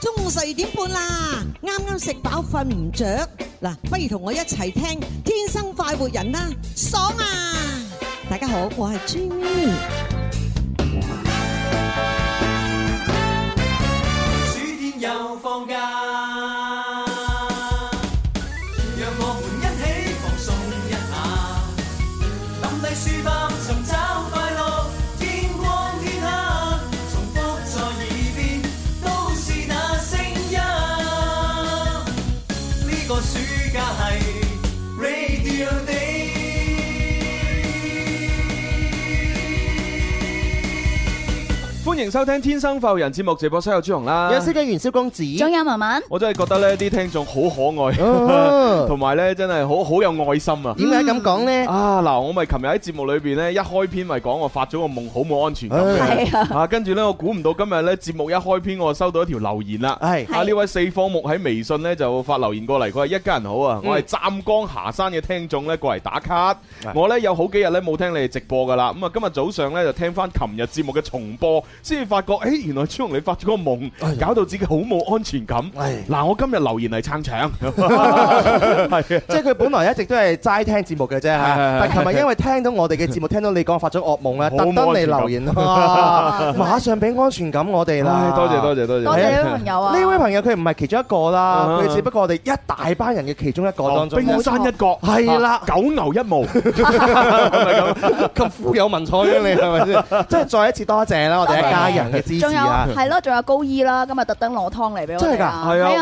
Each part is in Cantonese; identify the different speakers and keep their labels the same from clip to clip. Speaker 1: 中午十二點半啦，啱啱食飽瞓唔着，嗱，不如同我一齊聽《天生快活人》啦，爽啊！大家好，我係 Jimmy。
Speaker 2: 暑天又放假，讓我們一起放鬆一下，抌低書包尋找快樂，天光天黑，重複在耳邊都是那聲音。呢個暑假係 Radio Day。
Speaker 3: 歡迎收聽《天生快活人》節目，直播室有朱紅啦，
Speaker 4: 有識嘅元宵公子，
Speaker 5: 仲有文文，
Speaker 3: 我真係覺得呢啲聽眾好可
Speaker 4: 哦
Speaker 3: 愛， 同埋呢真係好好有愛心啊！
Speaker 4: 點解咁講呢？
Speaker 3: 啊嗱，我咪琴日喺節目裏邊呢，一開篇咪講我發咗個夢好冇安全感嘅，啊跟住呢，我估唔到今日呢節目一開篇我收到一條留言啦，
Speaker 4: 係嗯
Speaker 3: 啊呢位四方木喺微信呢就發留言過嚟，佢話一家人好啊，我係湛江霞山嘅聽眾呢過嚟打卡，我呢有好幾日呢冇聽你哋直播噶啦，咁啊今日早上呢就聽翻琴日節目嘅重播，先至發覺，誒原來朱紅你發咗個夢，
Speaker 4: 哎
Speaker 3: 搞到自己好冇安全 感。
Speaker 4: 係
Speaker 3: 嗱我今日留言嚟撐 場，係啊
Speaker 4: 即係佢本來一直都係齋聽節目嘅啫嚇，
Speaker 3: 係
Speaker 4: 但琴日因為聽到我哋嘅節目，聽到你講發咗惡夢咧，
Speaker 3: 好
Speaker 4: 特
Speaker 3: 冇
Speaker 4: 登嚟留 言，哇馬上俾安全感我哋啦
Speaker 3: 唉，多謝多。謝多謝，
Speaker 5: 多 謝呢位朋友啊！
Speaker 4: 呢位朋友佢唔係其中一個啦，
Speaker 3: 啊哦
Speaker 4: 佢只不過我哋一大班人嘅其中一個當中，
Speaker 3: 冰山一角
Speaker 4: 係啦
Speaker 3: 啊九牛一毛，
Speaker 4: 咁富有文采嘅你 係咪先？即係再一次多謝啦，我哋一家人嘅支持
Speaker 5: 仲有
Speaker 4: 啊！
Speaker 5: 係咯，仲有高醫啦，今日特登攞湯嚟俾我哋。
Speaker 4: 真係㗎
Speaker 3: 係啊，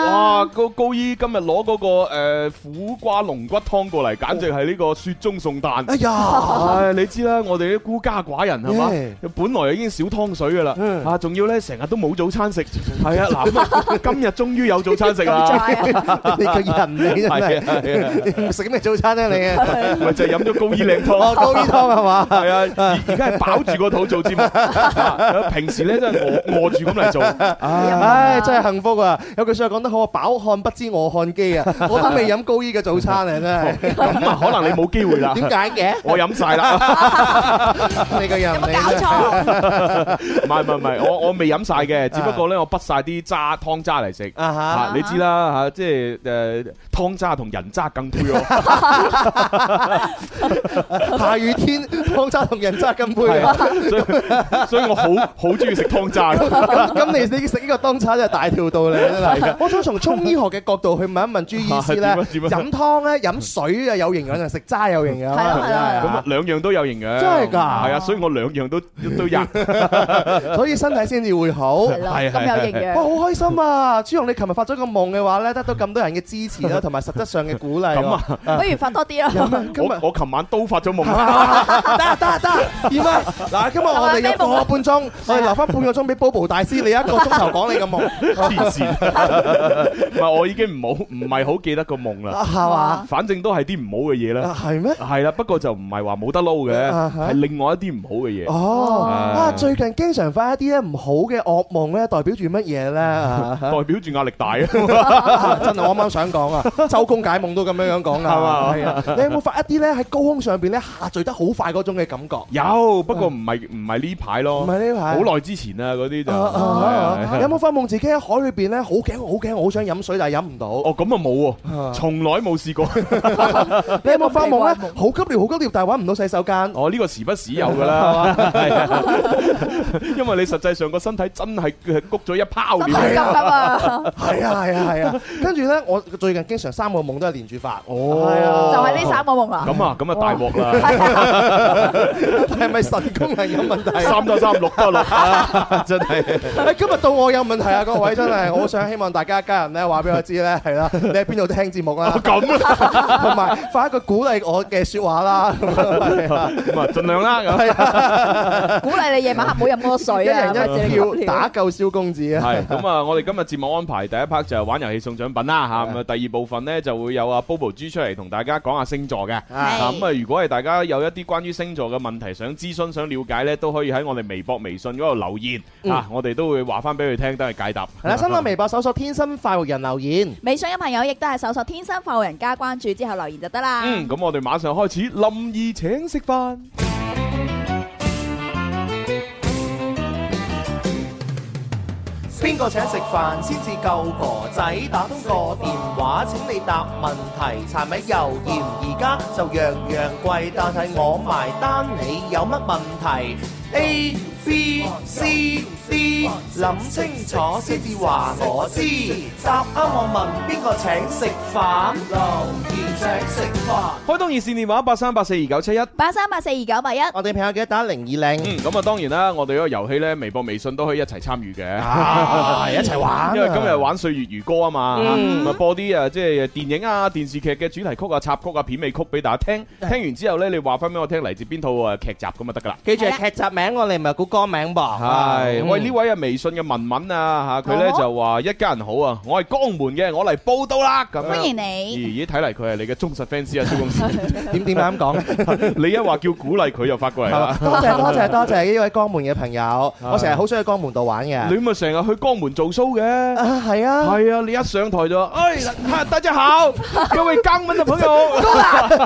Speaker 3: 哇！高高醫今日攞嗰個誒苦瓜龍骨湯過嚟，簡直係呢個雪中送炭。
Speaker 4: 哎呀，
Speaker 3: 唉，你知啦，我哋啲孤家寡人係嘛
Speaker 4: Yeah，
Speaker 3: 本來已經少湯水噶啦，
Speaker 4: 嗯
Speaker 3: 啊，仲要咧成日都冇早餐食， 係啊，嗱，咁啊今日終於有早餐食 啦，
Speaker 5: 咁在啊
Speaker 4: 你個人你真
Speaker 3: 係啊
Speaker 4: 係
Speaker 3: 係
Speaker 4: 你唔 食咩早餐咧你啊？
Speaker 3: 咪就係飲咗高醫靚 湯。
Speaker 4: 哦，高醫湯係嘛？
Speaker 3: 係啊，而而家係飽住個肚做 節目，啊平時咧真係餓餓住咁嚟做，
Speaker 4: 唉，哎真係幸福啊！有句説話講得好啊，飽漢不知餓漢飢啊！我都未飲高醫嘅早餐啊，真係
Speaker 3: 咁啊可能你冇機會啦。
Speaker 4: 點解
Speaker 3: 我飲晒啦。
Speaker 4: 嘅？你個人
Speaker 5: 有冇
Speaker 4: 你
Speaker 5: 搞錯？
Speaker 3: 唔係唔係唔係，我我未飲晒嘅，只不過咧我滗晒啲渣湯渣嚟食。
Speaker 4: 啊
Speaker 3: 啊
Speaker 4: 哈！
Speaker 3: 你知啦嚇，即係誒湯渣同人渣更配喎，
Speaker 4: 下雨天湯渣同人渣咁配
Speaker 3: 係
Speaker 4: 啊
Speaker 3: 啊！，所以所以我好好中意食湯渣嘅。
Speaker 4: 咁你你食呢個湯茶真係大條道理啊真係。我想從中醫學嘅角度去問一問朱醫師咧
Speaker 3: 啊點啊點，啊
Speaker 4: 飲湯咧飲水啊有營養，定係食渣有營養
Speaker 5: 係啊係啊
Speaker 3: 咁
Speaker 4: 啊
Speaker 3: 啊？兩樣都有營養，
Speaker 4: 真係㗎
Speaker 3: 係啊，所以我兩樣都都有。
Speaker 4: 真啊係所以身體先至會好。
Speaker 5: 係咯，
Speaker 3: 係係
Speaker 5: 咁有
Speaker 3: 係
Speaker 5: 營
Speaker 4: 哇，
Speaker 5: 養。
Speaker 4: 好開心啊！朱紅，你琴日發咗個夢嘅話咧，得到咁多人嘅支持啦，同埋實質上嘅鼓勵喎。
Speaker 3: 咁啊
Speaker 5: 不如發多啲
Speaker 4: 有
Speaker 5: 啦。
Speaker 4: 咩，今日
Speaker 3: 我我琴晚都發咗夢啦，
Speaker 4: 得得得，點啊？嗱，今日我哋有個半鐘，我哋留翻半個鐘俾 Bobo 大師，你一個鐘頭講你嘅夢，
Speaker 3: 黐線。唔係我已經唔好唔係好記得個夢啦，
Speaker 4: 係嘛？
Speaker 3: 反正都係啲唔好嘅嘢啦。
Speaker 4: 啊係咩？
Speaker 3: 係啦，不過就唔係話冇得撈嘅，
Speaker 4: 啊哈
Speaker 3: 係另外一啲唔好嘅嘢。
Speaker 4: 哦，
Speaker 3: 啊
Speaker 4: 啊，最近經常發一啲咧唔好嘅惡夢咧，代表住乜嘢咧？啊
Speaker 3: 代表住壓力大啊！
Speaker 4: 真係我啱啱想講 啊，周公解夢都咁樣樣講㗎，
Speaker 3: 係嘛
Speaker 4: 係啊，你有冇發一啲咧喺高空上邊咧下墜得好快嗰種嘅感覺？
Speaker 3: 有，不過唔係唔係呢排咯，
Speaker 4: 唔係呢排
Speaker 3: 好耐之前啊，嗰啲就
Speaker 4: 啊啊啊啊有冇發夢自己喺海裏邊咧好驚好驚，好想飲水但係飲唔到？
Speaker 3: 哦咁啊冇
Speaker 4: 啊
Speaker 3: 喎，從來冇 試過。
Speaker 4: 你有冇發夢咧？好急尿，好急尿，但係揾唔到洗手間。
Speaker 3: 哦呢個時不時有 㗎啦，係啊因為你實際上個身體真係谷咗一泡
Speaker 5: 心
Speaker 3: 尿
Speaker 5: 好急
Speaker 3: 嚟。
Speaker 5: 啊嘛，
Speaker 4: 係啊係啊係啊，跟住咧，我最近經常三個夢都係連住發，
Speaker 5: 就
Speaker 3: 哦
Speaker 5: 係呢三個夢啊。
Speaker 3: 咁啊咁啊大鑊啦，
Speaker 4: 係咪神功 係有 問題？
Speaker 3: 三多三六多 六啊，真 係。
Speaker 4: 誒今日到我有問題啊，各位真係，我好想希望大家一家人咧話俾我知咧，係啦，你喺邊度聽節目啦，
Speaker 3: 咁啊，
Speaker 4: 同埋發一個鼓勵我嘅説話啦，係啊
Speaker 3: 咁啊，盡量啦咁。
Speaker 5: 鼓勵你夜晚黑唔好飲咁多
Speaker 4: 一
Speaker 5: 水啊，
Speaker 4: 人一票打救蕭公 子啊！
Speaker 3: 係咁啊！我哋今日節目安排第一 part 就係玩遊戲送獎品啦嚇，咁啊第二部分呢，就會有阿 Bobo 豬出嚟同大家講下星座嘅。啊咁啊，如果係大家有一啲關於星座嘅問題想諮詢、想了解呢，都可以喺我哋微博、微信嗰度留言啊，我哋都會話翻俾佢聽，都係解答。
Speaker 4: 係啦，新浪微博搜索天生快活人留言，
Speaker 5: 微信嘅朋友亦都係搜索天生快活人加關注之後留言就得啦。
Speaker 3: 嗯，咁我哋馬上開始，林兒請食飯。
Speaker 2: Hãy subscribe cho kênh Ghiền Mì Gõ Để không bỏ lỡ 邊個請食飯先至夠哥仔？打通個電話請你答問題，柴米油鹽而家就樣樣貴，但係我埋單，你有乜問題？A B C D，諗清楚先至話我知。答啱我問邊個請食飯？留言請食飯。
Speaker 3: 開通熱線電話八三八四二九七一。
Speaker 5: 八三八四二九八 一，
Speaker 4: 我哋朋友記得打零二零，
Speaker 3: 嗯，咁啊當然啦，我哋嗰個遊戲咧，微博、微信都可以一齊參與嘅。
Speaker 4: 啊一齊玩啊。
Speaker 3: 嗯因為今日玩歲月如歌啊嘛，咁啊播啲啊即係電影啊、電視劇嘅主題曲啊、插曲啊、片尾曲俾大家聽。聽完之後咧，你話翻俾我聽嚟自邊套啊劇集咁就得噶啦。
Speaker 4: 記住係劇集名，我哋唔係估歌名噃。
Speaker 3: 係，
Speaker 4: 嗯
Speaker 3: 喂呢位啊微信嘅文文啊嚇，佢咧
Speaker 5: 哦
Speaker 3: 就話一家人好啊，我係江門嘅，我嚟報到啦咁樣。
Speaker 5: 歡迎你。
Speaker 3: 咦咦，睇嚟佢係你嘅忠實 fans 啊，蕭 公子。
Speaker 4: 點點解咁講咧？
Speaker 3: 你一話叫鼓勵佢就發 過嚟啦。
Speaker 4: 多謝多謝多謝呢位江門嘅朋友，我成日好想去江門度玩嘅。
Speaker 3: 你咪成日去江門做 show 嘅。
Speaker 4: 啊，係啊，
Speaker 3: 係啊，你一上台就話，哎，大大家好，各位江門嘅朋友，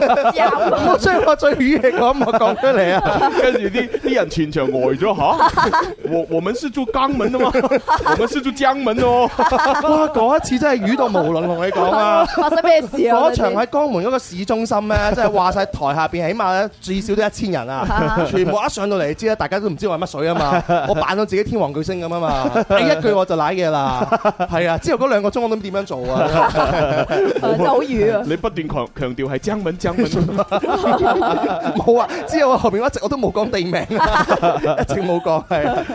Speaker 4: 唔好將我最語嘅嗰一幕講出嚟 啊！
Speaker 3: 跟住啲啲人全場呆咗吓， 我我們是住江門的嗎？ 我們是住江門 哦。
Speaker 4: 哇，嗰一次真係語到無論，同你講 啊！
Speaker 5: 發生咩事啊？
Speaker 4: 嗰場喺江門嗰個市中心咧，真係話晒台下邊起碼咧至少都一千人啊！全部一上到嚟知啦，大家都唔知我係乜水啊 嘛！我扮到自己天王巨星咁啊 嘛！第一句我就賴嘢 啦，係啊！之後嗰兩個鐘我都唔知點樣做啊！
Speaker 5: 真係好瘀啊！
Speaker 3: 你不斷強強調係江門江 門，
Speaker 4: 冇啊！之後我後邊一直我都冇講地名啊， 一直冇講係。啊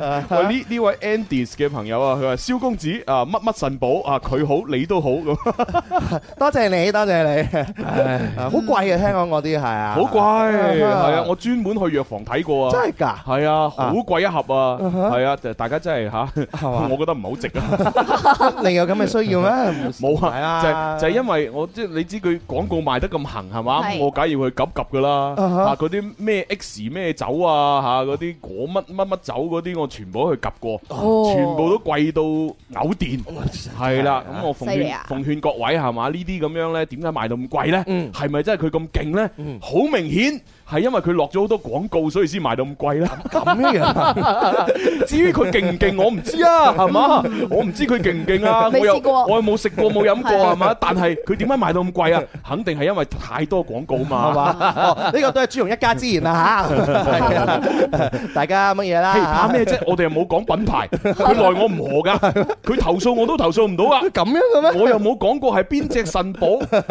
Speaker 3: 唉，喂呢呢位 Andis 嘅朋友啊，佢話蕭公子啊乜乜神寶啊，佢好你都好咁，
Speaker 4: 多謝你，多謝你。啊好貴啊，聽講嗰啲係啊，
Speaker 3: 好貴，係啊，我專門去藥房睇過啊
Speaker 4: 真。係㗎。
Speaker 3: 系啊，好貴一盒啊，
Speaker 4: 哈
Speaker 3: 係啊，就大家真係吓，
Speaker 4: 嘛
Speaker 3: 我覺得唔係好值啊，
Speaker 4: 你有咁嘅需要咩？
Speaker 3: 冇
Speaker 4: 係
Speaker 3: 啊，就係就係因為我即係你知佢廣告賣得咁行係嘛，
Speaker 5: 係
Speaker 3: 我梗係要去及及噶啦，
Speaker 4: 啊哈
Speaker 3: 啊嗰啲咩 X 咩酒啊吓，嗰啲果乜乜乜酒嗰啲我全部都去及過，
Speaker 5: 哦
Speaker 3: 全部都貴到嘔電，係啦，咁我奉
Speaker 5: 犀利
Speaker 3: 勸
Speaker 5: 啊
Speaker 3: 奉勸各位係嘛，呢啲咁樣呢，點解賣到咁貴呢？
Speaker 4: 嗯
Speaker 3: 係咪真係佢咁勁呢
Speaker 4: 嗯？
Speaker 3: 好明顯係因為佢落咗好多廣告，所以先賣到咁貴啦。
Speaker 4: 咁樣啊。
Speaker 3: 至於佢勁唔勁，我唔知啊，係嘛？我唔知佢勁唔勁啊，
Speaker 5: 未
Speaker 3: 我又
Speaker 5: 試過
Speaker 3: 我又冇食過，冇飲過，
Speaker 5: 係
Speaker 3: 係 嘛？但係佢點解賣到咁貴啊？肯定係因為太多廣告
Speaker 4: 係
Speaker 3: 嘛。
Speaker 4: 嘛？哦，呢個都係朱容一家之言啦嚇，係啊大家乜嘢啦？
Speaker 3: 嘿怕 咩啫？我哋又冇講品牌，佢奈我唔何㗎。佢投訴我都投訴唔到啊！
Speaker 4: 咁樣嘅咩？
Speaker 3: 我又冇講過係邊隻腎 寶，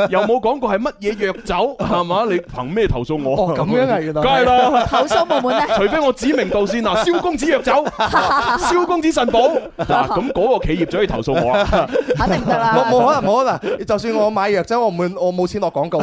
Speaker 3: 又冇講過係乜嘢藥酒，係嘛？你憑咩投訴我？
Speaker 4: 哦咁樣啊原來
Speaker 3: 梗係啦。
Speaker 5: 投訴無門啊！
Speaker 3: 除非我指名道姓嗱，蕭公子藥 酒，蕭公子腎寶，嗱咁嗰個企業就可以投訴我啦。
Speaker 5: 肯定唔得啦。
Speaker 4: 冇冇可能冇可能？就算我買藥酒，我唔會我冇錢 落廣告，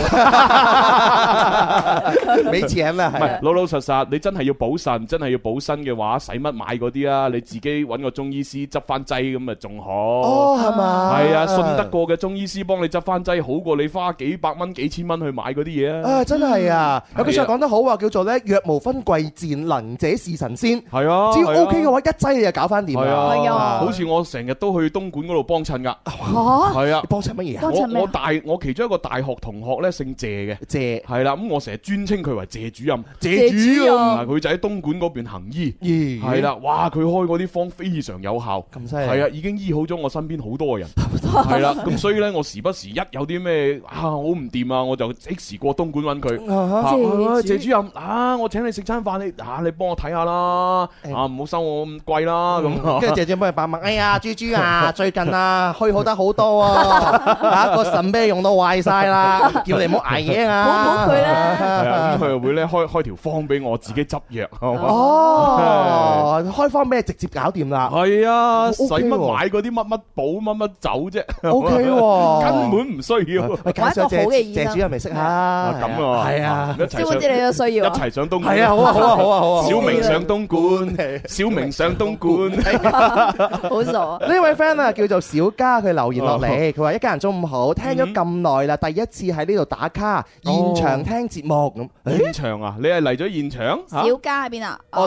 Speaker 4: 俾錢啦
Speaker 3: 唔
Speaker 4: 係。啊
Speaker 3: 係老老實實，你真係要補腎，真係要補身嘅話，使乜買嗰啲啊？你自己揾個中醫師執翻劑咁啊，仲好。
Speaker 4: 哦，係嘛？
Speaker 3: 係啊，信得過嘅中醫師幫你執翻劑，好過你花幾百蚊、幾千蚊去買嗰啲嘢啊。
Speaker 4: 啊！真係啊，有句説
Speaker 3: 係
Speaker 4: 話講得好啊，叫做咧藥無分貴賤，能者是神仙。
Speaker 3: 係啊，
Speaker 4: 只要
Speaker 3: 係啊
Speaker 4: OK 嘅話，一劑你就搞翻掂
Speaker 3: 係
Speaker 4: 啦。
Speaker 5: 係
Speaker 3: 啊，
Speaker 5: 啊
Speaker 3: 好似我成日都去東莞嗰度幫襯㗎。
Speaker 5: 嚇
Speaker 3: 係啊
Speaker 4: 你，幫襯乜嘢啊
Speaker 5: 幫？襯咩
Speaker 3: 我
Speaker 5: 啊
Speaker 3: 我大我其中一個大學同學呢，姓謝嘅。
Speaker 4: 借
Speaker 3: 係啦，咁我成日專稱佢為謝主任，
Speaker 5: 謝主任
Speaker 3: 啊佢就喺東莞嗰邊行醫，
Speaker 4: 咦
Speaker 3: 係啦，哇！佢開嗰啲方非常有效，
Speaker 4: 咁犀利
Speaker 3: 係啊，已經醫好咗我身邊好 多嘅人，係啦，咁所以呢，我時不時一有啲咩啊好唔掂啊，我就即時過東莞揾佢。
Speaker 4: 啊
Speaker 3: 啊
Speaker 4: 哈
Speaker 3: 喂
Speaker 5: 謝
Speaker 3: 謝主任啊，我請你食餐飯，你啊你幫我睇下啦，
Speaker 4: 誒嗯
Speaker 3: 啊唔好收我咁貴啦咁。啊
Speaker 4: 跟住姐姐幫佢把脈，哎呀，豬豬啊， 最近啊，虛好得好多啊， 啊個腎俾你用到壞 晒啦，叫你唔好捱夜
Speaker 5: 唔
Speaker 4: 啊，
Speaker 5: 好佢啦。
Speaker 3: 係啊，咁佢又會咧開開條方俾我自己執藥，係嘛？
Speaker 4: 哦，開方俾你直接搞掂啦
Speaker 3: 係啊，使
Speaker 4: OK
Speaker 3: 乜
Speaker 4: 喎
Speaker 3: 買嗰啲乜乜寶乜乜酒啫？
Speaker 4: ，OK 喎，
Speaker 3: 根本唔需要。
Speaker 4: 喂介紹
Speaker 5: 我一個好嘅醫
Speaker 4: 謝
Speaker 5: 生
Speaker 4: 謝主任咪識下，
Speaker 3: 啊咁啊，
Speaker 4: 係啊，
Speaker 3: 一齊上
Speaker 5: 蕭公子你有需
Speaker 3: 一
Speaker 5: 要啊？
Speaker 3: 齊上東莞。
Speaker 4: 係啊，好啊，好啊，好啊，好啊。
Speaker 3: 小明上東莞，
Speaker 4: 係
Speaker 3: 小明上東莞，
Speaker 5: 好傻啊！
Speaker 4: 呢位 friend 啊，叫做小嘉，佢留言落嚟，佢話一家人中午好，聽咗咁耐啦，第一次喺呢度打卡，現場聽節目咁。
Speaker 3: 現場啊！你係嚟咗現場？嚇
Speaker 5: 小家喺邊啊？
Speaker 4: 哦，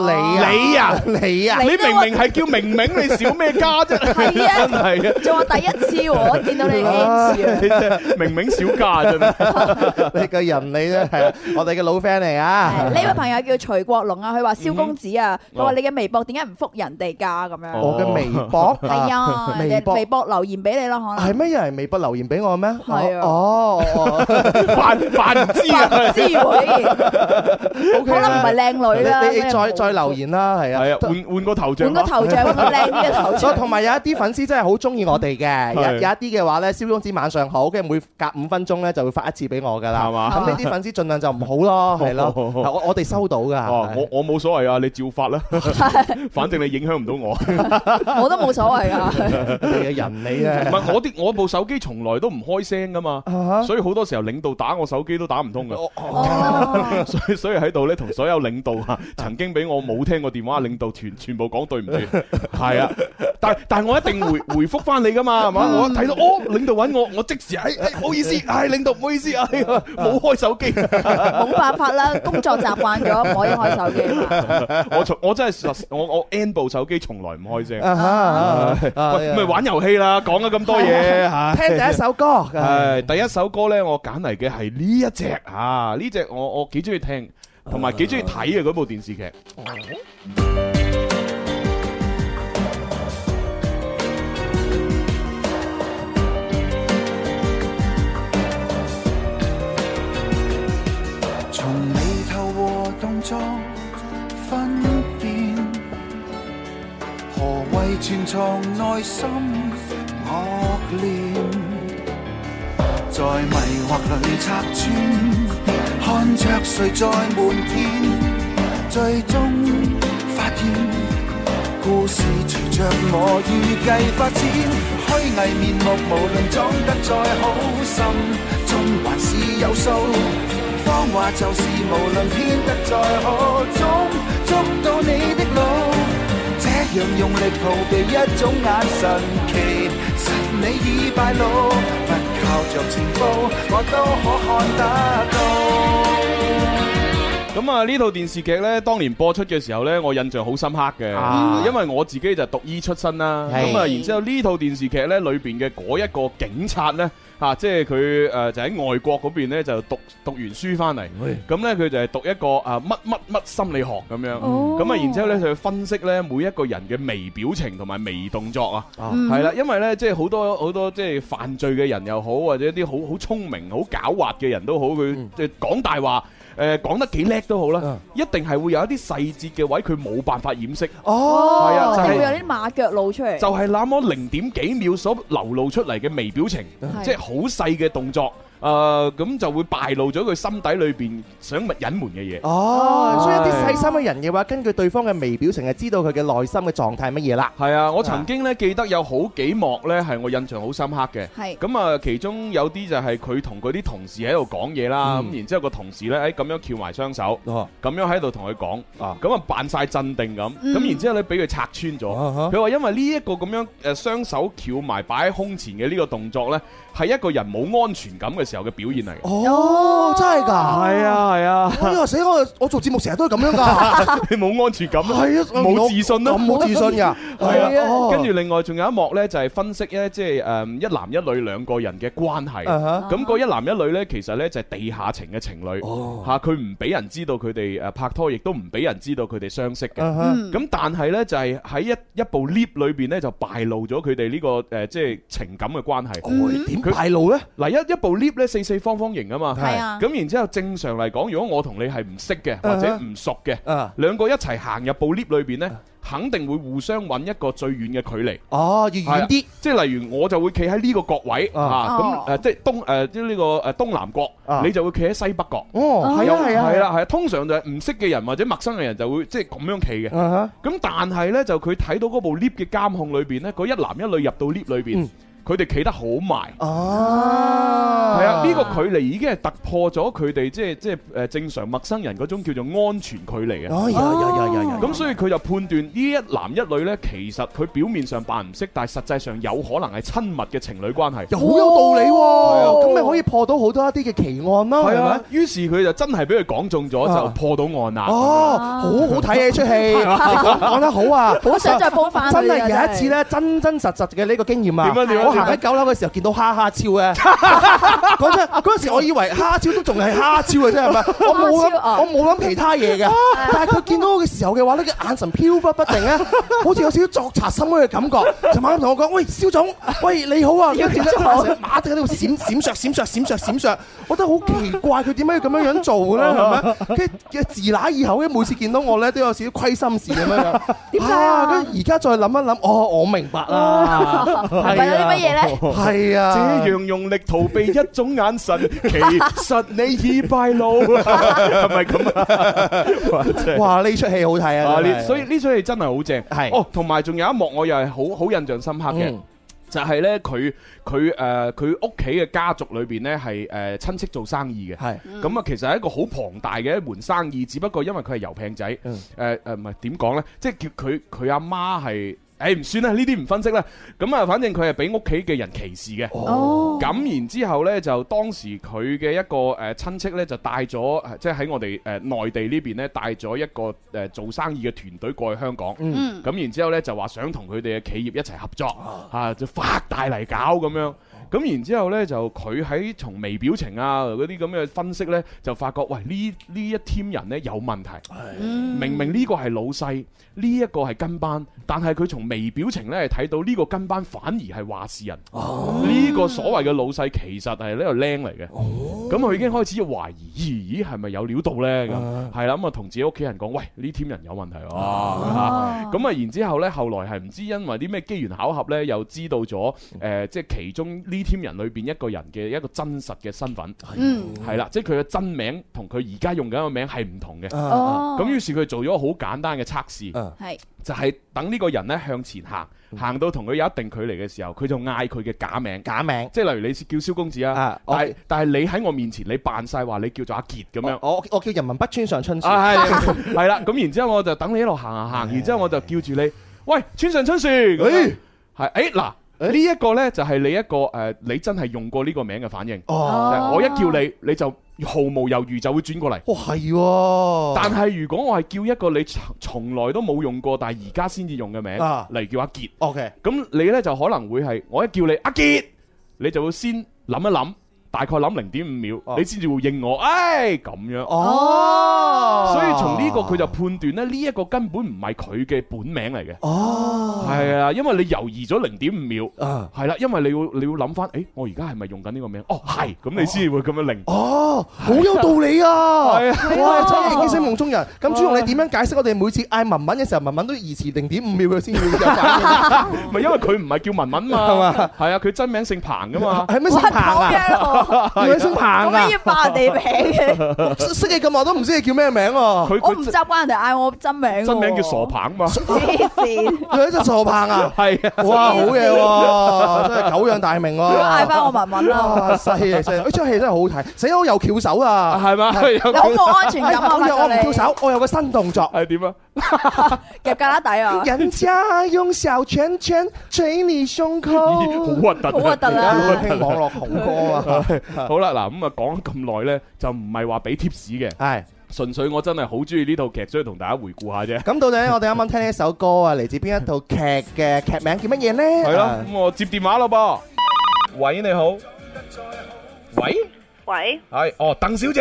Speaker 3: 你
Speaker 4: 你啊，
Speaker 3: 啊，
Speaker 4: 你 你啊！
Speaker 3: 你
Speaker 5: 你
Speaker 3: 明
Speaker 5: 都
Speaker 3: 明係叫明明，你少咩家啫？
Speaker 5: 係啊
Speaker 3: 真係啊！
Speaker 5: 仲話第一次喎，我見到你
Speaker 4: 啊
Speaker 5: 啊 N 次
Speaker 3: 你真係明明少家真係。
Speaker 4: 你啊個人你咧係啊我哋嘅老 friend 嚟
Speaker 5: 啊！
Speaker 4: 啊！
Speaker 5: 呢位朋友叫徐國龍啊，佢話蕭公子啊，
Speaker 3: 嗯
Speaker 5: 佢
Speaker 4: 哦
Speaker 5: 話你嘅微博點解唔覆人哋㗎咁樣？
Speaker 3: 哦
Speaker 4: 我嘅微博
Speaker 5: 係啊，人
Speaker 4: 微
Speaker 5: 哋
Speaker 4: 博
Speaker 5: 微博留言俾你咯，可
Speaker 4: 係
Speaker 5: 能。
Speaker 4: 咩？有人微博留言俾我咩？
Speaker 5: 係啊
Speaker 4: 哦哦哦
Speaker 3: 扮扮唔知啊！
Speaker 5: 知喎， 竟然
Speaker 4: ，OK
Speaker 5: 可能唔係
Speaker 4: 啦。
Speaker 5: 靚女啦。
Speaker 4: 哦你你
Speaker 5: 咩
Speaker 4: 再再留言啦，係
Speaker 3: 係
Speaker 4: 啊
Speaker 3: 啊，。換換個頭像
Speaker 5: 換個
Speaker 3: 啦。
Speaker 5: 頭像，換個靚啲嘅
Speaker 4: 所
Speaker 5: 頭
Speaker 4: 以
Speaker 5: 像。
Speaker 4: 同埋有一啲粉絲真係好中意我哋嘅，有
Speaker 3: 係
Speaker 4: 有一啲嘅話咧，蕭公子晚上好，跟住每隔五分鐘咧就會發一次俾我㗎啦，
Speaker 3: 係嘛
Speaker 4: 咁呢啲粉絲盡量就唔 好咯，係咯，
Speaker 3: 好好好
Speaker 4: 係我我哋收到㗎。
Speaker 3: 哦，我我冇所謂啊，你照發啦，反正你影響唔到我。唔
Speaker 5: 我都冇所謂 啊㗎。
Speaker 4: 你嘅人 你咧，
Speaker 3: 係我啲我部手機從來都唔開聲噶嘛，
Speaker 4: 啊
Speaker 3: 所以好多時候領導打我手機都打唔通噶。
Speaker 5: 哦，
Speaker 3: 所以所以喺度咧，同所有領導啊，曾經俾我冇聽過電話嘅領導全全部講對唔對，係啊，但但我一定回回覆翻你噶嘛，係嘛？我一睇到哦，領導揾我，我即時誒誒，唔好意思，係領導唔好意思啊，哎呀冇開手機，
Speaker 5: 冇辦法啦，工作習慣咗，唔可以開 手機
Speaker 3: 啊
Speaker 5: 嘛。
Speaker 3: 我從我真係實我我 N 部手機從來唔開聲，
Speaker 4: 啊哈啊
Speaker 3: 喂，咪玩遊戲啦，講咗咁多嘢嚇。
Speaker 4: 聽第一 首歌，
Speaker 3: 系第一首歌咧，我揀嚟嘅係呢一隻啊，呢隻我我几中意聽，同埋幾中意睇嘅嗰部電視劇。
Speaker 2: 從你透過動作分辨，何謂潛藏內心惡念，在迷惑裏拆穿，看着誰在門前，最終發現。故事隨着我預計發展，虛偽面目無論裝得再好，心中還是有數。謊話就是無論編得再好，終捉到你的腦。這樣用力逃避一種眼神，其實你已敗露。不靠着情報，我都可看得到。
Speaker 3: 咁啊，呢套電視劇呢，當年播出嘅時候呢，我印象好深刻
Speaker 4: 啊
Speaker 3: 嘅，因為我自己就讀醫出身啦。
Speaker 4: 係
Speaker 3: 咁啊，然之後呢套電視劇呢，裏邊嘅嗰一個警察呢，嚇，啊即係佢誒就喺外國嗰邊呢，就讀讀完書翻嚟，咁呢，佢就係讀一個啊乜乜乜心理學咁樣。
Speaker 5: 哦
Speaker 3: 咁啊，然之後呢，佢分析呢每一個人嘅微表情同埋微動作啊。
Speaker 5: 嗯
Speaker 3: 係啦，因為咧，即係好多好多即係犯罪嘅人又好，或者一啲好好聰明、好狡猾嘅人都好，佢即係講大話，誒講得幾叻都好啦
Speaker 4: 嗯，
Speaker 3: 一定係會有一啲細節嘅位，佢冇辦法掩飾，
Speaker 4: 哦，
Speaker 3: 係
Speaker 5: 哦
Speaker 3: 啊，就
Speaker 5: 即
Speaker 3: 係
Speaker 5: 係會有啲馬腳露出嚟。
Speaker 3: 就係那麼零點幾秒所流露出嚟嘅微表情，
Speaker 5: 係
Speaker 3: 即係好細嘅動作，誒咁就會敗露咗佢心底裏邊想密隱瞞嘅嘢。
Speaker 4: 哦，所以一啲
Speaker 3: 係
Speaker 4: 細心嘅人嘅話，根據對方嘅微表情，係知道佢嘅內心嘅狀態乜嘢啦。
Speaker 3: 係啊，我曾經咧記得有好幾幕咧係我印象好深刻嘅。
Speaker 5: 係
Speaker 3: 咁啊，其中有啲就係佢同佢啲同事喺度講嘢啦，咁、
Speaker 4: 嗯
Speaker 3: 然之後個同事咧，誒咁樣翹埋雙手，
Speaker 4: 哦，
Speaker 3: 咁樣喺度同佢講，
Speaker 4: 啊
Speaker 3: 咁啊扮晒鎮定咁，咁、
Speaker 5: 嗯
Speaker 3: 然之後咧俾佢拆穿咗。
Speaker 4: 啊
Speaker 3: 佢話因為呢一個咁樣誒雙手翹埋擺喺胸前嘅呢個動作呢，係一個人冇安全感嘅時候嘅表現嚟嘅。
Speaker 4: 哦，真係㗎。
Speaker 3: 係啊係啊，
Speaker 4: 我以為死我，我做節目成日都係咁 樣㗎。
Speaker 3: 你冇安全感 啊，
Speaker 4: 係啊，
Speaker 3: 冇自信啦
Speaker 4: 咁。冇自信㗎。
Speaker 3: 係
Speaker 5: 啊
Speaker 4: 哦
Speaker 3: 跟住另外仲有一幕呢，就係分析呢，即係誒一男一女兩個人嘅關係。
Speaker 4: 啊哈
Speaker 3: 咁嗰一男一女呢，其實呢就係地下情嘅情侶，嚇佢唔俾人知道佢哋誒拍拖，亦都唔俾人知道佢哋相識嘅。
Speaker 4: 啊哈
Speaker 5: 嗯
Speaker 3: 咁但係呢，就係喺一一部 lift 裏邊呢，就敗露咗佢哋呢個誒即係情感嘅關係。
Speaker 4: 哎點敗露咧？
Speaker 3: 嗱一一部 lift 呢，四四方方形啊嘛，
Speaker 5: 係啊
Speaker 3: 咁然之後正常嚟講，如果我同你係唔識嘅
Speaker 4: 啊哈
Speaker 3: 或者唔熟嘅，
Speaker 4: 啊，
Speaker 3: 兩個一齊行入部 lift 裏邊呢，肯定會互相揾一個最遠嘅距離。
Speaker 4: 哦，要遠啲。
Speaker 3: 即係例啊如我就會企喺呢個角位
Speaker 4: 啊
Speaker 3: 啊，
Speaker 5: 哦
Speaker 3: 咁誒即係東誒即係呢個誒東南角
Speaker 4: 啊，
Speaker 3: 你就會企喺西北角。
Speaker 4: 哦，係
Speaker 3: 有
Speaker 4: 啊，係啊，
Speaker 3: 係啦，係啊，通常就係唔識嘅人或者陌生嘅人就會即係咁樣企嘅。
Speaker 4: 啊哈。
Speaker 3: 咁但係呢，就佢睇到嗰部 lift 嘅監控裏邊呢，嗰一男一女入到 lift 裏邊
Speaker 4: 嗯，啊
Speaker 3: 佢哋企得好埋。
Speaker 4: 哦，
Speaker 3: 係啊，呢個距離已經係突破咗佢哋即係即係誒正常陌生人嗰種叫做安全距離啊。
Speaker 4: 哦，呀呀呀呀，
Speaker 3: 咁所以佢就判斷呢一男一女呢，其實佢表面上扮唔識，但係實際上有可能係親密嘅情侶關係。
Speaker 4: 又好有道理喎，咁咪可以破到好多一啲嘅奇案咯，
Speaker 3: 哦係
Speaker 4: 係咪
Speaker 3: 啊？，於是佢就真係俾佢講中咗，就
Speaker 4: 啊
Speaker 3: 破到案啦。
Speaker 4: 哦，好好睇啊！呢 出戲你講講得好啊，
Speaker 5: 好想再煲翻
Speaker 4: 真係有一次咧，真真實實嘅呢個經驗啊！
Speaker 3: 啊點啊點啊
Speaker 4: 我行喺九樓嘅時候見到蝦蝦超咧，講真嗰陣時我以為蝦超都仲係蝦超嘅啫， 係咪？我冇
Speaker 5: 蝦超啊
Speaker 4: 諗，我冇諗其他嘢 嘅。但係佢見到我嘅時候嘅話呢個眼神飄忽不定 咧，好似有少少作賊心虛嘅感覺。就猛咁同我講：喂，蕭總，喂你好 啊！跟住咧，馬地喺度閃閃爍、閃爍、閃爍、閃爍，我覺得好奇怪，佢點解要咁樣樣做咧？ 係咪？跟住自那以後咧，每次見到我咧都有少少虧心事咁樣樣。
Speaker 5: 點解啊
Speaker 4: 跟住而家再諗一諗，哦，我明白啦，
Speaker 3: 啊
Speaker 5: 係為咗啲乜 嘢咧？
Speaker 4: 係
Speaker 3: 這
Speaker 4: 啊，
Speaker 3: 樣用力逃避一種眼 神，其實你已敗露，係咪咁啊？ 哇真係
Speaker 4: 哇！呢出戲好睇
Speaker 3: 啊！
Speaker 4: 啊，真
Speaker 3: 呢
Speaker 4: 係
Speaker 3: 所以呢出戲真係好正，
Speaker 4: 係
Speaker 3: 哦，同埋仲有一幕我又係好好印象深刻嘅。
Speaker 4: 嗯
Speaker 3: 就係咧，佢佢誒佢屋企嘅家族裏邊咧係誒親戚做生意嘅，
Speaker 4: 係
Speaker 3: 咁啊其實係一個好龐大嘅一門生意，只不過因為佢係油餅仔，誒
Speaker 4: 嗯
Speaker 3: 誒唔係點講咧，即係叫佢佢阿媽係，誒唔算啦，呢啲唔分析啦，咁啊反正佢係俾屋企嘅人歧視嘅。
Speaker 5: 哦，
Speaker 3: 咁然之後呢，就當時佢嘅一個誒親戚呢，就帶咗，呃誒即係喺我哋誒內地呢邊呢，帶咗一個誒做生意嘅團隊過去香港。
Speaker 5: 嗯
Speaker 3: 咁然之後呢，就話想同佢哋嘅企業一齊合作，啊就發大嚟搞咁樣。咁然之後呢，就佢喺從微表情啊嗰啲咁嘅分析呢，就發覺喂呢呢一 team 人呢有問題。明明呢個係老細，呢一個係跟班，但係佢從微表情呢，係睇到呢個跟班反而係話事人。呢個所謂嘅老細其實係呢個僆嚟嘅，咁佢已經開始懷疑，咦咦係咪有料到呢？咁係啦，咁啊同自己屋企人講，喂呢 team 人有問題喎，啊咁啊然之後呢，後來係唔知因為啲咩機緣巧合呢，又知道咗誒即係其中呢 team 人裏邊一個人嘅一個真實嘅身份，
Speaker 5: 嗯，
Speaker 3: 係啦，即係佢嘅真名同佢而家用緊嘅名係唔同嘅，
Speaker 4: 啊
Speaker 5: 哦，
Speaker 3: 咁於是佢做咗好簡單嘅測試。
Speaker 4: 啊
Speaker 5: 係
Speaker 3: 就係等呢個人咧向前行，
Speaker 4: 嗯
Speaker 3: 行到同佢有一定距離嘅時候，佢就嗌佢嘅假名，
Speaker 4: 假名
Speaker 3: 即係例如你叫蕭公子啊
Speaker 4: 啊，
Speaker 3: 但係
Speaker 4: 我哦
Speaker 3: 但係你喺我面前你扮晒話你叫做阿傑咁樣。
Speaker 4: 我我我叫人民北村上春樹，
Speaker 3: 啊
Speaker 4: 哦
Speaker 3: 係係啦，咁然之後我就等你一路行行
Speaker 4: 啊
Speaker 3: 行，然之後我就叫住你，喂，村上春樹，係
Speaker 4: 誒
Speaker 3: 誒嗱，
Speaker 4: 哎
Speaker 3: 呢一個呢，就係你一個誒，你真係用過呢個名嘅反應，就
Speaker 4: 哦，
Speaker 3: 係我一叫你你就毫無猶豫就會轉過嚟。
Speaker 4: 哇係喎，
Speaker 3: 但係如果我係叫一個你從從來都冇用過，但係而家先至用嘅名，
Speaker 4: 啊
Speaker 3: 例如叫阿傑。
Speaker 4: OK
Speaker 3: 咁你呢就可能會係我一叫你阿傑，你就會先諗一諗，大概諗零點五秒，
Speaker 4: 哦
Speaker 3: 你先至會應我，唉咁樣。
Speaker 4: 哦，
Speaker 3: 所以從呢個佢就判斷咧，呢一個根本唔係佢嘅本名嚟嘅，
Speaker 4: 哦
Speaker 3: 係啊，因為你猶豫咗零點五秒，
Speaker 4: 啊
Speaker 3: 係啦，因為你要你要諗翻，誒，我而家係咪用緊呢個名？哦，係，咁你先至會咁樣令。
Speaker 4: 哦，好有道理啊！
Speaker 3: 係
Speaker 4: 哇，真係驚醒夢中人。咁朱紅，你點樣解釋我哋每次嗌文文嘅時候，文文都延遲零點五秒佢先會 有反應？
Speaker 3: 咪因為佢唔係叫文文嘛，
Speaker 4: 係嘛
Speaker 3: 係啊，佢真名姓彭噶嘛。
Speaker 4: 係咩姓
Speaker 5: 哇
Speaker 4: 彭
Speaker 5: 咁
Speaker 4: 啊？
Speaker 5: 樣喎，
Speaker 4: 係咪姓彭
Speaker 5: 咁樣
Speaker 4: 啊？
Speaker 5: 要扮人哋名嘅，
Speaker 4: 識識你咁耐都唔知你叫咩名喎？
Speaker 3: 佢
Speaker 5: 我唔
Speaker 3: 佢
Speaker 5: 習慣人哋嗌我真名，
Speaker 3: 真名叫傻，彭嘛，
Speaker 5: 黐線，
Speaker 4: 佢喺度傻彭啊！
Speaker 3: 係啊。
Speaker 4: 哇，好嘢喎！真係久仰大名
Speaker 5: 如果嗌
Speaker 4: 喎！
Speaker 5: 翻我文文啦，
Speaker 3: 啊
Speaker 4: 哇，犀利犀利！呢出戲真係好睇，死啦我又翹手 啊！
Speaker 3: 係嘛？
Speaker 5: 你好冇安全
Speaker 4: 哎
Speaker 5: 感啊，
Speaker 4: 我又我唔翹
Speaker 5: 覺得你
Speaker 4: 手，我有個新動作。
Speaker 3: 係點啊？
Speaker 5: 夾架拉底
Speaker 3: 哎
Speaker 5: 啊，
Speaker 4: 人家用小拳拳捶你胸口。
Speaker 3: 咦好核突啊，
Speaker 5: 好核突
Speaker 4: 而家
Speaker 5: 啊
Speaker 4: 好興網絡紅歌啊！
Speaker 3: 好啦，嗱咁啊講咗咁耐呢，就唔係話俾 tips 嘅，
Speaker 4: 係。
Speaker 3: 純粹我真係好中意呢套劇，所以同大家回顧下啫。
Speaker 4: 咁到底我哋啱啱聽呢一首歌啊，嚟自邊一套劇嘅劇名叫乜嘢呢？啊
Speaker 3: 係
Speaker 4: 係
Speaker 3: 咯，咁我接電話啦噃。喂，你好。喂，
Speaker 6: 喂，
Speaker 3: 係哦，鄧小姐，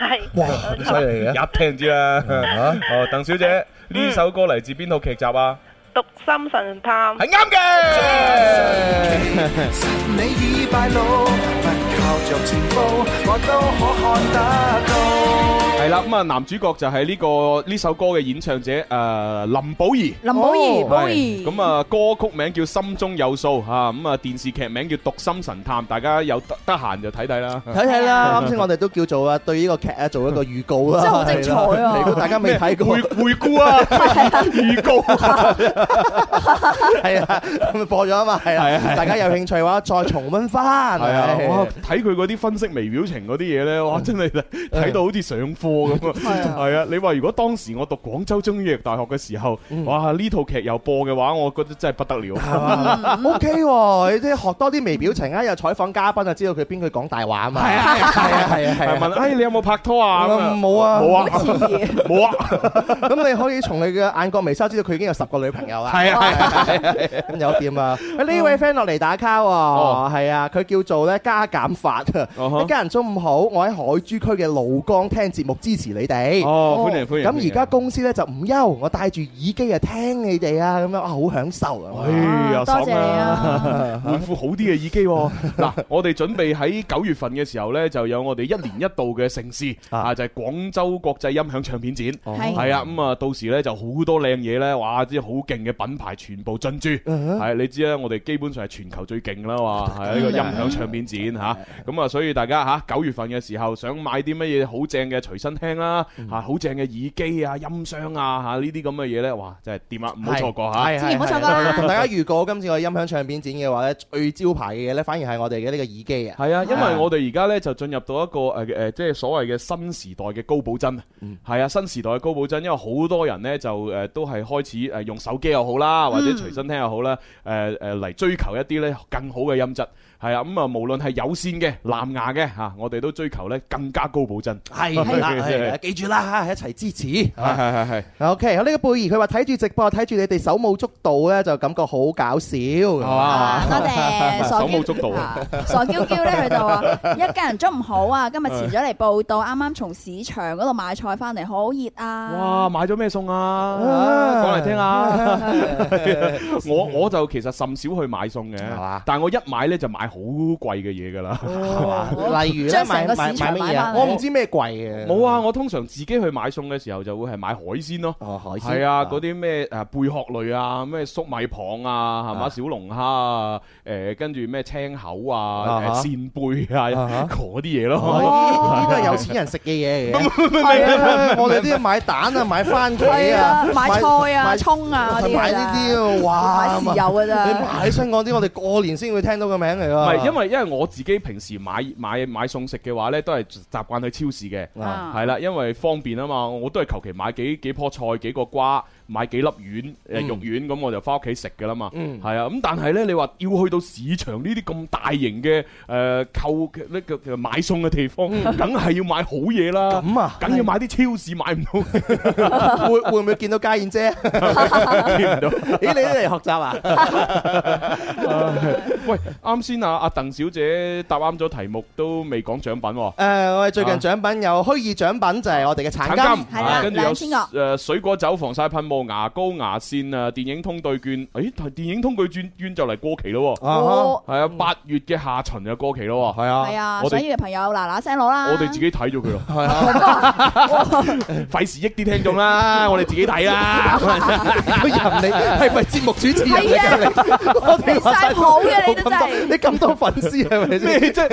Speaker 6: 係
Speaker 4: 哇，咁犀利嘅！
Speaker 3: 一聽知啦。 哦，鄧小姐，呢首歌嚟自邊套劇集啊？
Speaker 6: 讀心神探，
Speaker 3: 係啱 嘅。
Speaker 2: 你已敗露，不靠着情報，我都可看得到。
Speaker 3: 系啦，咁啊男主角就係呢個呢首歌嘅演唱者诶林保怡。
Speaker 5: 林保怡，
Speaker 4: 哦
Speaker 5: 保怡，
Speaker 3: 咁啊，歌曲名叫《心中有數》吓，咁啊電視劇名叫《讀心神探》，大家有得得閒就睇睇啦。
Speaker 4: 睇睇啦，啱先我哋都叫做啊，對呢個劇啊做一個預告啦，
Speaker 5: 真係好精彩啊
Speaker 4: 係啦如果大家未睇過，
Speaker 3: 回回顧 啊，預告
Speaker 4: 係啊，咁咪播咗啊嘛，係
Speaker 3: 係啊係
Speaker 4: 啊，
Speaker 3: 啊
Speaker 4: 大家有興趣嘅話再重温翻，
Speaker 3: 係啊，
Speaker 4: 係
Speaker 3: 哇！睇佢嗰啲分析微表情嗰啲嘢咧，哇！真係睇到好似上課 咁啊！
Speaker 5: 係啊
Speaker 3: 係啊，你話如果當時我讀廣州中醫藥大學嘅時候，哇！呢套劇又播嘅話，我覺得真係不得了。
Speaker 4: 嗯 O K 喎，你即係學多啲微表情啊，又採訪嘉賓啊，知道佢邊句講大話啊嘛，係啊係啊 係啊
Speaker 3: 係
Speaker 4: 係
Speaker 3: 問
Speaker 4: 啊，
Speaker 3: 哎你有冇拍拖啊？咁啊
Speaker 4: 冇啊
Speaker 3: 冇啊
Speaker 5: 好似嘅
Speaker 3: 冇啊，
Speaker 4: 咁你可以從你嘅眼角眉梢知道佢已經有十個女朋友啦。
Speaker 3: 係啊嗯係啊
Speaker 4: 咁有掂啊！呢位 friend 落嚟打卡喎，係啊，佢叫做咧加減法
Speaker 3: 哦呵
Speaker 4: 啊！一家人中午好，我喺海珠區嘅鹭江聽節目支持你哋。
Speaker 3: 哦，歡迎歡迎。
Speaker 4: 咁而家
Speaker 3: 公
Speaker 4: 公司咧就唔休，我戴住耳機啊聽你哋啊，咁樣啊好享受啊！
Speaker 3: 哎呀，
Speaker 5: 啊多
Speaker 3: 爽
Speaker 5: 謝你
Speaker 3: 啊
Speaker 5: 啊！
Speaker 3: 換副好啲嘅耳機喎。嗱，我哋準備喺九月份嘅時候呢，就有我哋一年一度嘅盛事
Speaker 4: 啊
Speaker 3: 啊，就係廣州國際音響唱片展。
Speaker 5: 係
Speaker 3: 係啊，咁啊，到時呢就好多靚嘢呢，哇！啲好勁嘅品牌全部進駐。係你知啦，啊我哋基本上係全球最勁啦嘛，係呢個音響唱片展嚇。咁啊，所以大家嚇九月份嘅時候想買啲乜嘢好正嘅隨身聽啦，嚇好正嘅耳機啊、音箱啊嚇呢啲咁嘅嘢呢，哇！真係掂啊，唔好錯過嚇。
Speaker 4: 係，係
Speaker 5: 千祈唔好錯過啦
Speaker 4: 係同 大家預告，今次我音響唱片展嘅話咧，最招牌嘅嘢咧，反而係我哋嘅呢個耳機啊！
Speaker 3: 係啊，因為我哋而家咧就進入到一個誒誒、呃即係所謂嘅新時代嘅高保真。係、啊，新時代嘅高保真，因為好多人咧就誒、呃都係開始誒用手機又好啦，或者隨身聽又好啦，誒誒嚟追求一啲咧更好嘅音質。係啊，咁、啊，無論係有線嘅、藍牙嘅嚇、啊我哋都追求咧更加高保真。
Speaker 4: 係啦，
Speaker 3: 係
Speaker 4: 係記住啦，一齊支持。
Speaker 3: 係係 係係。
Speaker 4: O K，呢個貝兒佢話睇住直播，睇住你哋手舞足蹈咧，就感覺好搞笑。
Speaker 5: 啊多謝傻
Speaker 3: 手
Speaker 5: 嬌
Speaker 3: 舞足蹈啊
Speaker 5: 啊傻嬌嬌咧，佢就話 一家人中午好啊，今日遲咗嚟報道，啱啱從市場嗰度買菜翻嚟，好熱啊！
Speaker 3: 哇！買咗咩餸啊？講嚟聽 下。我我就其實甚少去買餸
Speaker 4: 係
Speaker 3: 嘅
Speaker 4: 嘛，
Speaker 3: 但我一買咧就買好貴嘅嘢㗎啦。
Speaker 5: 哇
Speaker 4: 例如咧
Speaker 5: 將
Speaker 4: 買
Speaker 5: 成個
Speaker 4: 買
Speaker 5: 市場
Speaker 4: 買乜嘢
Speaker 5: 買
Speaker 4: 啊？
Speaker 5: 返嚟
Speaker 4: 我唔知咩貴嘅。
Speaker 3: 冇啊！我通常自己去買餸嘅時候就會係買海鮮咯。
Speaker 4: 哦，海鮮
Speaker 3: 係啊，嗰啲咩誒貝殼類啊，咩粟米蚌啊，係嘛
Speaker 4: 啊
Speaker 3: 小龍蝦啊，誒跟住咩青口啊
Speaker 4: 啊，哈
Speaker 3: 誒扇貝啊
Speaker 4: 啊哈
Speaker 3: 嗰啲嘢
Speaker 4: 哦
Speaker 3: 咯。
Speaker 4: 呢啲都係有錢人食嘅嘢嚟嘅。係啊，我哋都要買蛋啊，買番
Speaker 5: 係
Speaker 4: 茄
Speaker 5: 啊
Speaker 4: 啊，，
Speaker 5: 買菜啊、
Speaker 4: 買
Speaker 5: 葱啊嗰啲
Speaker 4: 買呢啲啊，哇！
Speaker 5: 買豉油㗎咋
Speaker 4: 你買新嗰啲，我哋過年先會聽到個名嚟
Speaker 3: 唔
Speaker 4: 㗎。
Speaker 3: 係，因為因為我自己平時買買買餸食嘅話呢，都係習慣去超市嘅。
Speaker 5: 㗎啊
Speaker 3: 係啦，因為方便啊嘛，我都係求其買幾幾棵菜、幾個瓜、買幾粒丸、誒肉丸咁，我就翻屋企食噶啦嘛。
Speaker 4: 嗯
Speaker 3: 係啊，咁但係呢，你話要去到市場呢啲咁大型嘅誒購呢個買餸嘅地
Speaker 5: 嗯
Speaker 3: 方，梗係要買好嘢啦。
Speaker 4: 咁啊，
Speaker 3: 梗要買啲超市買唔 到，
Speaker 4: 會會唔會見到家燕姐？
Speaker 3: 見唔到。
Speaker 4: 咦，你都嚟學習啊？
Speaker 3: 喂，啱先啊，阿鄧小姐答啱咗題目，都未講獎品喎。
Speaker 4: 誒，我哋最近獎品有虛擬獎品，就係我哋嘅產金。啊
Speaker 5: 係啦
Speaker 3: 啊跟住有
Speaker 5: 兩千個
Speaker 3: 誒水果酒、防曬噴霧、牙膏、牙線啊，電影通兌券，誒電影通兌券券就嚟過期咯喎。
Speaker 5: 哦
Speaker 3: 系啊，八月嘅下旬就過期咯喎。
Speaker 5: 係啊，
Speaker 3: 我
Speaker 5: 想
Speaker 3: 哋
Speaker 5: 要嘅朋友嗱嗱聲攞啦。
Speaker 3: 我哋自己睇咗佢咯，
Speaker 4: 係啊，
Speaker 3: 費事益啲聽眾啦，我哋自己睇啦。
Speaker 4: 佢人你係咪節目主持人嚟
Speaker 5: 係
Speaker 4: 㗎？你我哋話晒
Speaker 5: 你生好嘅你都
Speaker 4: 咁多
Speaker 5: 真係
Speaker 4: 你咁多粉絲係咪
Speaker 3: 咩
Speaker 4: 先？
Speaker 3: 啫？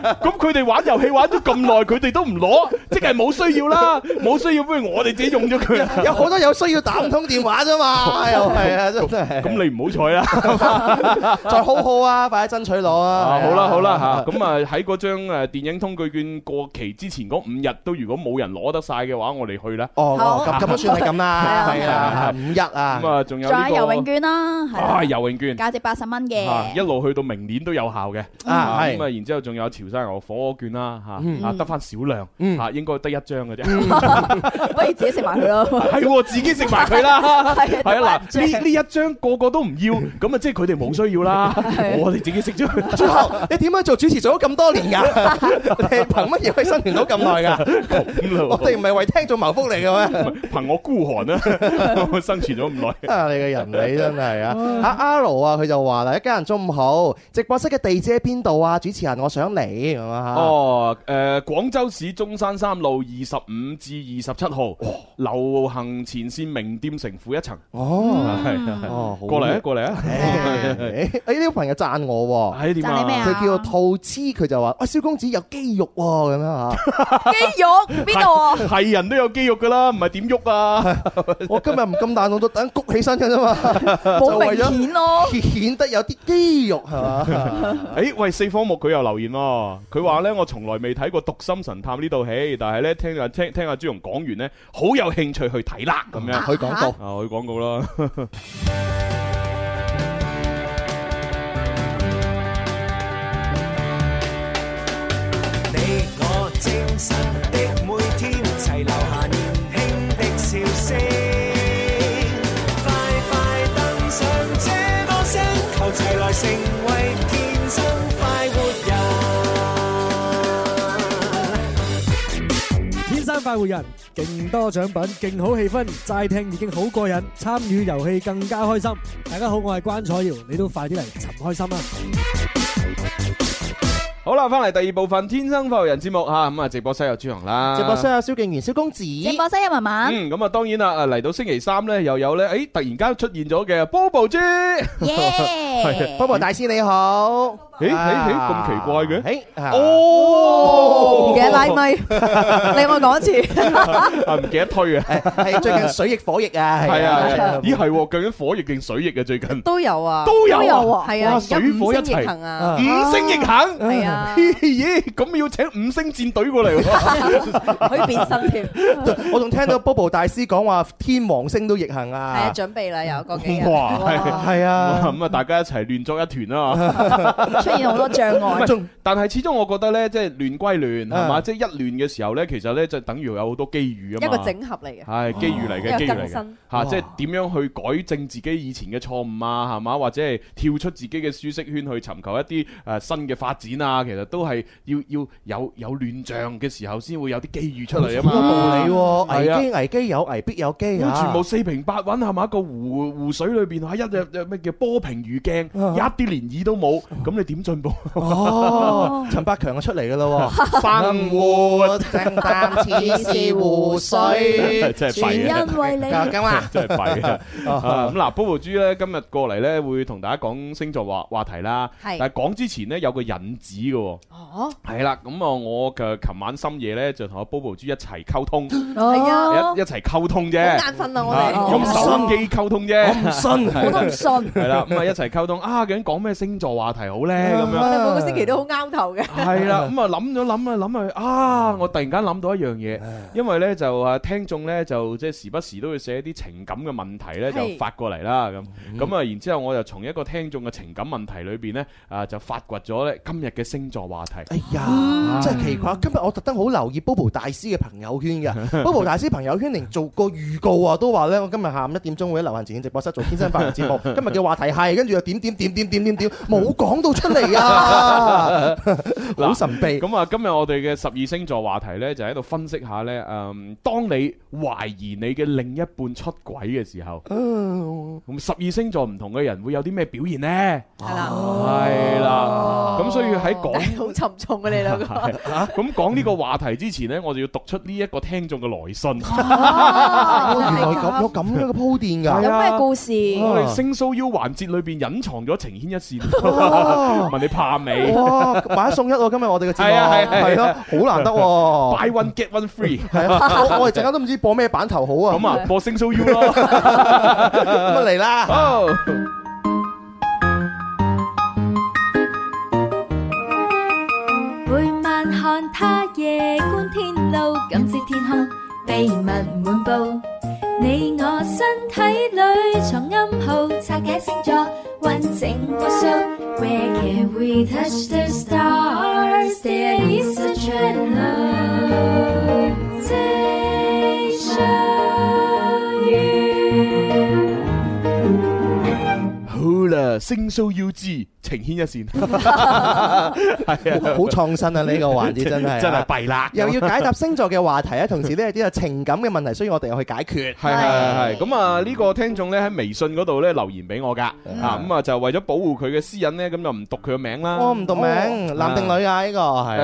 Speaker 3: 咁佢哋玩遊戲玩咗咁耐，佢哋都唔攞，即係冇需要啦，冇需要，不如我哋自己用咗佢。
Speaker 4: 有好多有需要打唔通電話啫 嘛，又係啊，真係。
Speaker 3: 咁你唔好 彩啦。
Speaker 4: 再好好啊，快啲爭取攞啊！
Speaker 3: 啊好啦好啦吓，咁啊喺嗰張誒電影通據券過期之前嗰五日都，如果冇人攞得晒嘅話，我哋去啦。
Speaker 4: 哦，
Speaker 5: 好
Speaker 4: 哦咁咁都算係咁啦，
Speaker 5: 係啊
Speaker 4: 係啊，五一
Speaker 3: 咁
Speaker 4: 啊，
Speaker 3: 啊，仲有
Speaker 5: 仲
Speaker 3: 呢
Speaker 5: 有游泳
Speaker 3: 個
Speaker 5: 券啦，係
Speaker 3: 啊
Speaker 5: 啦
Speaker 3: 游泳券。
Speaker 5: 價值八十蚊
Speaker 3: 啊
Speaker 5: 嘅
Speaker 3: 一。路去到明年都有效嘅，
Speaker 4: 啊
Speaker 3: 啊
Speaker 4: 係
Speaker 3: 咁啊，然之後仲有潮汕牛火鍋券啦，
Speaker 4: 嗯
Speaker 3: 嚇啊得翻少量，
Speaker 4: 嗯
Speaker 3: 嚇應該得一張嘅啫，
Speaker 5: 不如自己食埋佢咯。
Speaker 3: 係喎自己食埋佢 係 啦，
Speaker 5: 係啊
Speaker 3: 係啊，
Speaker 5: 都係
Speaker 3: 嗱，呢呢一張個個都唔要，咁啊，即係佢哋冇需要啦
Speaker 5: 係啊，
Speaker 3: 我哋自己識咗佢。
Speaker 4: 最後你點樣做主持做咗咁多年 㗎？你係憑乜嘢可以生存到咁耐 㗎？
Speaker 3: 咁咯
Speaker 4: 我哋唔係為聽眾謀福利嘅咩？
Speaker 3: 憑我孤寒啊， 我生存咗咁耐。
Speaker 4: 啊！你嘅人理真係 啊！阿 R 啊，佢就話啦：一家人中午好，直播室嘅地址喺邊度啊？主持人，我想嚟咁啊！
Speaker 3: 哦，誒，廣州市中山三路二十五至二十七號，流行前線名店城負一層，
Speaker 4: 哦，
Speaker 3: 係啊
Speaker 4: 哦，好
Speaker 3: 過嚟啊，過嚟 啊，
Speaker 4: 哎 哎呢個朋友讚我喎，
Speaker 3: 係點
Speaker 5: 讚你咩
Speaker 3: 啊
Speaker 5: 啊？
Speaker 4: 佢叫兔痴，佢就 話：喂，蕭公子有肌肉喎，咁樣啊！
Speaker 5: 肌肉邊度啊？
Speaker 3: 係人都有肌肉噶啦，唔係點喐 啊？
Speaker 4: 我今日唔咁大動作，等谷起身嘅啫嘛，
Speaker 5: 冇明顯
Speaker 4: 哦
Speaker 5: 咯。
Speaker 4: 顯得有啲肌肉係 嘛？
Speaker 3: 誒，喂，四科目佢又留言喎，佢話呢，我從來未睇過《讀心神探》呢套戲，但係呢，聽阿聽聽阿朱容講完呢，好有興趣去睇啦，咁樣
Speaker 5: 啊
Speaker 4: 佢講到。
Speaker 3: 啊，去廣告啦。
Speaker 2: 你我精神的每天，齊留下年輕的笑聲。快快登上這個星球，齊來成為天生快活人。
Speaker 7: 天生快活人，勁多獎品，勁好氣氛，齋聽已經好過癮，參與遊戲更加開心。大家好，我係關楚耀，你都快啲嚟尋開心啦！
Speaker 3: 好啦，翻嚟第二部分《天生快活人》節目吓，咁啊，直播室有朱紅啦，
Speaker 4: 直播室。有蕭敬元、蕭公子，
Speaker 5: 直播室有文文，
Speaker 3: 嗯，咁啊，當然啦，啊嚟到星期三咧，又有咧，誒，突然間出現咗嘅 Bobo 豬，
Speaker 5: 耶！
Speaker 4: 波波大師你好。
Speaker 3: 咦咦咦咁奇怪嘅
Speaker 4: 誒啊
Speaker 3: 哦
Speaker 5: 唔記得拉咪，你我講一次，
Speaker 3: 啊，唔記得推啊，
Speaker 4: 係最近水逆火逆啊，
Speaker 3: 係啊，係
Speaker 4: 係
Speaker 3: 啊咦係喎，究竟火疫定水疫啊？最近
Speaker 8: 都有啊，
Speaker 3: 都有啊
Speaker 8: 係啊，
Speaker 3: 哇
Speaker 8: 而家
Speaker 3: 水火一
Speaker 8: 五星
Speaker 3: 齊
Speaker 8: 逆行啊，
Speaker 3: 五星逆行，
Speaker 8: 係啊
Speaker 3: 咦 咦，咁要請五星戰隊過嚟喎，
Speaker 8: 可以變身添，係
Speaker 4: 我仲聽到 Bobo 大師講話天王星都逆行
Speaker 8: 啊，
Speaker 4: 啊，
Speaker 8: 準備啦，有個
Speaker 5: 啊
Speaker 8: 幾日，
Speaker 3: 哇
Speaker 8: 哇
Speaker 4: 係啊，
Speaker 3: 咁啊，大家一齊亂作一團啦。
Speaker 5: 出現好多障礙。
Speaker 4: 仲
Speaker 3: 但係始終我覺得咧，即係亂歸亂，係嘛，
Speaker 4: 啊
Speaker 3: 即係一亂嘅時候咧，其實咧就等於有好多機遇啊
Speaker 8: 一
Speaker 3: 嘛
Speaker 8: 個。整合嚟嘅，
Speaker 3: 係機遇嚟嘅，機
Speaker 8: 一
Speaker 3: 遇嚟
Speaker 8: 個更
Speaker 3: 嘅
Speaker 8: 新，
Speaker 3: 嚇，即係
Speaker 4: 哇
Speaker 3: 點樣去改正自己以前嘅錯誤啊，係嘛？或者係跳出自己嘅舒適圈去尋求一啲誒、呃新嘅發展啊，其實都係要要有有亂象嘅時候先會有啲機遇出嚟啊
Speaker 4: 好多道
Speaker 3: 嘛。
Speaker 4: 理
Speaker 3: 係啊
Speaker 4: 喎，危機危機有危必有
Speaker 3: 哎
Speaker 4: 機啊，
Speaker 3: 全部四平八穩係嘛？個湖湖水裏邊啊，一隻隻咩叫波平如鏡，
Speaker 4: 啊
Speaker 3: 一啲漣漪都冇，咁你點進步？
Speaker 4: 哦，陳百強就出嚟噶啦喎。
Speaker 3: 生
Speaker 4: 活正淡似是湖水，
Speaker 3: 真係弊啊！
Speaker 5: 全因為你，
Speaker 4: 咁啊，
Speaker 3: 真係弊 啊！啊咁嗱，Bobo 豬咧今日過嚟咧會同大家講星座話話題啦。
Speaker 8: 係
Speaker 3: 但係講之前咧有個引子嘅喎。
Speaker 8: 哦，
Speaker 3: 係啦，咁啊，我嘅琴晚深夜咧就同阿 Bobo 豬一齊溝通，一
Speaker 5: 係啊，
Speaker 3: 一齊溝通
Speaker 8: 哦好
Speaker 3: 啫，
Speaker 8: 眼瞓啊，我
Speaker 3: 啊
Speaker 8: 哋哦
Speaker 3: 用手機溝通
Speaker 4: 我
Speaker 3: 啫，
Speaker 4: 唔信，
Speaker 5: 我都唔信。
Speaker 3: 係啦，咁啊一齊溝通啊，究竟講咩星座話題好咧？ 咁樣
Speaker 8: 我哋每個星期都好啱 頭嘅，
Speaker 3: 係啦，咁啊諗咗諗啊諗去啊，我突然間諗到一樣嘢，因為咧就啊聽眾咧就即係時不時都會寫一啲情感嘅問題咧就
Speaker 8: 係
Speaker 3: 發過嚟啦，咁咁啊，然之後我就從一個聽眾嘅情感問題裏邊咧啊就發掘咗咧今日嘅星座話題。
Speaker 4: 哎
Speaker 3: 嗯
Speaker 4: 呀，真係奇怪！今日我特登好留意 Bobo 大師嘅朋友圈嘅 ，Bobo 大師朋友圈連做個預告啊，都話咧，我今日下午一點鐘會喺流行前線直播室做天生發人節 目，今日嘅話題係跟住又點點點點點點點，冇講到出嚟 啊，好神秘。
Speaker 3: 咁啊，今日我哋嘅十二星座話題呢，就喺度分析下呢。嗯，當你懷疑你嘅另一半出軌嘅時候，咁十二星座唔同嘅人會有啲咩表現呢？
Speaker 8: 係啦，
Speaker 3: 係啦，咁所以喺
Speaker 8: 但
Speaker 3: 講
Speaker 8: 係好沉重啊，你 兩個，
Speaker 3: 咁講呢個話題之前呢，我就要讀出呢一個聽眾嘅來信。
Speaker 4: 啊哦，
Speaker 5: 哦
Speaker 4: 原來咁有咁樣嘅鋪墊㗎。
Speaker 5: 有咩故事？
Speaker 3: 我哋星 show U 環節裏邊隱藏咗情牽一線，
Speaker 4: 哦
Speaker 3: 問你怕未
Speaker 4: 哇，買一送一喎！今日我哋嘅節
Speaker 3: 啊係啊係啊
Speaker 4: 目係咯，好難得喎。
Speaker 3: ？Buy one get one free，
Speaker 4: 係啊，我我哋陣間都唔知播咩版頭好啊。
Speaker 3: 咁啊播星 show U 咯。
Speaker 4: 咁啊嚟啦。
Speaker 3: 哦
Speaker 9: 每晚看他夜觀天路，感知天空秘密滿布。你我身體裏藏暗號，拆解星座完整無數。Where can we touch the stars? There is a channel. They show you.
Speaker 3: 星 show U G 情牽一 線，係啊，
Speaker 4: 好創新啊！呢個環節真 係
Speaker 3: 真係弊啦，
Speaker 4: 又要解答星座嘅話題啊，同時 呢有啲有情感嘅問題，需要我哋去解決。
Speaker 3: 係係係，咁啊呢個聽眾咧喺微信嗰度咧留言俾我㗎，
Speaker 4: 嗯
Speaker 3: 啊咁啊就為咗保護佢嘅私隱咧，咁就唔讀佢嘅名啦。
Speaker 4: 哦我唔讀名，男定女啊？呢個係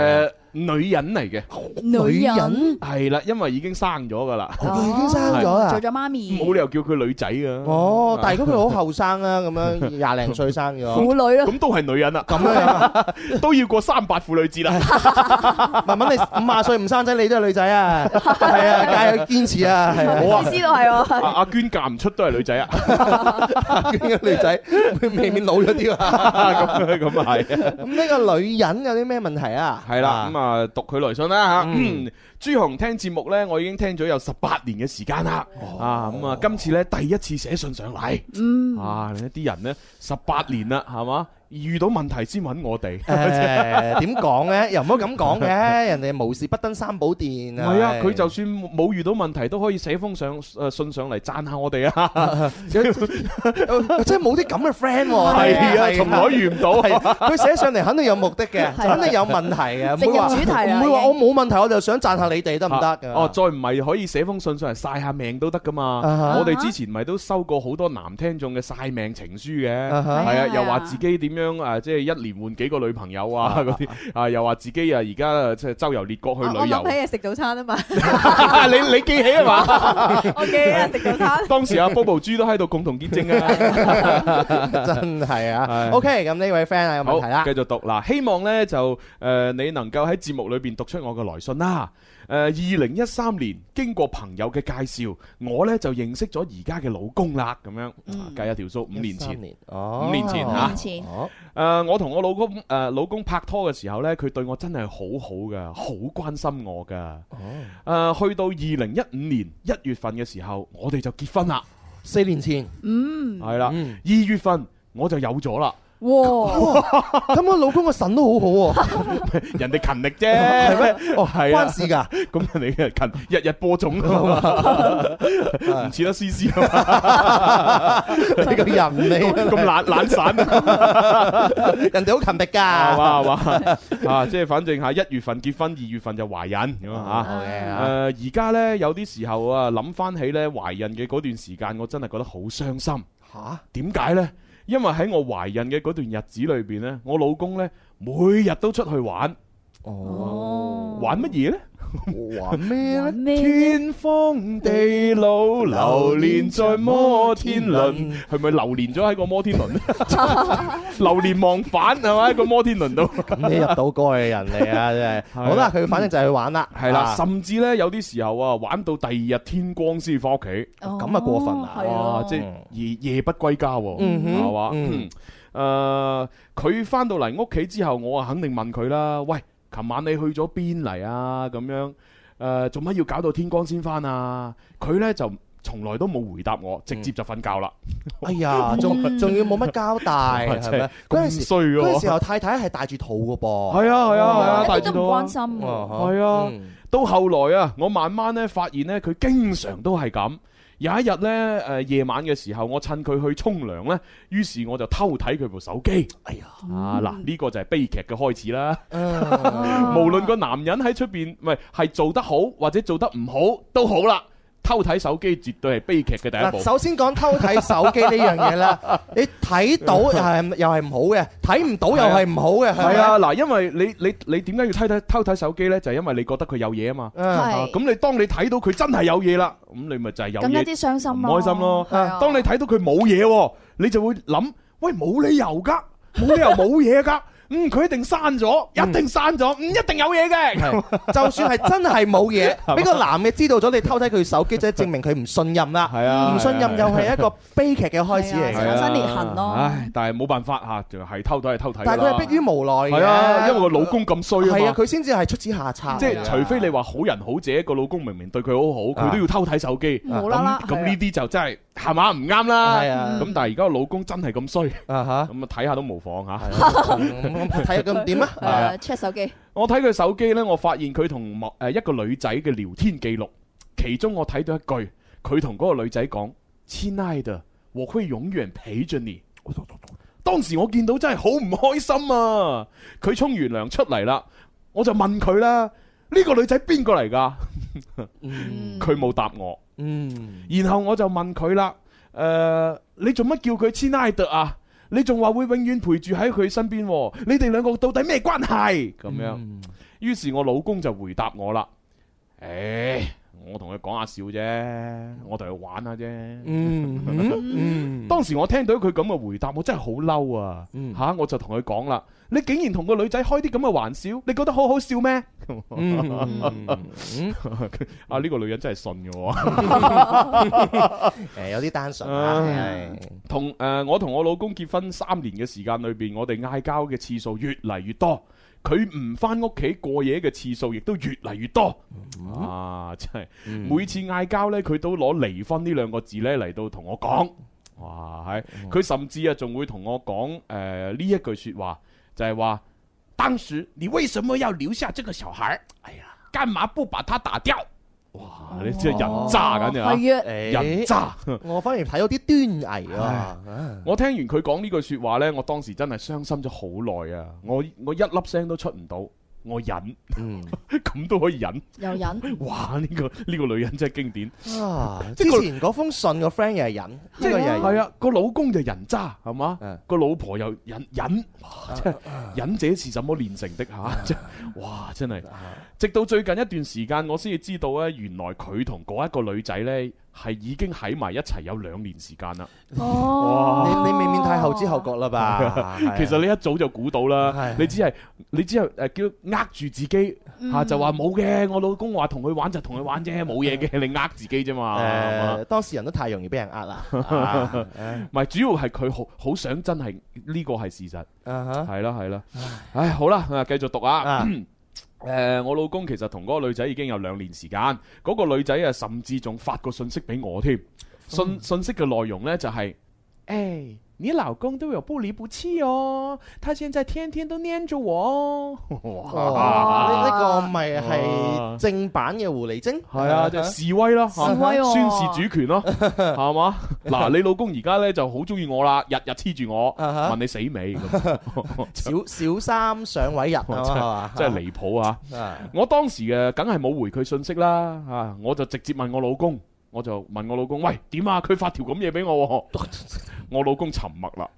Speaker 3: 誒女人嚟嘅，
Speaker 5: 女人
Speaker 3: 係啦，因為已經生咗㗎啦，
Speaker 4: 佢已經生咗啦
Speaker 5: 做。咗媽咪，
Speaker 3: 冇理由叫佢女仔㗎，啊
Speaker 4: 哦，但係如果佢好後生啊， 咁樣廿零歲生 咗，
Speaker 5: 婦女咯，
Speaker 3: 咁都係女人啦，
Speaker 4: 咁樣啊
Speaker 3: 都要過三八婦女節啦。
Speaker 4: 文文你五廿歲唔生仔，你都係女仔啊，係啊，梗係要堅持啊， 係啊。
Speaker 3: 我啊
Speaker 5: 思思都係喎，
Speaker 3: 阿阿娟嫁唔出都係女仔啊，
Speaker 4: 呢個女仔會未免老咗 啲啊。
Speaker 3: 咁咁啊係。
Speaker 4: 咁呢個女人有啲咩問題啊？嗯
Speaker 3: 系啦，咁啊讀佢來信啦吓。 朱紅聽節目呢，我已經聽咗有十八年嘅時間啦。
Speaker 4: 哦
Speaker 3: 啊，咁啊，今次呢，第一次寫信上嚟，
Speaker 5: 嗯，
Speaker 3: 啊，一啲人呢，十八年啦，係嘛，遇到問題先揾我哋。
Speaker 4: 誒點講咧？又唔好咁講嘅，人哋無事不登三寶殿
Speaker 3: 唔
Speaker 4: 啊！
Speaker 3: 係啊，佢就算冇遇到問題，都可以寫封上誒信上嚟讚下我哋啊。
Speaker 4: 真係冇啲咁嘅 friend 喎。
Speaker 3: 係啊，從來遇唔到。
Speaker 4: 係 佢寫上嚟肯定有目的嘅，肯定有問題嘅，唔
Speaker 5: 直
Speaker 4: 會
Speaker 5: 入
Speaker 4: 話
Speaker 5: 主題啦
Speaker 4: 唔會話
Speaker 5: 已經
Speaker 4: 我冇問題，我就想讚下你哋得啊唔得㗎？
Speaker 3: 哦，再唔係可以寫封信上嚟晒下命都得噶嘛。
Speaker 4: 啊哈
Speaker 3: 我哋之前咪都收過好多男聽眾嘅晒命情書嘅，
Speaker 4: 啊
Speaker 3: 係
Speaker 4: 哈
Speaker 5: 係
Speaker 3: 啊，
Speaker 5: 啊
Speaker 3: 又話自己點樣啊，即係一年換幾個女朋友啊嗰啲啊，又話自己啊而家啊即係周遊列國去
Speaker 8: 我
Speaker 3: 旅遊
Speaker 8: 諗。起啊食早餐啊嘛，
Speaker 3: 你你記起啊嘛？
Speaker 8: 我記得食早餐。
Speaker 3: 當時阿 Bobo 豬都喺度共同見證啊！
Speaker 4: 真係啊
Speaker 3: 係
Speaker 4: ！OK，咁呢位 friend 啊有
Speaker 3: 好，
Speaker 4: 問題啦
Speaker 3: 繼。續讀嗱，希望呢就誒、呃你能夠喺節目裏邊讀出我嘅來信啦。誒二零一三年經過朋友嘅介紹，我呢就認識咗而家嘅老公啦，咁樣啊計下條數，五年前
Speaker 4: 13。年，哦
Speaker 3: 五年前
Speaker 5: 五
Speaker 3: 啊
Speaker 5: 年前
Speaker 4: 哦
Speaker 3: 誒、我同我老公誒、呃老公拍拖嘅時候呢，佢對我真係好好噶，好關心我噶。誒、
Speaker 4: 哦
Speaker 3: 去到二零一五年一月份嘅時候，我哋就結婚啦，
Speaker 4: 四年前，
Speaker 5: 嗯，
Speaker 3: 係啦、
Speaker 4: 嗯
Speaker 3: 二月份我就有咗 啦，
Speaker 5: 哇，
Speaker 4: 咁我老公個腎都好好喎，
Speaker 3: 人哋勤力 啫，係咩？哦，係啊
Speaker 4: 關，事㗎。
Speaker 3: 咁人哋嘅勤日日播種啊嘛，唔似得思思啊嘛，
Speaker 4: 你個人
Speaker 3: 咁
Speaker 4: 你
Speaker 3: 懶懶散啊，
Speaker 4: 人哋好勤力
Speaker 3: 係
Speaker 4: 㗎。
Speaker 3: 嘛係嘛，啊，即係反正嚇一月份結婚，二月份就懷孕咁啊嚇。誒
Speaker 4: 嘅
Speaker 3: 而家呢，有啲時候啊，諗翻起呢懷孕嘅嗰段時間，我真係覺得好傷心。
Speaker 4: 嚇
Speaker 3: 點解呢？因為喺我懷孕嘅嗰段日子裏邊呢，我老公呢，每日都出去玩，
Speaker 5: 哦，
Speaker 3: 玩乜嘢呢？
Speaker 4: 玩咩咧？
Speaker 5: 咩？
Speaker 3: 天荒地老，流連在摩天輪，係咪流連咗喺個摩天輪呢？ 流連忘返係咪？喺個摩天輪度。
Speaker 4: 咁你入到歌嘅人嚟啊，真
Speaker 3: 係
Speaker 4: 係。
Speaker 3: 啊
Speaker 4: 好啦，佢反正就係去玩啦。
Speaker 3: 係啦，
Speaker 4: 啊
Speaker 3: 甚至呢，有啲時候啊，玩到第二日天光先翻屋企。
Speaker 4: 咁啊過分啦
Speaker 5: 哦係
Speaker 3: 哇！
Speaker 5: 啊
Speaker 3: 即係夜夜不歸家喎，
Speaker 4: 嗯哼
Speaker 3: 係嘛？
Speaker 4: 嗯
Speaker 3: 嗯誒，佢翻到嚟屋企之後，我啊肯定問佢啦，喂，琴晚你去咗邊嚟啊？咁樣誒，做乜要搞到天光先翻啊？佢呢就從來都冇回答我，直接就瞓覺啦。
Speaker 4: 哎呀，仲仲要冇乜交 代，
Speaker 3: 哇
Speaker 4: 係
Speaker 3: 真
Speaker 4: 咪
Speaker 3: 係？
Speaker 4: 嗰
Speaker 3: 咁
Speaker 4: 陣時
Speaker 3: 衰
Speaker 4: 嗰陣時
Speaker 3: 嘅，
Speaker 4: 候太太係哦帶住肚嘅噃。
Speaker 3: 係啊係啊係啊，
Speaker 5: 一
Speaker 3: 大
Speaker 5: 啲
Speaker 3: 住
Speaker 5: 都
Speaker 3: 到
Speaker 5: 唔
Speaker 3: 啊
Speaker 5: 關心喎，
Speaker 3: 係啊。到後來啊，我慢慢咧發現咧，佢經常都係咁。有一日咧，誒、夜晚嘅時候，我趁佢去沖涼咧，於是我就偷睇佢部手機。
Speaker 4: 哎呀，
Speaker 3: 啊嗱，呢個就係悲劇嘅開始啦。
Speaker 4: 嗯，
Speaker 3: 無論個男人喺出邊，唔係係做得好或者做得唔好都好啦，偷睇手機絕對係悲劇嘅第一
Speaker 4: 嗱，
Speaker 3: 步。
Speaker 4: 首先講偷睇手機呢樣 嘢啦，你睇到又係又係唔好嘅，睇唔到又係唔好嘅，係咪
Speaker 3: 係啊，嗱，因為你你你點解要偷睇偷睇手機呢？就係因為你覺得佢有嘢啊嘛。
Speaker 4: 嗯
Speaker 5: 係
Speaker 3: 咁你當你睇到佢真係有嘢啦，咁你咪就係有
Speaker 5: 更加
Speaker 3: 嘢
Speaker 5: 之傷心啊
Speaker 3: 唔開心咯
Speaker 5: 係啊
Speaker 3: 當你睇到佢冇嘢喎，你就會諗：喂，冇理由噶，冇理由冇嘢噶。 嗯，佢一定刪咗，一定刪咗，嗯，一定有嘢嘅。啊
Speaker 4: 係就算係真係 冇嘢，俾個男嘅知道咗你偷睇佢手機，即係證明佢唔信任啦。
Speaker 3: 係啊
Speaker 4: 唔信任又係一個悲劇嘅開始嚟
Speaker 5: 係
Speaker 4: 嘅。
Speaker 5: 啊產生裂痕咯
Speaker 3: 唉，但係冇辦法嚇，就係偷睇係偷睇㗎啦。
Speaker 4: 但係佢係迫於無奈嘅。
Speaker 3: 係啊，因為個老公咁衰
Speaker 4: 係
Speaker 3: 啊
Speaker 4: 啊，
Speaker 3: 嘛。
Speaker 4: 佢先至係出此下策。
Speaker 5: 啊
Speaker 3: 即係除非你話好人好者，個老公明明對佢好
Speaker 4: 啊
Speaker 3: 好，佢都要偷睇手機。
Speaker 5: 無啦啦
Speaker 3: 咁咁
Speaker 5: 係啊
Speaker 3: 呢啲就真係係嘛唔啱啦。
Speaker 4: 係啊
Speaker 3: 咁但係而家個老公真係咁衰，咁
Speaker 4: 啊嚇，
Speaker 3: 啊睇下都無妨嚇。
Speaker 4: 咁睇下咁點啊？
Speaker 5: 係啊，check 手機，
Speaker 3: 我睇佢手機呢，我發現佢同某誒一個女仔嘅聊天記錄，其中我睇到一句，佢同嗰個女仔講：親愛的，我會永遠陪着你。當時我見到真係好唔開心啊！佢沖完涼出嚟啦，我就問佢啦：呢、個女仔邊個嚟㗎？佢冇答我。
Speaker 4: 嗯，
Speaker 3: 然後我就問佢啦：誒、你做乜叫佢千埃特啊？你仲話會永遠陪住喺佢身邊喎、你哋兩個到底咩關係？咁樣，於是我老公就回答我啦：，誒、我同佢講下笑啫，我同佢玩下啫。
Speaker 4: 嗯 嗯
Speaker 3: 當時我聽到佢咁嘅回答，我真係好嬲啊！嚇、
Speaker 4: 嗯
Speaker 3: 我就同佢講啦：，你竟然同個女仔開啲咁嘅玩笑，你覺得好好笑咩？
Speaker 4: 嗯，
Speaker 3: 啊，呢、個女人真係信嘅喎。
Speaker 4: 誒有啲單純啊，係
Speaker 3: 同誒、呃我同我老公結婚三年嘅時間裏邊，我哋嗌交嘅次數越嚟越多，佢唔翻屋企過夜嘅次數亦都越嚟越多。啊，真係、每次嗌交呢，佢都攞離婚呢兩個字呢嚟到同我講。哇，係佢甚至啊，仲會同我講誒呢一句説話，就係、話：當時你為什麼要留下這個小孩？哎呀，哦幹嘛不把他打掉？哇！你真係人渣簡直啊！
Speaker 5: 係啊，
Speaker 3: 人
Speaker 4: 誒，
Speaker 3: 渣。
Speaker 4: 我反而睇到啲端倪啊，啊
Speaker 3: 我聽完佢講呢句説話呢，我當時真係傷心咗好耐啊！我我一粒聲都出唔到，我忍，
Speaker 4: 嗯
Speaker 3: 咁都可以忍。
Speaker 5: 又忍，
Speaker 3: 哇！呢、個呢、個女人真係經典，
Speaker 4: 啊，
Speaker 3: 即
Speaker 4: 之
Speaker 3: 係個
Speaker 4: 前嗰封信個 friend 又係 忍，呢個又係
Speaker 3: 係啊，個老公就人渣係嘛
Speaker 4: 嗯，
Speaker 3: 個老婆又忍忍，
Speaker 4: 啊
Speaker 3: 哇！真係忍者是怎麼練成的嚇？真係哇！真係，
Speaker 4: 啊
Speaker 3: 直到最近一段時間，我先至知道呢，原來佢同嗰一個女仔呢，係已經喺埋一齊有兩年時間啦。
Speaker 5: 哦，
Speaker 4: 你你未免太後知後覺啦吧？
Speaker 3: 其實你一早就估到啦
Speaker 4: 啊係，
Speaker 3: 你只係你只係誒叫呃住自己嚇，就話冇嘅，我老公話同佢玩就同佢玩啫，冇嘢嘅，你呃自己啫嘛。係嘛
Speaker 4: 嗯啊誒，當事人都太容易俾人呃啦。啊
Speaker 3: 唔係主要係佢好好想真係呢個係事實，
Speaker 4: 啊
Speaker 3: 係啦係啦。唉，好啦，啊繼續讀
Speaker 4: 哈
Speaker 3: 啊。
Speaker 4: 啊
Speaker 3: 誒、呃我老公其實同嗰個女仔已經有兩年時間，嗰、個女仔啊，甚至仲發個信息俾我添。信信息嘅內容呢，就係、誒、你老公對我不離不棄哦，他現在天天都黏住我哦。
Speaker 4: 哇！呢呢個咪
Speaker 3: 哇
Speaker 4: 係正版嘅狐狸精，
Speaker 3: 哦係啊，即係示威咯，
Speaker 5: 示威喎
Speaker 3: 宣示主權 咯，係嘛？嗱，你老公而家呢就好中意我啦，日日黐住我，
Speaker 4: 啊哈
Speaker 3: 問你死未咁，
Speaker 4: 小小三上位日啊嘛，係嘛
Speaker 3: 哦真係離譜啊！
Speaker 4: 啊
Speaker 3: 我當時嘅梗係冇回佢信息啦，啊，我就直接問我老公，我就問我老公，喂，點啊？佢發條咁嘢俾我喎，我老公沉默啦。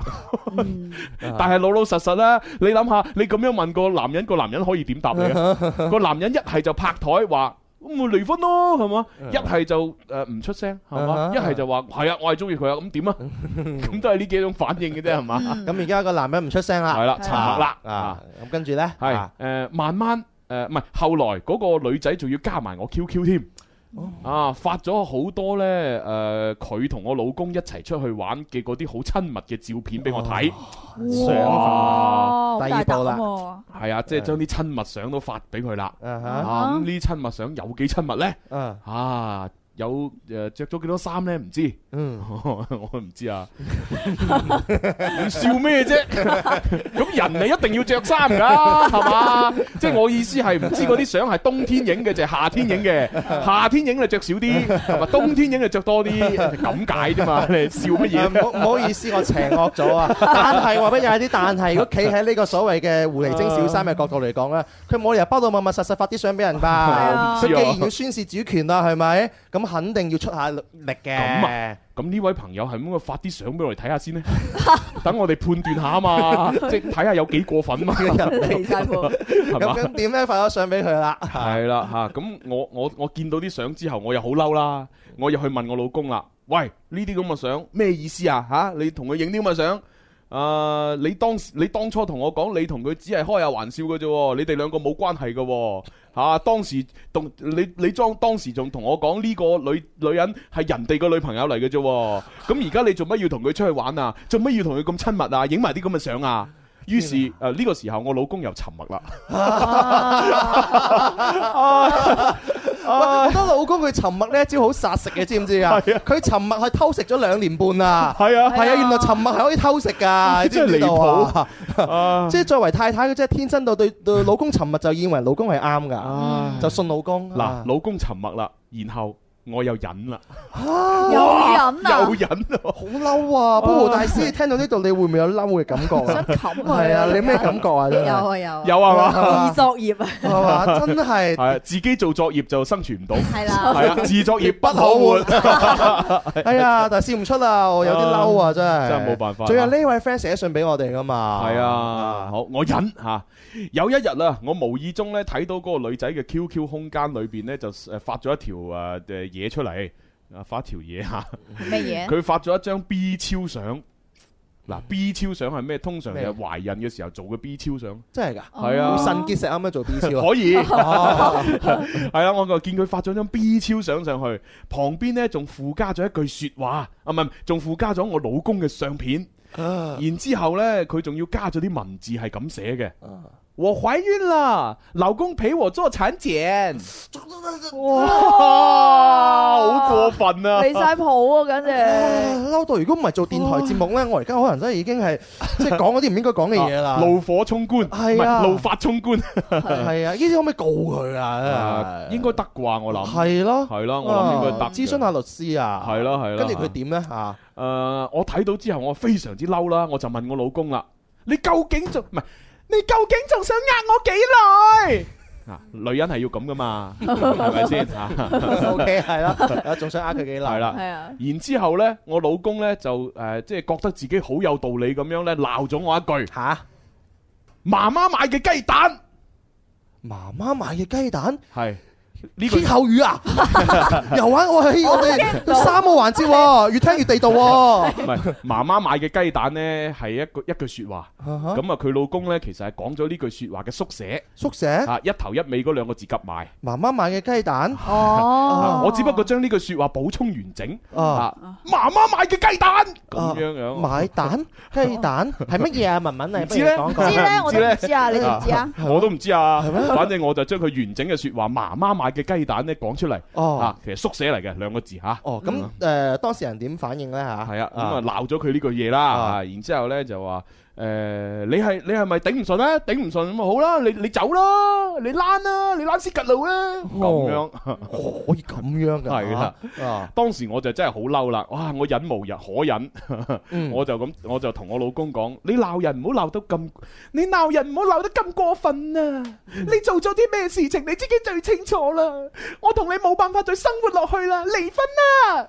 Speaker 5: 嗯
Speaker 3: 但係老老實實啦，你諗下，你咁樣問個男人，個男人可以點答你啊？個男人一係就拍台話。咁咪離婚咯，係嘛？一係就誒唔出聲，係嘛
Speaker 4: 嗯？
Speaker 3: 一係就話係啊，我係中意佢啊，咁點啊？咁都係呢幾種反應嘅啫，係嘛？
Speaker 4: 咁而家個男人唔出聲啦，
Speaker 3: 係啦，沉默啦啊
Speaker 4: 啊！咁跟住咧，
Speaker 3: 係誒
Speaker 4: 啊、
Speaker 3: 慢慢誒，唔係後來嗰個女仔仲要加埋我 QQ 添。
Speaker 4: 哦
Speaker 3: 啊！發咗好多呢，誒、佢同我老公一齊出去玩嘅嗰啲好親密嘅照片俾我
Speaker 4: 哦
Speaker 3: 睇，
Speaker 5: 哇，
Speaker 4: 第二步啦
Speaker 5: 啦，
Speaker 3: 係啊，即係將啲親密相都發俾佢啦。
Speaker 4: 啊
Speaker 3: 啊，咁呢啲親密相有幾親密呢？
Speaker 4: 哈啊
Speaker 3: 啊，有誒著咗幾多衫呢？唔知，
Speaker 4: 嗯
Speaker 3: 我唔知啊。你笑咩啫？咁人你一定要着衫㗎，係嘛？即係我意思係唔知嗰啲相係冬天影嘅定係夏天影嘅，夏天影就着少啲，係嘛？冬天影就着多啲，咁解啫嘛。你笑乜
Speaker 4: 啊
Speaker 3: 嘢？
Speaker 4: 唔好唔好意思，我邪惡 咗啊！但係話俾有啲，但係如果企喺呢個所謂嘅狐狸精小三嘅角度嚟講咧，佢冇理由包到密密實實發啲相俾人吧？
Speaker 5: 啊
Speaker 3: 我唔
Speaker 4: 佢
Speaker 3: 知
Speaker 4: 既
Speaker 3: 啊
Speaker 4: 然要宣示主權啦，係咪？咁肯定要出下力嘅。
Speaker 3: 咁啊咁呢位朋友係咪應該發啲相俾我哋睇下先呢？等我哋判斷下啊嘛，即係睇下有幾過分嘛，
Speaker 4: 嘅人
Speaker 5: 離晒 譜，
Speaker 3: 係嘛
Speaker 4: 咁？咁點咧？發咗相俾佢啦。
Speaker 3: 係啦吓，咁、我我我見到啲相之後，我又好嬲啦，我又去問我老公啦，喂，呢啲咁嘅相咩意思啊？吓、你同佢影啲咁嘅相？啊！你當你當初同我講，你同佢只係開下玩笑嘅啫喎，你哋兩個冇關係嘅喎。嚇、當時同你你裝當時仲同我講呢個女女人係人哋個女朋友嚟嘅啫喎。咁而家你做乜要同佢出去玩啊？做乜要同佢咁親密啊？影埋啲咁嘅相啊？於是誒呢、個時候，我老公又沉默啦。
Speaker 4: 喂我覺得老公佢沉默呢一招好殺食嘅，知唔知啊？佢沉默係偷食咗兩年半啊！
Speaker 3: 係啊
Speaker 4: 係啊，原來沉默係可以偷食㗎，你知唔知道啊？
Speaker 3: 啊！
Speaker 4: 即係作為太太，佢真係天真到對對老公沉默就以為老公係啱㗎，就信老公。啊
Speaker 3: 嗱，老公沉默啦，然後我又忍啦，
Speaker 5: 有忍啊
Speaker 3: 又忍啊！
Speaker 4: 好嬲啊！波波大師，聽到呢度你會唔會有嬲嘅感覺
Speaker 5: 想
Speaker 4: 啊？
Speaker 5: 冚佢。
Speaker 4: 係啊，你咩感覺啊？真
Speaker 5: 有
Speaker 4: 係
Speaker 5: 啊有啊，
Speaker 3: 有啊嘛，
Speaker 8: 二作業啊，
Speaker 4: 係嘛？真係
Speaker 3: 係啊自己做作業就生存唔到，
Speaker 5: 係
Speaker 3: 係
Speaker 5: 啦，
Speaker 3: 啊，自作業不可活。
Speaker 4: 哎呀，但係笑唔出啦，我有啲嬲啊！真 係
Speaker 3: 真係冇辦法
Speaker 4: 仲有呢位 friend 寫信俾我哋噶嘛？
Speaker 3: 係啊，好，我忍吓、有一日啊，我無意中咧睇到嗰個女仔嘅 QQ 空間裏邊咧，就誒發咗一條誒誒嘢出嚟，啊發條嘢吓，
Speaker 5: 咩嘢？
Speaker 3: 佢發咗一張 B 超相。嗱，B 超相係咩？通常就係懷孕嘅時候做嘅 B 超相，
Speaker 4: 真係㗎。
Speaker 3: 係啊
Speaker 4: 咁腎結石啱啱做 B 超啊？
Speaker 3: 可以
Speaker 4: 哦
Speaker 3: 係啦。我就見佢發咗張 B 超相上去，旁邊呢仲附加咗一句説話，啊唔係，仲附加咗我老公嘅相片。
Speaker 4: 啊
Speaker 3: 然之後呢，佢仲要加咗啲文字係咁寫嘅。
Speaker 4: 啊
Speaker 3: 我懷孕啦，老公陪我做產檢。哇，
Speaker 4: 哦
Speaker 3: 好過分啊！
Speaker 5: 離晒譜啊，簡直。
Speaker 4: 嬲到！如果唔係做電台節目咧，我而家可能真係已經係即係講嗰啲唔應該講嘅嘢啦。
Speaker 3: 啊怒火衝冠，
Speaker 4: 係
Speaker 3: 唔
Speaker 4: 啊
Speaker 3: 係怒發衝冠，
Speaker 4: 係啊，呢啲可唔可以告佢啊？
Speaker 3: 應該得啩？我諗
Speaker 4: 係咯，
Speaker 3: 係啦，我諗應該得
Speaker 4: 啊
Speaker 3: 嘅。
Speaker 4: 諮詢下律師啊，
Speaker 3: 係啦係啦。
Speaker 4: 跟住佢點咧啊嚇？
Speaker 3: 誒、呃我睇到之後我非常之嬲啦，我就問我老公啦：你究竟仲唔係？你究竟仲想呃 我幾耐？啊，女人係要咁噶 嘛，係咪先嚇？
Speaker 4: O K 係啦，仲想呃佢幾耐？
Speaker 3: 係啦。
Speaker 5: 係啊，
Speaker 3: 然之後呢，我老公呢就誒、呃即係覺得自己好有道理咁樣呢鬧咗我一句：
Speaker 4: 嚇，
Speaker 3: 媽媽買嘅雞蛋
Speaker 4: 媽媽買嘅雞蛋，
Speaker 3: 係呢個
Speaker 4: 歇後語 啊，又玩我喺我哋三個環節喎，越聽越地道喎。
Speaker 3: 唔係媽媽買嘅雞蛋呢係一個一句説話。 咁啊，佢老公呢其實係講咗呢句説話嘅縮寫
Speaker 4: 宿舍
Speaker 3: 啊，一頭一尾嗰兩個字夾埋。
Speaker 4: 媽媽買嘅雞蛋
Speaker 5: 哦
Speaker 3: 啊，我只不過將呢句説話補充完整。
Speaker 4: 啊，
Speaker 3: 啊，媽媽買嘅雞蛋
Speaker 4: 啊
Speaker 3: 咁樣樣。
Speaker 4: 買 蛋雞蛋係乜嘢啊？文文你
Speaker 3: 哦唔知咧
Speaker 4: 不如講
Speaker 5: 知
Speaker 4: 講。
Speaker 3: 唔
Speaker 5: 咧，我都唔知啊，你哋唔知啊？
Speaker 3: 我都唔知啊，反正我就將佢完整嘅説話，媽媽買嘅雞蛋呢講出嚟
Speaker 4: 哦
Speaker 3: 啊，其實縮寫嚟嘅兩個字嚇。
Speaker 4: 哦，咁誒當事人點反應咧嚇？
Speaker 3: 系啊，咁啊鬧咗佢呢句嘢啦，
Speaker 4: 啊
Speaker 3: 啊然之後咧就話誒、你係你係咪頂唔順啊？頂唔順咁啊好啦，你你走啦，你躝啦，你躝屎吉路啦，
Speaker 4: 哦
Speaker 3: 咁樣。
Speaker 4: 可以咁樣㗎？
Speaker 3: 係啦
Speaker 4: 啊，
Speaker 3: 當時我就真係好嬲啦，哇！我忍無日可忍，
Speaker 4: 嗯
Speaker 3: 我就咁我就同我老公講：你鬧人唔好鬧得咁，你鬧人唔好鬧得咁過分啊！你做咗啲咩事情你自己最清楚啦，我同你冇辦法再生活落去啦，離婚啦！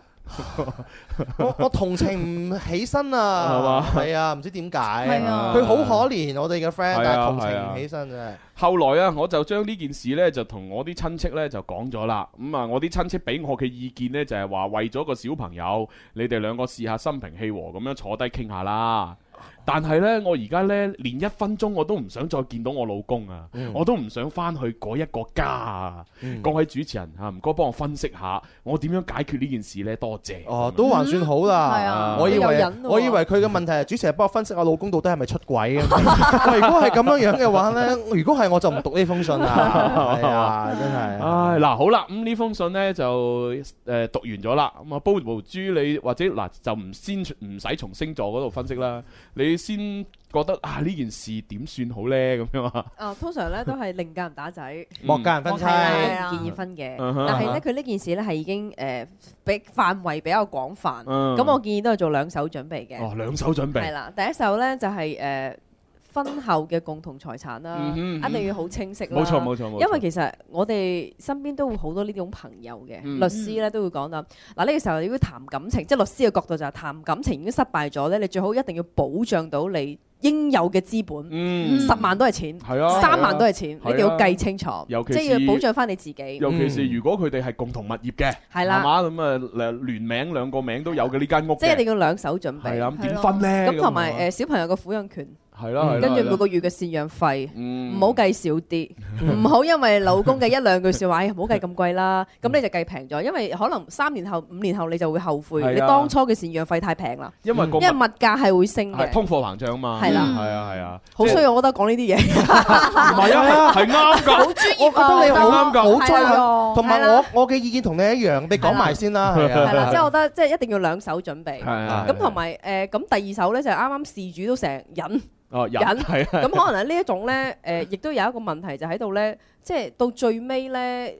Speaker 4: 我我同情唔起身啊，
Speaker 3: 係嘛
Speaker 4: 係啊，唔知點解，
Speaker 5: 係啊
Speaker 4: 佢好可憐我哋嘅 friend，
Speaker 3: 係啊
Speaker 4: 但係同情唔起身真係。
Speaker 3: 後來啊，我就將呢件事呢，就同我啲親戚呢就講咗啦。咁、啊，我啲親戚俾我嘅意見呢，就係、話，為咗個小朋友，你哋兩個試下心平氣和咁樣坐低傾下啦。但係呢，我而家呢，連一分鐘我都唔想再見到我老公啊，我都唔想翻去嗰一個家啊。
Speaker 4: 嗯
Speaker 3: 各位主持人嚇，唔該幫我分析下，我點樣解決呢件事呢？多謝。
Speaker 4: 哦，都還算好啦。
Speaker 5: 係啊
Speaker 4: 我以
Speaker 8: 都有
Speaker 4: 為
Speaker 8: 忍喎
Speaker 4: 我以為佢嘅問題係主持人幫我分析我老公到底係咪出軌 啊？喂如果係咁樣樣嘅話呢，如果係我就唔讀呢封信 啦。係啊，真係。
Speaker 3: 唉，嗱，好啦，咁呢封信呢就誒、呃、讀完咗啦。咁啊，Bobo 豬你或者嗱就唔先唔使從星座嗰度分析啦，你先覺得啊呢件事點算好呢？咁樣啊？
Speaker 8: 啊通常咧都係另嫁唔打仔，
Speaker 4: 莫教人分妻
Speaker 8: 我係啦唔建議分嘅。
Speaker 3: 嗯哼
Speaker 8: 但係咧佢呢件事咧係已經誒比範圍比較廣泛，
Speaker 3: 嗯
Speaker 8: 咁我建議都係做兩手準備嘅。
Speaker 3: 哦兩手準
Speaker 8: 係
Speaker 3: 備，
Speaker 8: 啦，第一手咧就係誒婚後嘅共同財產啦，
Speaker 3: 嗯哼嗯
Speaker 8: 一定要好清晰啦。
Speaker 3: 冇錯冇錯冇錯。
Speaker 8: 因為其實我哋身邊都會好多呢種朋友嘅，
Speaker 3: 嗯
Speaker 8: 律師咧都會講啦。嗱呢個時候如果談感情，即係律師嘅角度就係談感情已經失敗咗咧，你最好一定要保障到你應有嘅資本，
Speaker 3: 嗯
Speaker 8: 十萬都係錢，
Speaker 3: 係啊
Speaker 8: 三萬都
Speaker 3: 係啊。
Speaker 8: 係錢，
Speaker 3: 係啊
Speaker 8: 你哋要計清楚，
Speaker 3: 尤其
Speaker 8: 即係
Speaker 3: 是
Speaker 8: 要保障翻你自己。
Speaker 3: 尤其是
Speaker 4: 嗯
Speaker 3: 如果佢哋係共同物業嘅，
Speaker 8: 係
Speaker 3: 係
Speaker 8: 啦，
Speaker 3: 嘛咁啊呃聯名兩個名都有嘅呢間屋
Speaker 8: 即係
Speaker 3: 嘅，
Speaker 8: 你要兩手準
Speaker 3: 係啦
Speaker 8: 備。
Speaker 3: 咁點分呢？
Speaker 8: 咁同埋
Speaker 3: 誒
Speaker 8: 誒小朋友嘅撫養權，
Speaker 3: 係啦係啦，
Speaker 8: 跟住每
Speaker 3: 個
Speaker 8: 個月嘅贍養費。
Speaker 3: 唔
Speaker 8: 唔好計少啲，唔好因為老公嘅一兩句説 話，哎呀唔好計咁貴啦，
Speaker 3: 嗯
Speaker 8: 咁你就計平咗，因為可能三年後、五年後你就會後悔，
Speaker 3: 係啊
Speaker 8: 你當初嘅贍養費太平啦，
Speaker 3: 因為個
Speaker 8: 因為物價係會升
Speaker 3: 嗯係
Speaker 8: 嘅，
Speaker 3: 通貨膨脹嘛，
Speaker 8: 係啦
Speaker 3: 係啊係啊，
Speaker 8: 好衰我覺得講呢啲嘢，
Speaker 3: 唔係啊 係啱㗎。
Speaker 4: 我覺得你好
Speaker 3: 啱㗎
Speaker 4: 好追
Speaker 8: 係
Speaker 4: 啊
Speaker 8: 啊
Speaker 4: 同埋
Speaker 8: 係
Speaker 4: 我
Speaker 8: 啦
Speaker 4: 我嘅意見同你一樣，你講埋先啦。係啊
Speaker 8: 係啦，即係我覺得即係一定要兩手準備。
Speaker 3: 係啊係啊
Speaker 8: 咁同埋誒，咁第二手咧就係啱啱事主都成日忍，
Speaker 3: 哦，人
Speaker 9: 人
Speaker 3: 係 啊，
Speaker 9: 咁可能呢一種咧，誒、亦都有一個問題就喺度咧，即係到最尾咧，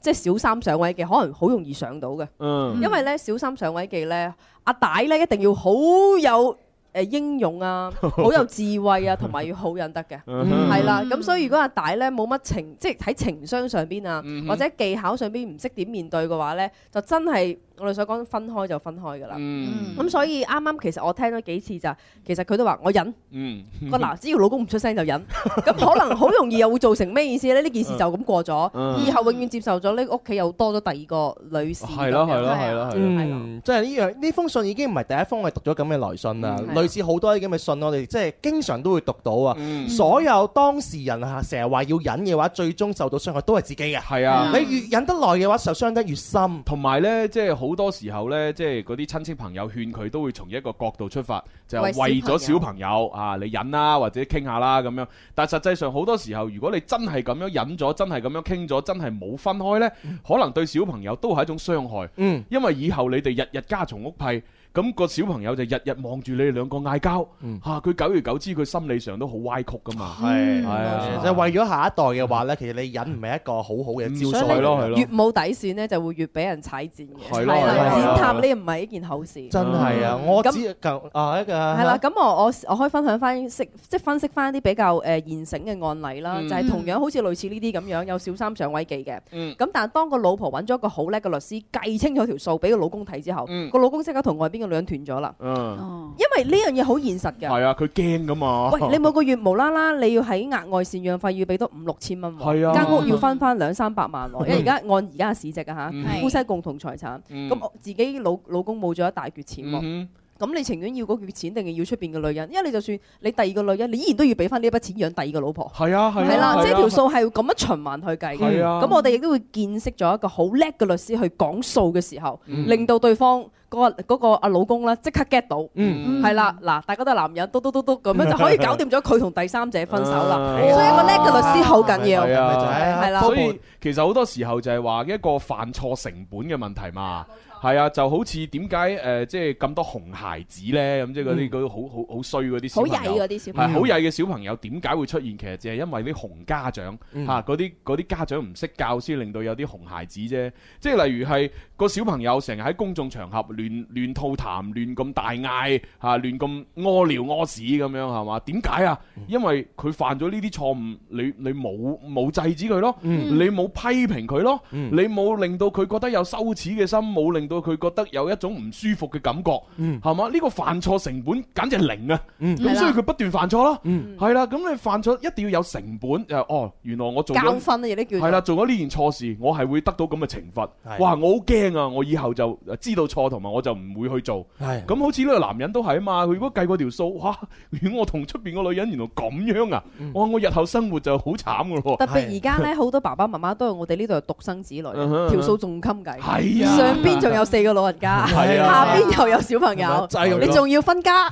Speaker 9: 即係小三上位嘅，可能好容易上到嘅，
Speaker 3: 嗯
Speaker 9: 因為咧小三上位記咧，阿帶咧一定要好有誒、英 勇啊，好有智慧啊，同埋要好忍得嘅。
Speaker 3: 嗯哼
Speaker 9: 係啦，咁所以如果阿大咧冇乜情，即係喺情商上邊啊，
Speaker 3: 嗯哼
Speaker 9: 或者技巧上邊唔識點面對嘅話咧，就真係我哋所講分開就分開㗎啦。
Speaker 3: 嗯
Speaker 9: 咁所以啱啱其實我聽咗幾次就，其實佢都話我忍，
Speaker 3: 嗯
Speaker 9: 個嗱只要老公唔出聲就忍，咁可能好容易又會造成咩意思咧？呢件事就咁過咗，
Speaker 8: ，E
Speaker 3: 嗯
Speaker 9: 以後永遠接受咗呢屋企又多咗第二個女士。
Speaker 3: 係咯
Speaker 9: 咁樣
Speaker 3: 係咯係咯係咯。
Speaker 4: 嗯，即係呢樣呢封信已經唔係第一封我哋讀咗咁嘅來信啦
Speaker 9: 嗯，係啊
Speaker 4: 類似好多啲咁嘅信，我哋即係經常都會讀到啊。
Speaker 3: 嗯
Speaker 4: 所有當事人啊，成日話要忍嘅話，最終受到傷害都係自己嘅。
Speaker 3: 係啊。
Speaker 4: 你越忍得耐嘅話，受傷得越深。
Speaker 3: 同埋呢，即係好多時候呢，即係嗰啲親戚朋友勸佢，都會從一個角度出發，就係
Speaker 9: 為
Speaker 3: 為咗
Speaker 9: 小
Speaker 3: 小
Speaker 9: 朋
Speaker 3: 朋友啊，你忍啦，或者傾下啦咁樣。但實際上好多時候，如果你真係咁樣忍咗，真係咁樣傾咗，真係冇分開呢，可能對小朋友都係一種傷害，
Speaker 4: 嗯，
Speaker 3: 因為以後你哋日日家嘈屋閉。咁個小朋友就日日望住你哋兩個嗌交，
Speaker 4: 嗯
Speaker 3: 嚇佢久而久之，佢心理上都好歪曲噶 嘛。
Speaker 4: 係
Speaker 3: 係啊
Speaker 4: 就係為咗下一代嘅話呢，其實你忍唔係一個好好嘅招
Speaker 3: 嗯
Speaker 4: 數
Speaker 3: 所以
Speaker 4: 嚟
Speaker 3: 咯
Speaker 4: 嘅
Speaker 3: 係咯
Speaker 9: 越冇底線咧，就會越俾人踩賤嘅。
Speaker 3: 係咯
Speaker 9: 啦
Speaker 4: 係咯
Speaker 9: 踐
Speaker 3: 係
Speaker 9: 踏
Speaker 3: 咯
Speaker 9: 呢唔係一件好事。
Speaker 4: 真係啊！我
Speaker 9: 咁
Speaker 4: 只夠啊一個
Speaker 9: 係啦，咁我我我可以分享翻識即係分析翻啲比較誒現成嘅案例啦，
Speaker 3: 嗯
Speaker 9: 就係同樣好似類似呢啲咁樣有小三上位記嘅。
Speaker 3: 嗯
Speaker 9: 咁但係當個老婆揾咗一個好叻嘅律師計清楚條數俾個老公睇之後，
Speaker 3: 嗯
Speaker 9: 個老公即刻同外邊嘅女人斷咗啦，
Speaker 3: 嗯，
Speaker 9: 因為呢樣嘢好現實嘅。
Speaker 3: 係啊，佢驚噶嘛。
Speaker 9: 喂，你每個月無啦啦你要喺額外赡養費要俾多五六千蚊 喎，
Speaker 3: 係啊，
Speaker 9: 間屋要翻翻兩三百萬喎，因為而家按而家嘅市值啊
Speaker 3: 嗯
Speaker 9: 嚇，夫妻共同財產，
Speaker 3: 嗯
Speaker 9: 咁我自己老老公冇咗一大橛錢喎。
Speaker 3: 嗯
Speaker 9: 咁你情願要嗰橛錢，定係要出邊嘅女人？因為你就算你第二個女人，你依然都要俾翻呢一筆錢養第二個老婆
Speaker 3: 哼，係啊，係啊，
Speaker 9: 係啦，即係
Speaker 3: 啊
Speaker 9: 條數係咁樣循環去計嘅。
Speaker 3: 係啊
Speaker 9: 咁我哋亦都會見識咗一個好叻嘅律師去講數嘅時候，
Speaker 3: 嗯
Speaker 9: 令到對方嗰個嗰個阿老公啦即刻 get 到。
Speaker 3: 嗯
Speaker 9: 係啦，嗱，大家都係男人，嘟嘟嘟嘟咁樣就可以搞掂咗佢同第三者分手啦。啊
Speaker 3: 嗯
Speaker 9: 所以一個叻嘅律師好緊要，
Speaker 3: 係啊
Speaker 9: 係啦。
Speaker 3: 所以其實好多時候就係話一個犯錯成本嘅問題嘛。係啊，就好似點解誒，即係咁多紅孩子呢？咁即係
Speaker 9: 嗯
Speaker 3: 嗰啲嗰啲好好好衰嗰啲小
Speaker 5: 好
Speaker 3: 朋
Speaker 5: 曳
Speaker 3: 友
Speaker 5: 嗰。啲小朋
Speaker 3: 係
Speaker 5: 友，
Speaker 3: 好曳嘅小朋友點解會出現？其實就係因為啲紅家長
Speaker 4: 嗯
Speaker 3: 嚇，嗰啲嗰啲家長唔識教，先令到有啲紅孩子啫。即係例如係個小朋友成日喺公眾場合亂亂吐痰、亂咁大嗌嚇、亂咁屙尿屙屎咁樣係嘛？點解啊？
Speaker 4: 嗯
Speaker 3: 因為佢犯咗呢啲錯誤，你你冇冇制止佢咯，
Speaker 4: 嗯
Speaker 3: 你冇批評佢咯，
Speaker 4: 嗯
Speaker 3: 你冇令到佢覺得有羞恥嘅心，冇令到佢覺得有一種唔舒服嘅感覺，
Speaker 4: 嗯
Speaker 3: 係嘛？呢、個犯錯成本簡直係零啊！
Speaker 4: 嗯
Speaker 3: 咁所以佢不斷犯錯咯，
Speaker 4: 嗯
Speaker 3: 係啦。咁你犯錯一定要有成本，就係哦，原來我做
Speaker 9: 教
Speaker 3: 咗
Speaker 9: 訓啊，亦都叫
Speaker 3: 係啦，做咗呢件錯事，我係會得到咁嘅懲罰。
Speaker 4: 係
Speaker 3: 哇！我好驚啊！我以後就知道錯，同埋我就唔會去
Speaker 9: 嗯
Speaker 3: 做。
Speaker 4: 係
Speaker 3: 咁好似呢個男人都係啊嘛，佢如果計過條數，哇！如果我同出邊個女人原來咁樣啊，
Speaker 9: 嗯
Speaker 3: 哇！我日後生活就好慘 噶咯喎。
Speaker 9: 特別而家咧，好多爸爸媽媽都係我哋呢度係獨生子女，
Speaker 3: 嗯哼
Speaker 9: 條數仲襟計，
Speaker 3: 係啊，
Speaker 9: 上邊仲有四個老人家，
Speaker 3: 係
Speaker 9: 下
Speaker 3: 啊，
Speaker 9: 邊又有小朋友
Speaker 4: 就係用，呢
Speaker 9: 你仲要分家，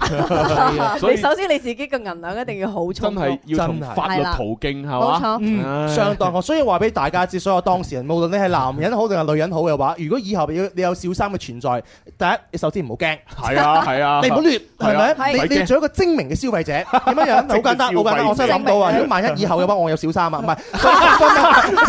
Speaker 3: 所以
Speaker 9: 你首先你自己嘅銀兩一定要好
Speaker 3: 真
Speaker 9: 充足，
Speaker 3: 係要從
Speaker 4: 真係
Speaker 3: 法律
Speaker 9: 係啦
Speaker 3: 途徑係嘛？
Speaker 9: 冇錯。
Speaker 3: 唉
Speaker 4: 相當我所以話俾大家知，所有當事人，無論你係男人好定係女人好嘅話，如果以後你你有小三嘅存在，第一你首先唔好驚，
Speaker 3: 係啊，係啊，
Speaker 4: 你唔好亂，係
Speaker 3: 係
Speaker 4: 咪？
Speaker 3: 啊
Speaker 4: 你你做一個精明嘅消費者，點樣樣？好簡單，好簡單，我真係諗到啊！如果萬一以後嘅話，我有小三啊，唔係，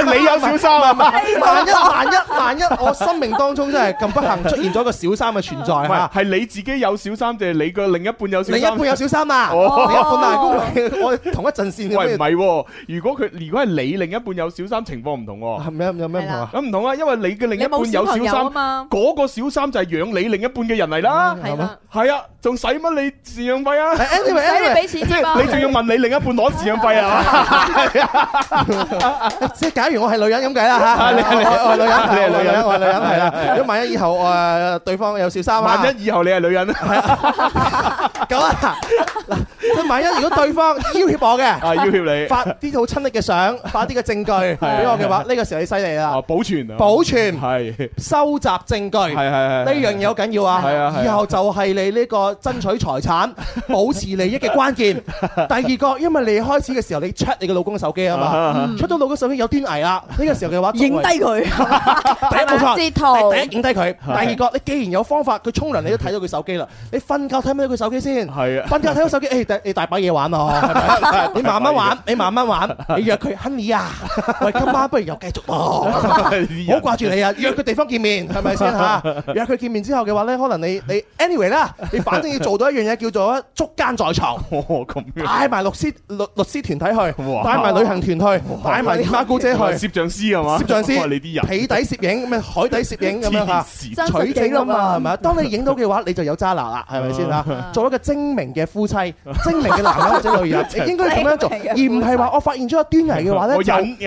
Speaker 3: 你有小三啊？
Speaker 4: 萬一萬一萬一，我生命當中真係咁不幸出現咗一個小三嘅存在
Speaker 3: 唔
Speaker 4: 嚇
Speaker 3: 係，。係你自己有小三定係你個另一半有小
Speaker 4: 另一
Speaker 3: 三
Speaker 4: 半？有小三啊，
Speaker 3: 哦
Speaker 4: 另一半啊，咁我我同一陣
Speaker 3: 喂，
Speaker 4: 線
Speaker 3: 唔
Speaker 4: 嘅咩？
Speaker 3: 係喎，如果佢如果係你另一半有小三，情況唔同喎。
Speaker 4: 係咩有咩唔同啊？
Speaker 3: 咁唔同啊，因為你嘅另
Speaker 9: 你
Speaker 3: 一
Speaker 9: 冇
Speaker 3: 半
Speaker 9: 小
Speaker 3: 有
Speaker 9: 朋
Speaker 3: 小
Speaker 9: 友啊
Speaker 3: 三，
Speaker 9: 嘛，
Speaker 3: 嗰個小三就係養你另一半嘅人嚟啦。
Speaker 9: 係啦，
Speaker 3: 係啊，仲使乜你贍養 費啊？
Speaker 5: 唔使你
Speaker 4: anyway，
Speaker 5: 俾錢
Speaker 3: 即
Speaker 5: 添啊
Speaker 3: 係你仲要問你另一半攞贍養 費啊？
Speaker 4: 即係假如我係女人咁計啦嚇，你係我係女人，
Speaker 3: 你係女人
Speaker 4: 我係女人係啦。如果萬一以後誒對方有小三啊，
Speaker 3: 萬一以後你係女人，
Speaker 4: 咁啊，嗱，萬一如果對方要挟我 嘅，
Speaker 3: 啊，要挟你
Speaker 4: 發啲好親昵嘅相，發啲嘅證據俾我嘅話，呢個時候你犀利啦
Speaker 3: 啊，，保存啊，
Speaker 4: 保存
Speaker 3: 系系
Speaker 4: 收集證據。
Speaker 3: 系
Speaker 4: 呢樣嘢好緊要
Speaker 3: 係啊係
Speaker 4: 啊！
Speaker 3: 啊
Speaker 4: 以後就係你呢個爭取財產、保持利益嘅關鍵。第二個，因為你開始嘅時候你 check 你嘅老公手機啊嘛，check 到老公手機有端倪啦，呢個時候 嘅話
Speaker 8: 影低佢，
Speaker 4: 第一冇錯，
Speaker 5: 截圖
Speaker 4: 第一影低佢。第二個，你既然有方法，佢沖涼你都睇到佢手機啦，你瞓覺睇唔睇到佢手機先？
Speaker 3: 係啊
Speaker 4: 瞓覺睇到手機， 誒，第你大把嘢玩咯，係咪你慢慢玩，你慢慢玩，你約佢，Honey 啊，喂，今晚不如又繼續咯。
Speaker 3: 系，
Speaker 4: 好 掛住你啊！約佢地方見面係咪先嚇？約佢見面之後嘅話咧，可能你你 anyway 啦，你反正要做到一樣嘢叫做捉奸在 床。
Speaker 3: 我咁样，
Speaker 4: 帶埋律師律律師團體去，
Speaker 3: 哇
Speaker 4: 帶埋旅行團去，帶埋姨媽姑姐去，
Speaker 3: 摄像师系嘛，
Speaker 4: 攝像師
Speaker 3: 哇你啲人
Speaker 4: 皮底攝影、咩海底攝影咁樣
Speaker 3: 黐
Speaker 4: 嚇。
Speaker 3: 线。
Speaker 5: 真
Speaker 4: 取
Speaker 5: 實
Speaker 4: 景
Speaker 5: 記
Speaker 4: 啊
Speaker 5: 錄
Speaker 4: 嘛，係
Speaker 5: 啊！
Speaker 4: 咪啊？當你影到嘅話，你就有渣 男啦，係咪先啊？做一個精明嘅夫妻、精明嘅男人或者 女人，你應該咁樣做，
Speaker 5: 精
Speaker 4: 而
Speaker 5: 明嘅夫妻
Speaker 4: 唔係話我發現咗個端倪嘅話咧，
Speaker 3: 我
Speaker 4: 就
Speaker 3: 忍，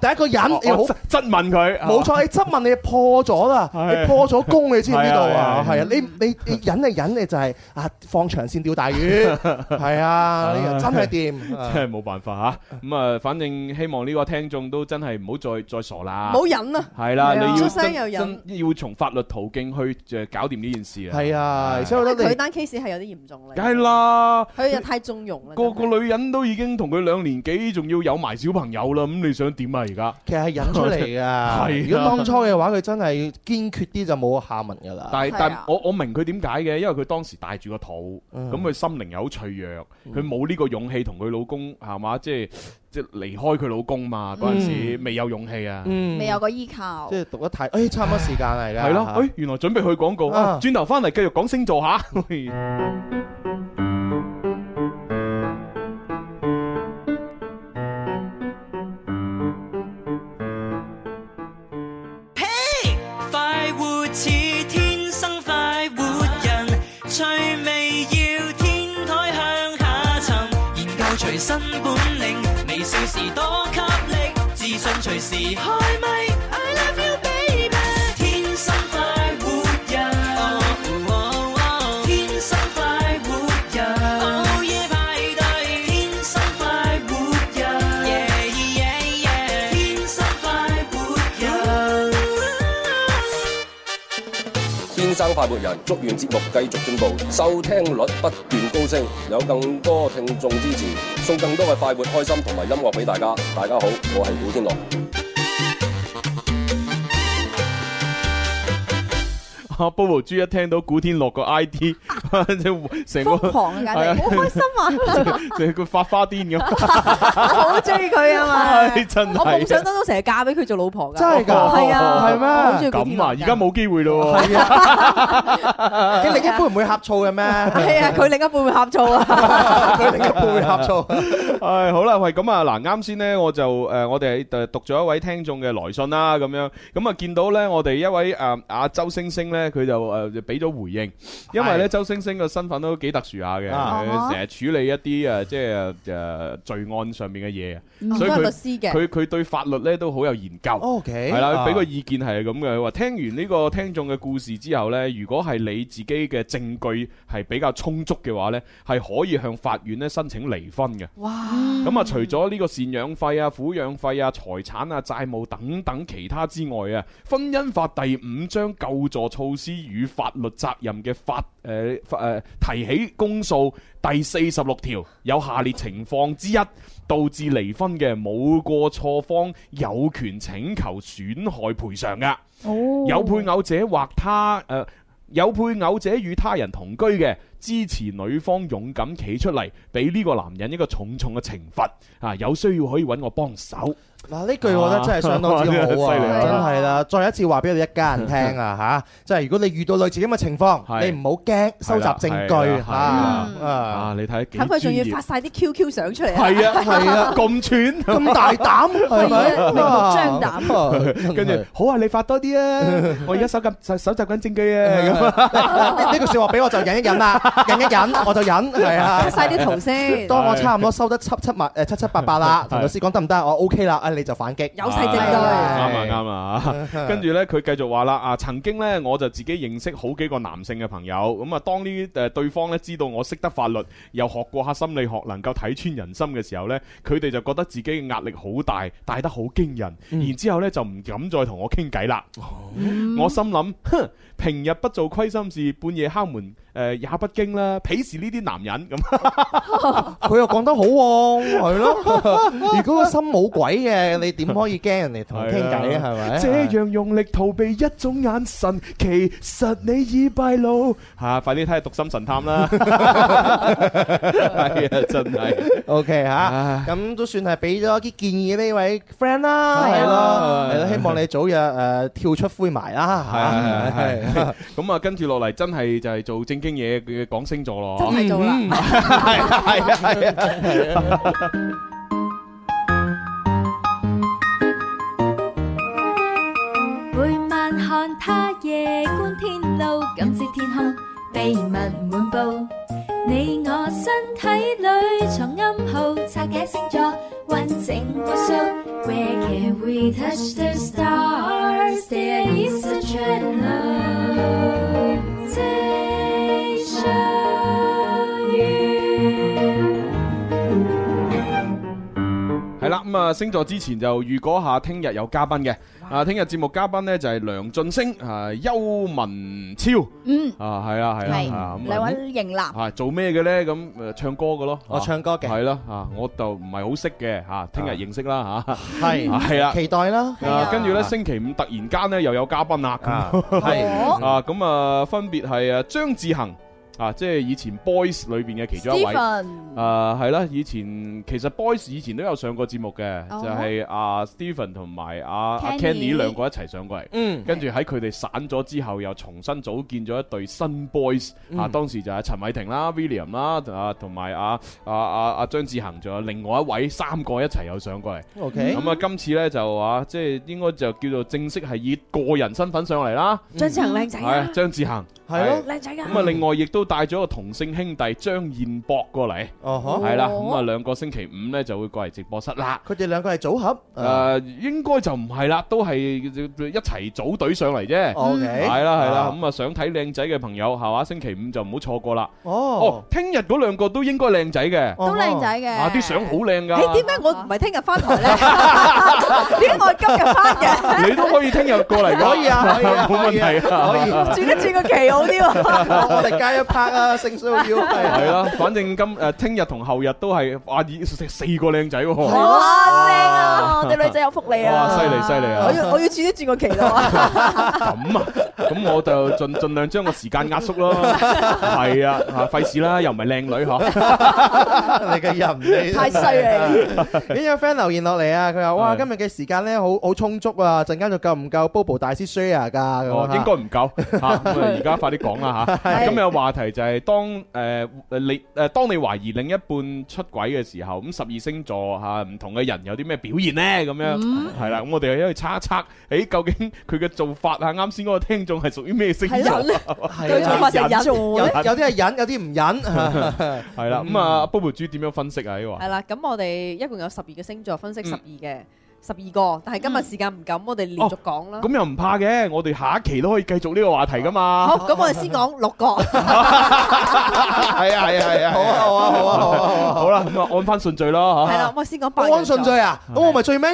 Speaker 4: 第一個忍
Speaker 3: 我
Speaker 4: 你要好
Speaker 3: 質質問佢，
Speaker 4: 冇錯，你質問你破咗啦，
Speaker 3: 係
Speaker 4: 你破咗功，你知唔知道啊？
Speaker 3: 係
Speaker 4: 係啊，你你你忍嚟忍嚟就係啊，放長線釣 大魚，係啊，呢個真係
Speaker 3: 真
Speaker 4: 掂。
Speaker 3: 係冇辦法嚇，咁啊，反正希望呢個聽眾都真係唔好再再傻啦，
Speaker 8: 冇忍啊！
Speaker 3: 係啦，
Speaker 8: 係啊
Speaker 3: 你要
Speaker 8: 出聲
Speaker 3: 真
Speaker 8: 又忍
Speaker 3: 真要從法律途徑去誒搞掂呢件事啊，
Speaker 4: 係啊，而且
Speaker 8: 因
Speaker 4: 我
Speaker 8: 為
Speaker 4: 覺得
Speaker 8: 佢
Speaker 4: 你
Speaker 8: 單 case 係有啲嚴重啦，
Speaker 3: 梗係，啦，
Speaker 8: 佢又太縱容啦，
Speaker 3: 個個女人都已經同佢兩年幾，仲要有埋小朋友啦，咁你想點啊？而家？
Speaker 4: 其實係忍出嚟㗎。
Speaker 3: 啊
Speaker 4: 如果當初嘅話，佢真係堅決啲就冇下文㗎啦。
Speaker 3: 但係
Speaker 8: 係啊
Speaker 3: 但係我我明佢點解嘅，因為佢當時帶住個肚，
Speaker 4: 嗯
Speaker 3: 咁佢心靈又好脆弱，佢冇呢個勇氣同佢老公係嘛，即係即係離開佢老公嘛，嗰陣時未有勇氣啊。
Speaker 4: 嗯
Speaker 5: 未有個依靠
Speaker 4: 即。係讀得太，誒差唔多時間嚟㗎。
Speaker 3: 係咯，誒原來準備去廣告，
Speaker 4: 啊
Speaker 3: 啊轉頭翻嚟繼續講星座吓。喂
Speaker 2: 快活似天生快活人，趣味要天台向下沉，研究隨身本領，微笑時多給力，自信隨時開咪。I love you baby，天生快活人，哦哦天生快活人，午夜派對，天生快活人，yeah yeah yeah，天生快活人。
Speaker 10: 天生快活人，祝願節目繼續進步，收聽率不斷高升，有更多聽眾支持，送更多嘅快活、開心同埋音樂俾大家。大家好，我係古天樂。
Speaker 3: 阿 Bobo 豬一聽到古天樂個 I D，成
Speaker 5: 瘋
Speaker 3: 個
Speaker 5: 狂啊！簡直好開心 啊！
Speaker 3: 成個發花癲咁，
Speaker 8: 我好中意佢啊嘛，
Speaker 3: 唉真係
Speaker 8: 我夢想當中成日嫁俾佢做老婆㗎，
Speaker 4: 真係㗎
Speaker 8: 係啊，
Speaker 4: 係咩
Speaker 8: 我好中意古天
Speaker 3: 咁啊，
Speaker 8: 樂
Speaker 3: 而
Speaker 8: 㗎
Speaker 3: 家。冇機會咯喎。
Speaker 4: 係啊，你另一半唔會呷醋 嘅咩？
Speaker 8: 係啊，佢另一半會呷醋啊！
Speaker 4: 佢另一半會 呷醋。
Speaker 3: 唉，好啦，喂，咁啊，嗱，啱先呢，我就誒、呃我哋誒讀咗一位聽眾嘅來信啦，咁樣，咁啊，見到呢，我哋一位誒呃阿、周星星呢，佢就誒俾咗回應，因為呢，周星星嘅身份都幾特殊下嘅，
Speaker 4: 啊
Speaker 3: 佢成日處理一啲呃誒即係誒罪案上面嘅嘢，所以
Speaker 8: 都係律
Speaker 3: 佢
Speaker 8: 師嘅，哦啊
Speaker 3: 佢佢對法律呢都好有研究。
Speaker 4: O K，
Speaker 3: 係啦，俾個意見係咁嘅，佢話聽完呢個聽眾嘅故事之後呢，如果係你自己嘅證據係比較充足嘅話呢，係可以向法院呢申請離婚嘅。
Speaker 8: 哇！
Speaker 3: 咁啊，除咗呢個赡養費啊、撫養費啊、財產啊、債務等等其他之外啊，婚姻法第五章救助措施與法律責任嘅法誒法誒提起公訴第四十六條有下列情況之一。導致離婚嘅冇過錯方有權請求損害賠償㗎。有配偶者或他誒、呃有配偶者與他人同居嘅，支持女方勇敢企出嚟，俾呢個男人一個重重嘅懲罰啊！有需要可以揾我幫手。
Speaker 4: 嗱呢句我覺得真係 相當之好
Speaker 3: 啊真係
Speaker 4: 啊，
Speaker 3: 犀利
Speaker 5: 啊
Speaker 4: 真係啦！再一次話俾你一家人聽啊吓，即係如果你遇到類似咁嘅情況，
Speaker 3: 係
Speaker 4: 你唔好驚，收集證據
Speaker 3: 係
Speaker 4: 吓
Speaker 3: 啦
Speaker 5: 係啦
Speaker 4: 啊！
Speaker 3: 啊！你睇幾
Speaker 8: 睇佢仲
Speaker 3: 專
Speaker 8: 要
Speaker 3: 業
Speaker 8: 發晒啲 QQ 相出嚟啊！
Speaker 3: 係啊係啊，咁 串。
Speaker 4: 咁大膽係咪？
Speaker 5: 明目張
Speaker 4: 膽
Speaker 3: 跟住好啊！你發多啲啊！我而家搜集搜集緊證據啊！咁
Speaker 4: 呢句説話俾我就忍一忍啦， 忍一忍，我就忍，係啊。
Speaker 8: 出晒啲圖先
Speaker 4: 當我差唔多收得七七萬誒七七八 八啦，同老師講得唔得？我 OK 啦，啊你就反擊。有
Speaker 8: 細證
Speaker 3: 啱
Speaker 8: 據
Speaker 3: 啊啱啊，跟住呢，佢繼續話啦，啊曾經呢，我就自己認識好幾個男性嘅朋友，咁啊當呢誒對方呢知道我識得法律，又學過下心理學，能夠睇穿人心嘅時候呢，佢哋就覺得自己嘅壓力好大，大得好驚人，然之後呢就唔敢再同我傾偈啦。我心諗，哼，平日不做虧心事，半夜敲門。誒、也不驚啦，鄙視呢啲男人咁，
Speaker 4: 佢又講得好喎，係咯。如果個心冇鬼嘅，你點可以驚人哋同佢傾偈啊？係咪？
Speaker 3: 這樣用力逃避一種眼神，其實你已敗露。嚇、快啲睇下《讀心神探》 啦！係啊，真係。
Speaker 4: OK 嚇，咁都算係俾咗啲建議呢位 friend 啦，
Speaker 3: 係
Speaker 4: 係
Speaker 3: 啊
Speaker 4: 咯，係咯，希望你早日誒跳出灰霾啦
Speaker 3: 係係係係咁啊，跟住落嚟真係就係做正經嘢嘅講星座咯。
Speaker 4: 真係做啦
Speaker 3: 係啊係啊係啊！
Speaker 9: 每晚看他夜觀天路，感知天空秘密滿布。你我身體裏藏暗號，拆解星座運程無數。Where can we touch the stars? There is a channel. station you.
Speaker 3: 係啦，咁啊，星座之前就預告一下，聽日有嘉賓嘅。啊，聽日節目嘉賓呢就係梁俊升、啊邱文超。
Speaker 5: 嗯，
Speaker 3: 啊，係啊，係啊，
Speaker 5: 係
Speaker 3: 啊咁啊
Speaker 5: 兩位型男，
Speaker 3: 係做咩嘅咧？咁誒唱歌嘅咯，
Speaker 4: 我唱歌嘅
Speaker 3: 係啦嚇，我就唔係好識嘅嚇，聽日認識啦嚇，
Speaker 4: 係
Speaker 3: 啊係啦，
Speaker 4: 期待啦。
Speaker 3: 啊，跟住咧星期五突然間咧又有嘉賓啦，咁
Speaker 4: 係
Speaker 3: 啊，咁啊分別係啊張志恒。啊，即係以前 Boys 裏邊嘅其中一位，
Speaker 5: Stephen
Speaker 3: 啊係啦，以前其實 Boys 以前都有上過節目嘅，
Speaker 5: 哦
Speaker 3: 就係啊 Stephen 同埋啊阿
Speaker 5: Kenny
Speaker 3: Kenny 兩個一齊上過嚟，
Speaker 4: 嗯
Speaker 3: 跟住喺佢哋散咗之後，又重新組建咗一隊新 Boys，啊
Speaker 4: 嗯
Speaker 3: 當時就係陳偉霆啦、William 啦，啊同埋啊啊啊啊張志恒，仲有另外一位，三個一齊又上過嚟。
Speaker 4: OK
Speaker 3: 咁啊今次呢，就啊即係應該就叫做正式係以個人身份上嚟啦。
Speaker 8: 張志恒靚仔啊
Speaker 3: 係張志恒
Speaker 8: 係咯靚仔㗎
Speaker 3: 咁啊，另外亦都帶咗個同性兄弟張燕博過嚟。
Speaker 4: 哦呵
Speaker 3: 係啦，咁啊兩個星期五呢就會過嚟直播室啦。
Speaker 4: 佢哋兩個係組合，
Speaker 3: 誒應該就唔係啦，都係一齊組隊上嚟啫。
Speaker 4: OK
Speaker 3: 係啦係啦
Speaker 4: 啊，
Speaker 3: 咁啊想睇靚仔嘅朋友係嘛，星期五就唔好錯過啦。
Speaker 4: 哦，
Speaker 3: 聽日嗰兩個都應該靚仔嘅，
Speaker 5: 都靚仔嘅
Speaker 3: 啊啲相好靚㗎。
Speaker 8: 你點解我唔係聽日翻 台咧？
Speaker 5: 點解我今日翻嘅？
Speaker 3: 你都可以聽日過嚟㗎，
Speaker 4: 可以 啊可以啊
Speaker 3: 冇問題
Speaker 4: 可以啊
Speaker 3: 啊，
Speaker 4: 可以
Speaker 5: 轉一轉個旗好啲喎。
Speaker 4: 我哋加一 part 啊，性需要係
Speaker 3: 係啦，反正今誒聽日同後日都係哇，已食四個靚仔喎，
Speaker 5: 哇，正啊！我哋女仔有福利啊！
Speaker 3: 哇犀利犀利啊
Speaker 5: 我要我要轉一轉 個旗咯。
Speaker 3: 咁啊，咁我就盡盡量將個時間壓縮 咯，係啊，啊費事啦，又唔係靚女嗬，
Speaker 4: 你嘅人你
Speaker 3: 太衰
Speaker 8: 啊
Speaker 3: 啦
Speaker 4: 已經有 friend 留言落嚟啊，佢話：哇，
Speaker 3: 係
Speaker 4: 今日嘅時間咧好好充足啊，陣間仲夠唔夠 Bobo 大師 share 㗎？啊
Speaker 3: 哦應該唔 夠嚇，咁啊而家快啲講 啦嚇，
Speaker 4: 係
Speaker 3: 今日嘅話題就係當誒誒你誒呃當你懷疑另一半出軌嘅時候，咁十二星座嚇唔同嘅人有啲咩表現呢？咁
Speaker 5: 嗯
Speaker 3: 樣係啦，咁我哋可以測一測，誒究竟 佢嘅做法啊，啱先嗰個聽眾係屬於咩星座？
Speaker 4: 係啦
Speaker 3: 係啊嗯
Speaker 4: 有啲有
Speaker 3: 忍
Speaker 4: 啲有啲係忍，有啲唔 忍。
Speaker 3: 係啦，咁啊，Bobo 豬點樣分析啊？呢個
Speaker 8: 係啦，咁我哋一共有十二個星座，分析十二嘅十二個，但係今日時間唔夠，我哋連續講啦。
Speaker 3: 咁又唔怕嘅，我哋下一期都可以繼續呢個話題噶嘛。
Speaker 8: 好，咁我哋先講六個。
Speaker 3: 係啊係啊係啊，好啊好啊好啊好啊好啦，咁啊按翻順序啦
Speaker 8: 係
Speaker 3: 嚇。
Speaker 8: 啦，咁我先講白
Speaker 4: 我
Speaker 8: 羊
Speaker 4: 安
Speaker 8: 座
Speaker 4: 順序啊，
Speaker 3: 嗯
Speaker 4: 咁我咪最尾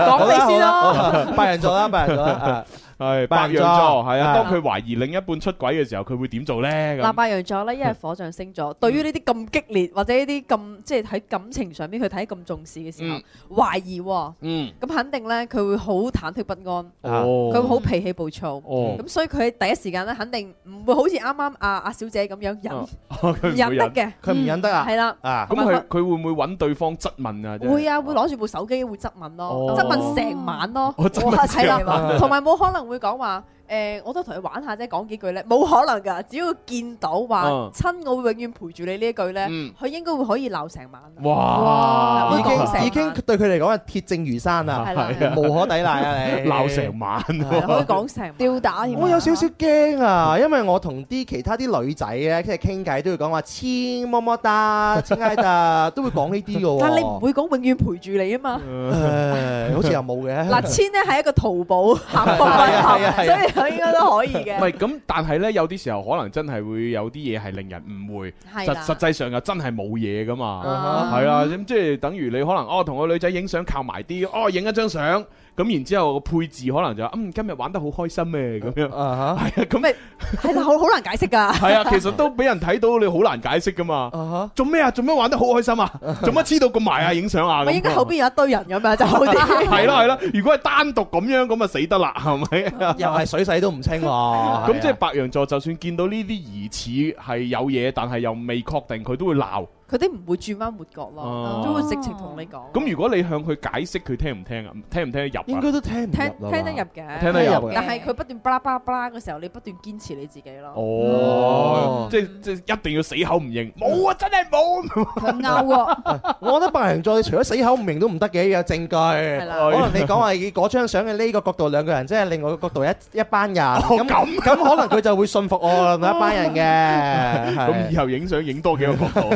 Speaker 4: 講
Speaker 8: 你先咯
Speaker 4: 白人座啦，啊白人座啦。
Speaker 3: 係白
Speaker 4: 白
Speaker 3: 羊
Speaker 4: 羊
Speaker 3: 座
Speaker 4: 座
Speaker 3: 係啊，
Speaker 4: 啊
Speaker 3: 當佢懷疑另一半出軌嘅時候，佢會點做咧？
Speaker 8: 嗱，
Speaker 3: 咁
Speaker 8: 白羊座咧，因為火象星座，對於呢啲咁激烈或者呢啲咁即係喺感情上面佢睇咁重視嘅時候，懷疑喎，
Speaker 3: 嗯，
Speaker 8: 咁肯定咧佢會好忐忑不安，
Speaker 3: 哦
Speaker 8: 佢會好脾氣暴躁，
Speaker 3: 哦
Speaker 8: 咁所以佢第一時間咧肯定唔會好似啱啱阿阿小姐咁樣忍，
Speaker 3: 佢
Speaker 8: 唔
Speaker 3: 唔
Speaker 8: 忍
Speaker 3: 忍
Speaker 8: 得嘅，
Speaker 4: 佢唔忍得啊
Speaker 8: 嗯係啦，
Speaker 4: 啊
Speaker 3: 咁佢佢會唔會揾對方質問啊？即係
Speaker 8: 會啊，會攞住部手機會質問咯
Speaker 3: 哦，
Speaker 8: 質問成晚咯，
Speaker 3: 哦質問成晚
Speaker 8: 係啦，同埋冇可能會講話誒，我都同佢玩下啫，講 幾句咧，冇可能㗎。只要見到話
Speaker 3: 嗯
Speaker 8: 親，我會永遠陪住你呢一句咧，
Speaker 3: 嗯
Speaker 8: 佢應該會可以鬧成晚。
Speaker 3: 哇！
Speaker 8: 會
Speaker 4: 已
Speaker 8: 講成
Speaker 4: 經已經對佢嚟講係鐵證如山啦
Speaker 8: 係啦係啦，
Speaker 4: 無可抵賴啊你！
Speaker 3: 嗯 鬧成晚
Speaker 8: 係可以
Speaker 3: 喎，
Speaker 8: 講成
Speaker 5: 吊打添啊。
Speaker 4: 我有少少驚啊，因為我同啲其他啲女仔咧，即係傾偈都會講話黐麼麼哒、黐挨 哒，都會講呢啲嘅喎。
Speaker 8: 但係你唔會講永遠陪住你啊嘛。
Speaker 4: 誒好似又冇 嘅。
Speaker 8: 嗱，千咧係一個 淘寶客服
Speaker 4: 係啊係啊係
Speaker 8: 所以佢應該都可 以
Speaker 3: 唔
Speaker 8: 嘅。
Speaker 3: 係咁，但係呢，有啲時候可能真係會有啲嘢係令人誤會，
Speaker 8: 係
Speaker 3: 實
Speaker 8: 啦
Speaker 3: 實際上又真係冇嘢噶嘛。
Speaker 8: 啊
Speaker 3: 係啊，咁即係等於你可能哦同個女仔影相靠埋啲，哦影一張相，咁然之後個配置可能就嗯今日玩得好開心嘅咁 樣，係
Speaker 4: 啊
Speaker 3: 啊咁
Speaker 8: 咪係啦，好好難解釋㗎。
Speaker 3: 係啊，其實都俾人睇到你好難解釋噶嘛
Speaker 4: 哈。啊哈！
Speaker 3: 做咩啊？做咩玩得好開心啊？做乜黐到咁埋啊？影相啊？咁
Speaker 8: 咪應該後邊有一堆人咁樣就好啲。
Speaker 3: 係啦係啦，如果係單獨咁樣咁啊死得啦，係咪啊？
Speaker 4: 又係啊水洗都唔清喎。
Speaker 3: 咁
Speaker 4: 咁
Speaker 3: 即係白羊座，就算見到呢啲疑似係有嘢，但係又未確定，佢都會鬧。
Speaker 8: 佢哋唔會轉彎抹角
Speaker 3: 哦
Speaker 8: 咯，都會直情同你講。
Speaker 3: 咁如果你向佢解釋，佢聽唔聽啊？聽唔聽得入
Speaker 4: 應
Speaker 3: 啊？
Speaker 4: 該都聽唔
Speaker 8: 聽
Speaker 4: 入啦
Speaker 8: 聽得入
Speaker 4: 嘛
Speaker 8: 嘅，
Speaker 3: 聽得入
Speaker 4: 嘅
Speaker 8: 但係佢不斷巴拉巴拉巴拉嘅時候，你不斷堅持你自己咯。
Speaker 3: 哦
Speaker 4: 嗯，
Speaker 3: 即係即係一定要死口唔認，冇啊，真係冇。
Speaker 5: 佢 拗喎，
Speaker 4: 我覺得白羊座你除咗死口唔認都唔得嘅，有證據。
Speaker 8: 啦
Speaker 4: 可能你講話以嗰張相嘅呢個角度兩個人，即係另外個角度一一班人。咁
Speaker 3: 咁
Speaker 4: 咁可能佢就會信服我另一班人嘅。係
Speaker 3: 咁以後影相影多幾個角度，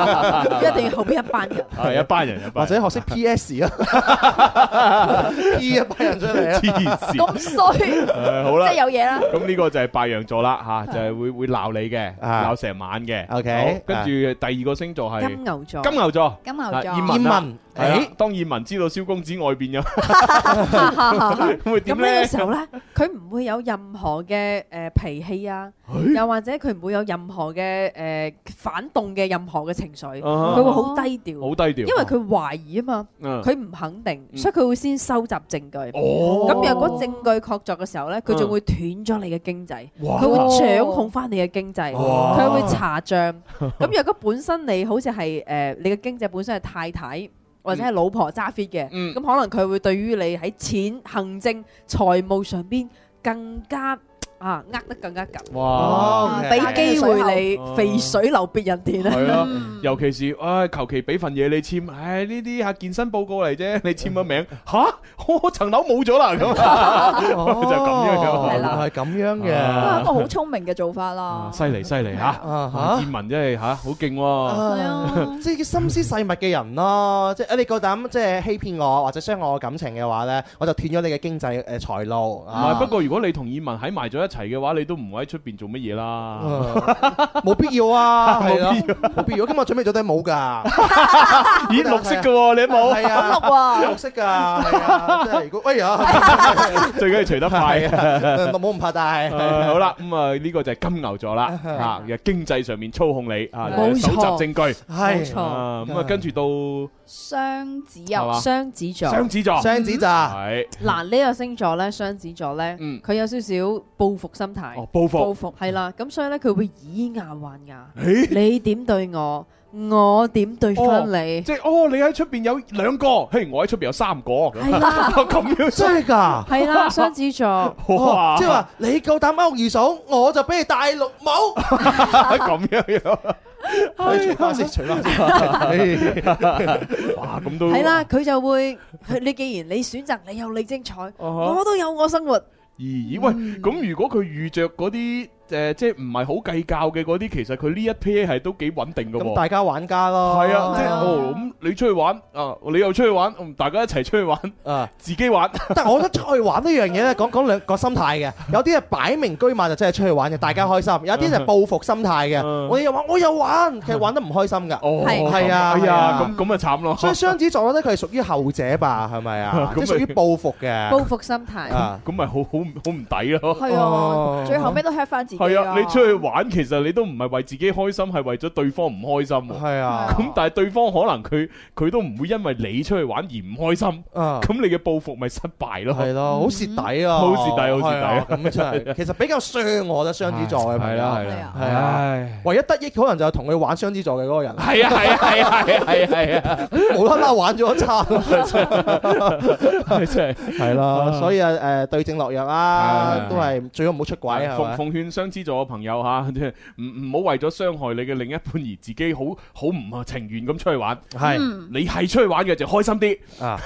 Speaker 8: 一定要後邊一班人。
Speaker 3: 係一班人，一班
Speaker 4: 或
Speaker 3: 人
Speaker 4: 者學識 PS 啊，P 一班人出嚟啊。
Speaker 3: 黐線。
Speaker 5: 咁衰，即
Speaker 3: 誒好啦
Speaker 5: 係。有嘢啦。
Speaker 3: 咁呢個就係白羊座啦，吓就係會會鬧你嘅，
Speaker 4: 啊
Speaker 3: 鬧成晚嘅。
Speaker 4: OK，
Speaker 3: 好跟住第二個星座係
Speaker 8: 金牛座，
Speaker 3: 金牛座。
Speaker 5: 金牛
Speaker 3: 啊
Speaker 5: 座
Speaker 3: 葉
Speaker 4: 葉
Speaker 3: 問啊
Speaker 4: 問，
Speaker 3: 係啦
Speaker 4: 誒，
Speaker 3: 當葉文知道蕭公子外邊有，
Speaker 8: 咁
Speaker 3: 會點
Speaker 8: 呢個
Speaker 3: 咧？
Speaker 8: 時候咧，佢唔會有任何嘅誒脾氣啊，又或者佢唔會有任何嘅誒反動嘅任何嘅情緒，佢會
Speaker 3: 啊
Speaker 8: 好低調，
Speaker 3: 好低調，
Speaker 8: 因為佢懷疑啊嘛，
Speaker 3: 嗯
Speaker 8: 佢唔肯定，
Speaker 3: 嗯
Speaker 8: 所以佢會先收集證據。
Speaker 3: 哦
Speaker 8: 咁若果證據確鑿嘅時候咧，佢仲會斷咗你嘅經濟，
Speaker 3: 哇
Speaker 8: 佢會掌控翻你嘅經濟，
Speaker 3: 哇
Speaker 8: 佢會查帳。 咁若果本身你好似係誒你嘅經濟本身係太太或者係老婆揸 fit 嘅，咁、
Speaker 3: 嗯
Speaker 8: 可能佢會對於你喺錢、行政、財務上邊更加啊握得更加緊，
Speaker 3: 哇，
Speaker 4: 哦
Speaker 8: 俾機會
Speaker 3: 哦
Speaker 8: 你肥水流別人田啊！
Speaker 3: 係啊，尤其是唉，求其俾份嘢你簽，唉呢啲係健身報告嚟啫， 你簽咗名，吓我 層樓冇咗啦 咁，
Speaker 4: 就
Speaker 3: 咁樣樣
Speaker 4: 原來係咁樣
Speaker 5: 都係一
Speaker 3: À.
Speaker 4: 嘅。
Speaker 5: 個好聰明嘅做法啦。
Speaker 3: 犀利犀利吓，
Speaker 4: 啊
Speaker 3: 葉文真係吓好勁
Speaker 4: 嚇！
Speaker 3: 喎，
Speaker 4: 啊即係心思細密嘅人咯，即係你夠膽即係欺騙我或者傷我嘅感情嘅話咧，我就斷咗你嘅經濟誒財路。
Speaker 3: 唔係
Speaker 4: 啊
Speaker 3: 不過如果你同葉文喺埋咗一齊嘅話，你都唔會喺出邊做乜嘢啦，
Speaker 4: 嗯冇必要 啊，係咯
Speaker 3: 冇必，
Speaker 4: 冇必要。今日準備咗底冇㗎，
Speaker 3: 咦綠色嘅喎，你有 冇？
Speaker 4: 係啊，
Speaker 5: 咁綠
Speaker 4: 綠色㗎，係啊，即係 如果哎呀，
Speaker 3: 最緊要除得快
Speaker 4: 係。啊，冇唔怕戴。
Speaker 3: 誒好啦，咁啊呢個就係金牛座啦，
Speaker 4: Ờ,
Speaker 3: 嚇嘅經濟上面操控你啊，
Speaker 8: 冇錯
Speaker 3: 搜集證據
Speaker 4: 係
Speaker 8: 冇錯
Speaker 3: 啊，
Speaker 4: Ờ.
Speaker 3: 咁啊跟住到
Speaker 5: 雙子
Speaker 3: 係
Speaker 5: 又
Speaker 3: 嘛
Speaker 8: 雙子座，
Speaker 3: 雙子座，
Speaker 4: 雙子咋？
Speaker 3: 係
Speaker 8: 嗱呢個星座咧，雙子座咧，
Speaker 3: 嗯
Speaker 8: 佢有少少報復心態。
Speaker 3: 哦報
Speaker 8: 報
Speaker 3: 復，
Speaker 8: 復係啦，咁所以咧佢會以牙還牙，
Speaker 3: 誒
Speaker 8: 你點對我，我點對翻你，
Speaker 3: 即係哦你喺出邊有兩個，嘿我喺出邊有三個，
Speaker 8: 係 啦，
Speaker 3: 咁樣
Speaker 4: 真係㗎。
Speaker 8: 係啦，雙子座，
Speaker 3: 哇，
Speaker 4: 即係話你夠膽勾二嫂，我就俾你戴綠帽。
Speaker 3: 咁樣樣，
Speaker 4: 除翻先，除翻先。
Speaker 3: 哇咁都
Speaker 8: 係啦，，佢就會，佢你既然你選擇，你有你精彩，
Speaker 3: 啊哈
Speaker 8: 我都有我生活，
Speaker 3: 咦咦喂，咁如果佢遇着嗰啲誒即係唔係好計較嘅嗰啲，其實佢呢一 pair 係都幾穩定嘅
Speaker 4: 咁
Speaker 3: 喎。
Speaker 4: 大家玩家咯。
Speaker 3: 係啊，即係
Speaker 5: 啊
Speaker 3: 哦，咁你出去玩啊，你又出去玩，嗯大家一齊出去玩，
Speaker 4: 啊！
Speaker 3: 自己玩。
Speaker 4: 但係我覺得出去玩呢樣嘢咧，講講兩個心態嘅。有啲係擺明居馬就真係出去玩嘅，大家開心；有啲就係報復心態
Speaker 3: 嗯
Speaker 4: 嘅，我又玩，我又玩，其實玩得唔開心㗎。
Speaker 3: 哦，
Speaker 5: 係
Speaker 4: 係啊
Speaker 3: 哎
Speaker 4: 係
Speaker 3: 呀，
Speaker 4: 啊
Speaker 3: 咁咁啊慘咯。？
Speaker 4: 所以雙子座，我覺得佢係屬於後者吧，係咪啊即係屬於報復
Speaker 8: 報
Speaker 4: 嘅。
Speaker 8: 復心態，
Speaker 4: 啊！
Speaker 3: 咁咪好好唔好唔抵 咯。
Speaker 5: 係
Speaker 4: 哦
Speaker 5: 啊，最後尾都 hurt 翻自己
Speaker 3: 係啊，
Speaker 5: 咯。
Speaker 3: 你 出去玩其實你都唔係為自己開心，係為咗對方唔開心喎。
Speaker 4: 係啊。
Speaker 3: 咁但係對方可能佢佢都唔會因為你出去玩而唔開心，
Speaker 4: Ờ.
Speaker 3: 咁你嘅報復咪失敗咯。
Speaker 4: 哦係咯，好蝕底啊！
Speaker 3: 好蝕底，好蝕
Speaker 4: 係啊
Speaker 3: 底。
Speaker 4: 咁真係，其實比較傷我覺得雙子座嘅啊朋
Speaker 3: 係
Speaker 4: 友
Speaker 3: 啦係啦
Speaker 4: 係啊，唯一得益可能就係同佢玩雙子座嘅嗰 個人。
Speaker 3: 係啊係啊係啊係啊係啊係 啊，
Speaker 4: 無啦啦玩咗一餐，
Speaker 3: 真係
Speaker 4: 係啦， 所以啊誒對症落藥啦，
Speaker 3: 係
Speaker 4: 都係最好唔好出軌啊。係咪
Speaker 3: 奉奉勸雙子座嘅朋友嚇， 即係唔唔好為咗傷害你嘅另一半而自己好好唔情願咁出去玩。
Speaker 4: 係
Speaker 5: 嗯
Speaker 3: 你係出去玩嘅就開心 啲。
Speaker 4: 啊，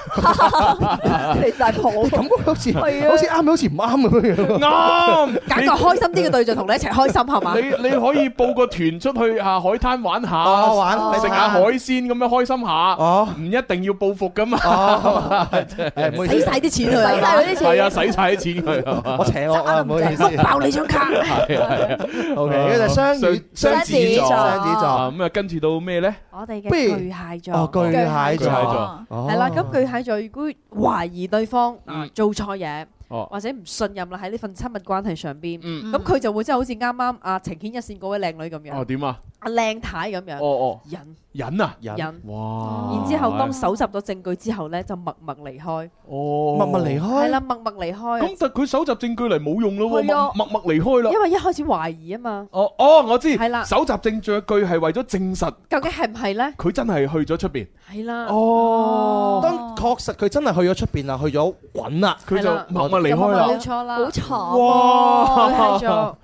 Speaker 5: 其實係冇
Speaker 4: 感覺 好似
Speaker 5: 係啊
Speaker 4: 好似啱，好似唔啱咁樣樣。
Speaker 3: 啱，
Speaker 8: 揀
Speaker 3: 你
Speaker 8: 個開心啲嘅對象同你一齊開心係嘛？
Speaker 3: 你你可以報個團出去 啊海灘玩下，
Speaker 4: 哦玩
Speaker 3: 食下海鮮咁樣開心 下，
Speaker 4: 哦
Speaker 3: 唔一定要報復噶嘛。
Speaker 4: 哦，誒唔好意
Speaker 8: 使
Speaker 4: 思
Speaker 8: 晒，啲錢佢，
Speaker 5: 使晒嗰啲
Speaker 3: 係啊，
Speaker 5: 錢，
Speaker 3: 使晒啲錢 佢啊。
Speaker 4: 我邪惡啊，唔好意思。
Speaker 8: 爆你張卡。
Speaker 3: 係啊係啊
Speaker 4: O K，跟住雙魚
Speaker 3: 雙
Speaker 5: 雙子座
Speaker 4: 雙子
Speaker 3: 啊
Speaker 4: 座，
Speaker 3: 咁啊，跟住到咩咧？
Speaker 8: 我哋嘅
Speaker 4: 不如
Speaker 8: 巨蟹座。
Speaker 4: 哦巨蟹
Speaker 3: 巨蟹
Speaker 4: 座
Speaker 3: 座。
Speaker 4: 哦
Speaker 8: 係啦，咁巨蟹座如果懷疑對方啊
Speaker 3: 嗯
Speaker 8: 做錯嘢，
Speaker 3: 哦
Speaker 8: 或者唔信任啦喺呢份親密關係上邊，
Speaker 3: 嗯
Speaker 8: 咁佢就會即係好似啱啱啊情牽一線嗰位靚女咁樣，
Speaker 3: 哦，點啊？
Speaker 8: 啊靚太咁樣
Speaker 3: 哦哦，
Speaker 8: 忍
Speaker 3: 忍哦啊！
Speaker 4: 忍
Speaker 8: 忍，
Speaker 3: 哇！
Speaker 8: 然之後當搜集咗證據之後咧，就默默離開，
Speaker 3: 哦，
Speaker 4: 默默離
Speaker 8: 係
Speaker 4: 開
Speaker 8: 啦，，默默離開
Speaker 3: 咁，但佢搜集證據嚟冇用咯
Speaker 8: 係
Speaker 3: 喎
Speaker 8: 啊，
Speaker 3: 默默默離開啦。
Speaker 8: 因為一開始懷疑啊嘛，
Speaker 3: 哦哦，我知，
Speaker 8: 係啦
Speaker 3: 搜集證據據係為咗證實
Speaker 8: 究竟係唔係咧？
Speaker 3: 佢真係去咗出邊。
Speaker 8: 係啦，
Speaker 3: 哦，
Speaker 4: 當確實佢真係去咗出邊啦，去咗滾啦，
Speaker 3: 佢
Speaker 8: 係啦
Speaker 3: 就默默離開啦。哦
Speaker 8: 冇錯啦，
Speaker 5: 好慘。
Speaker 3: 哇！
Speaker 8: 巨蟹座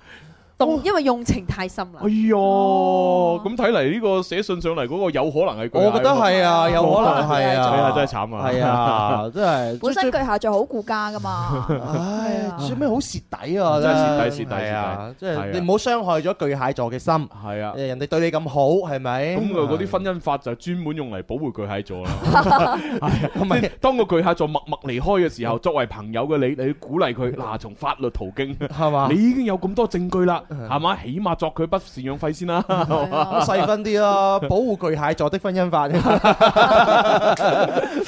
Speaker 8: 動，因為用情太深啦
Speaker 3: 哎。呦，咁睇嚟呢個寫信上嚟嗰個有可能係巨蟹
Speaker 4: 我覺得係啊，有可能係
Speaker 3: 哎呀， 真係
Speaker 4: 啊，
Speaker 3: 慘啊！
Speaker 4: 係，啊，真係
Speaker 5: 本身
Speaker 4: 最
Speaker 5: 巨蟹座好顧家噶嘛，
Speaker 4: 唉
Speaker 5: 係，啊
Speaker 4: 最尾好蝕底啊！
Speaker 3: 真係
Speaker 4: 係
Speaker 3: 蝕底蝕底
Speaker 4: 係啊！即
Speaker 3: 底係啊
Speaker 4: 係你唔好傷害咗巨蟹座嘅心，
Speaker 3: 係啊。
Speaker 4: 人哋對你咁好，係咪？
Speaker 3: 咁佢嗰 啲婚姻法就專門用嚟保護巨蟹座啦。
Speaker 4: 唔
Speaker 3: 即係
Speaker 4: 係
Speaker 3: 當個巨蟹座默默離開嘅時候，作為朋友嘅你，你要鼓勵佢嗱，從法律途徑，
Speaker 4: 係嘛
Speaker 3: 你？已經有咁多證據啦，係嘛？起碼作佢不贍養費先啦。
Speaker 4: 咁 細 分啲咯，保護巨蟹座的婚姻法，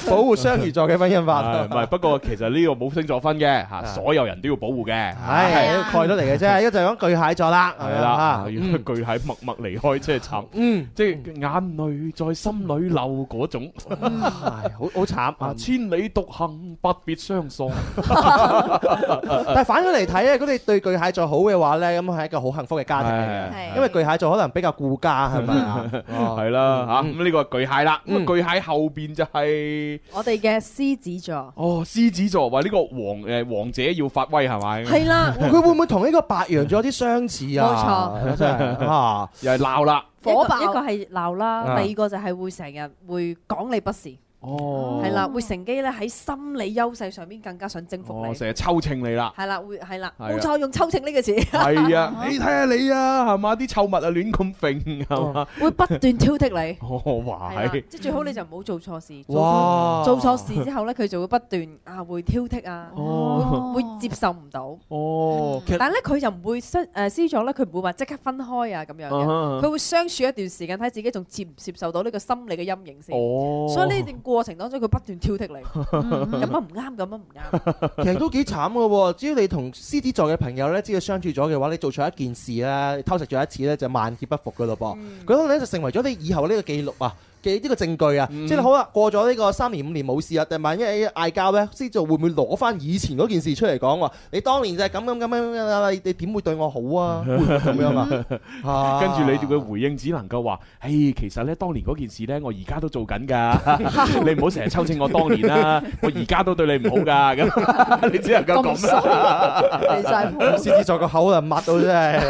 Speaker 4: 保護雙魚座嘅婚姻法，
Speaker 3: 係唔係？不過其實呢個冇星座分嘅
Speaker 4: 啊
Speaker 3: 嚇，所有人都要保護嘅。
Speaker 4: 係一個概率嚟嘅啫。一就係講巨蟹座啦，
Speaker 3: 系
Speaker 4: 咪啊
Speaker 3: 啦，如果巨蟹默默離開，真係慘，
Speaker 4: 嗯，
Speaker 3: 即係眼淚在心裏流嗰種。
Speaker 4: 唉好 好慘
Speaker 3: 啊！
Speaker 4: 啊！
Speaker 3: 千里獨行，不必相送。
Speaker 4: 但係反咗嚟睇咧，如果你對巨蟹座好嘅話咧，咁 係一個好幸福嘅家庭嚟嘅。
Speaker 5: 係
Speaker 4: 因為巨蟹座可能比較顧家，係咪啊？哦
Speaker 3: 係啦，吓咁呢個係巨蟹啦。咁
Speaker 4: 嗯
Speaker 3: 啊巨蟹後邊就係
Speaker 8: 我哋嘅獅子座
Speaker 3: 哦獅子座，話呢個王诶王者要發威係咪？
Speaker 8: 係啦，
Speaker 4: 佢會唔會同呢個白羊座有啲相似啊？冇錯，真係啊！
Speaker 3: 又係鬧啦。
Speaker 5: 火爆
Speaker 8: 一個係鬧啦，
Speaker 4: 啊
Speaker 8: 第二個就係會成日會講你不是，
Speaker 3: 哦，
Speaker 8: 係啦，會乘機咧喺心理優勢上面更加想征服
Speaker 3: 哦，
Speaker 8: 你，
Speaker 3: 成日抽秤你啦。
Speaker 8: 係啦，會係啦，
Speaker 3: 係啊
Speaker 8: 冇錯，用抽情呢個 詞，
Speaker 3: 係 啊，你睇下你啊，係嘛？啲臭物啊，亂咁揈係嘛？
Speaker 8: 會不斷挑剔你，
Speaker 3: 我話
Speaker 8: 係啦，
Speaker 3: 係。
Speaker 8: 即係最好你就唔好做錯事，做錯
Speaker 4: 哇，
Speaker 8: 做錯事之後咧，佢就會不斷啊會挑剔啊，
Speaker 3: 哦
Speaker 8: 會接受唔到，
Speaker 3: 哦，其實
Speaker 8: 但係咧佢就唔會失呃誒獅子座咧，佢唔會話即刻分開啊咁樣嘅，
Speaker 3: 啊哈
Speaker 8: 佢會相處一段時間，睇自己仲接唔接受到呢個心理嘅陰影先。
Speaker 3: 哦，
Speaker 8: 所以呢段過程當中，佢不斷挑剔你， 咁啊唔啱，咁啊唔啱，
Speaker 4: 其實都幾慘嘅喎。只要你同獅子座嘅朋友咧，知道相處咗嘅話，你做錯一件事咧，偷食咗一次咧，就萬劫不復嘅咯
Speaker 3: 嗯
Speaker 4: 噃。嗰度咧就成為咗你以後呢個記錄啊。嘅呢個證據啊，
Speaker 3: 嗯
Speaker 4: 即係好啦，過咗呢個三年五年冇事啊，但萬一嗌交咧，獅子座會唔會攞翻以前嗰件事出嚟講話？你當年就係咁咁咁咁咁，你你點會對我好 啊？會唔會咁樣啊？啊
Speaker 3: 跟住你嘅 回應只能夠話：，誒，其實咧，當年嗰件事咧，我而家都做緊㗎，你唔好成日抽清我當年啦，我而家都對你唔好㗎，咁你只能夠
Speaker 5: 咁
Speaker 3: 咁
Speaker 5: 衰
Speaker 3: 啦。，
Speaker 5: 其實係 冇
Speaker 4: 獅子座個口啊，抹到真係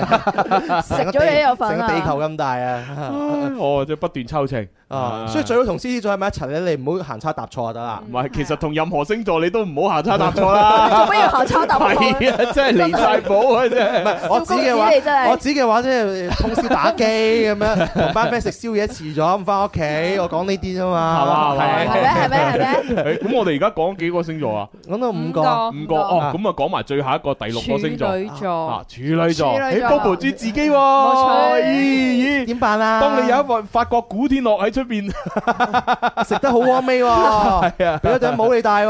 Speaker 5: 食咗你有份
Speaker 4: 成個地
Speaker 5: 啊！
Speaker 4: 球咁大啊！
Speaker 3: 唉我即係不斷抽情
Speaker 4: 啊，所以最好同獅子座喺埋一齊咧，你唔好行差踏錯就得啦。
Speaker 3: 唔係，其實同任何星座你都唔好下差踏錯啦。
Speaker 5: 做咩要行差踏錯？
Speaker 3: 係啊，真係離晒譜啊，真係。
Speaker 4: 我指嘅話
Speaker 5: 小公子你真，係
Speaker 4: 我指嘅話即係通宵打機 咁樣，同班 friend 食宵夜遲咗，唔翻屋企，我講呢啲啫
Speaker 3: 係嘛
Speaker 4: 嘛，
Speaker 3: 係嘛
Speaker 5: 係咩？係咩？係咩？
Speaker 3: 誒咁我哋而家講幾個星座啊？
Speaker 4: 講到五個，
Speaker 3: 五個哦，咁啊講埋最後一個第六個星
Speaker 8: 處
Speaker 3: 座
Speaker 8: 女座
Speaker 3: 啊，處女座。
Speaker 5: 處女
Speaker 3: 誒
Speaker 5: 座
Speaker 3: ，Bobo 豬自己喎。
Speaker 8: 錯
Speaker 3: 咦咦
Speaker 4: 點辦啊？
Speaker 3: 當你有一份法國古天樂喺出 邊，
Speaker 4: 食得好 汪味喎，俾咗頂帽你戴喎，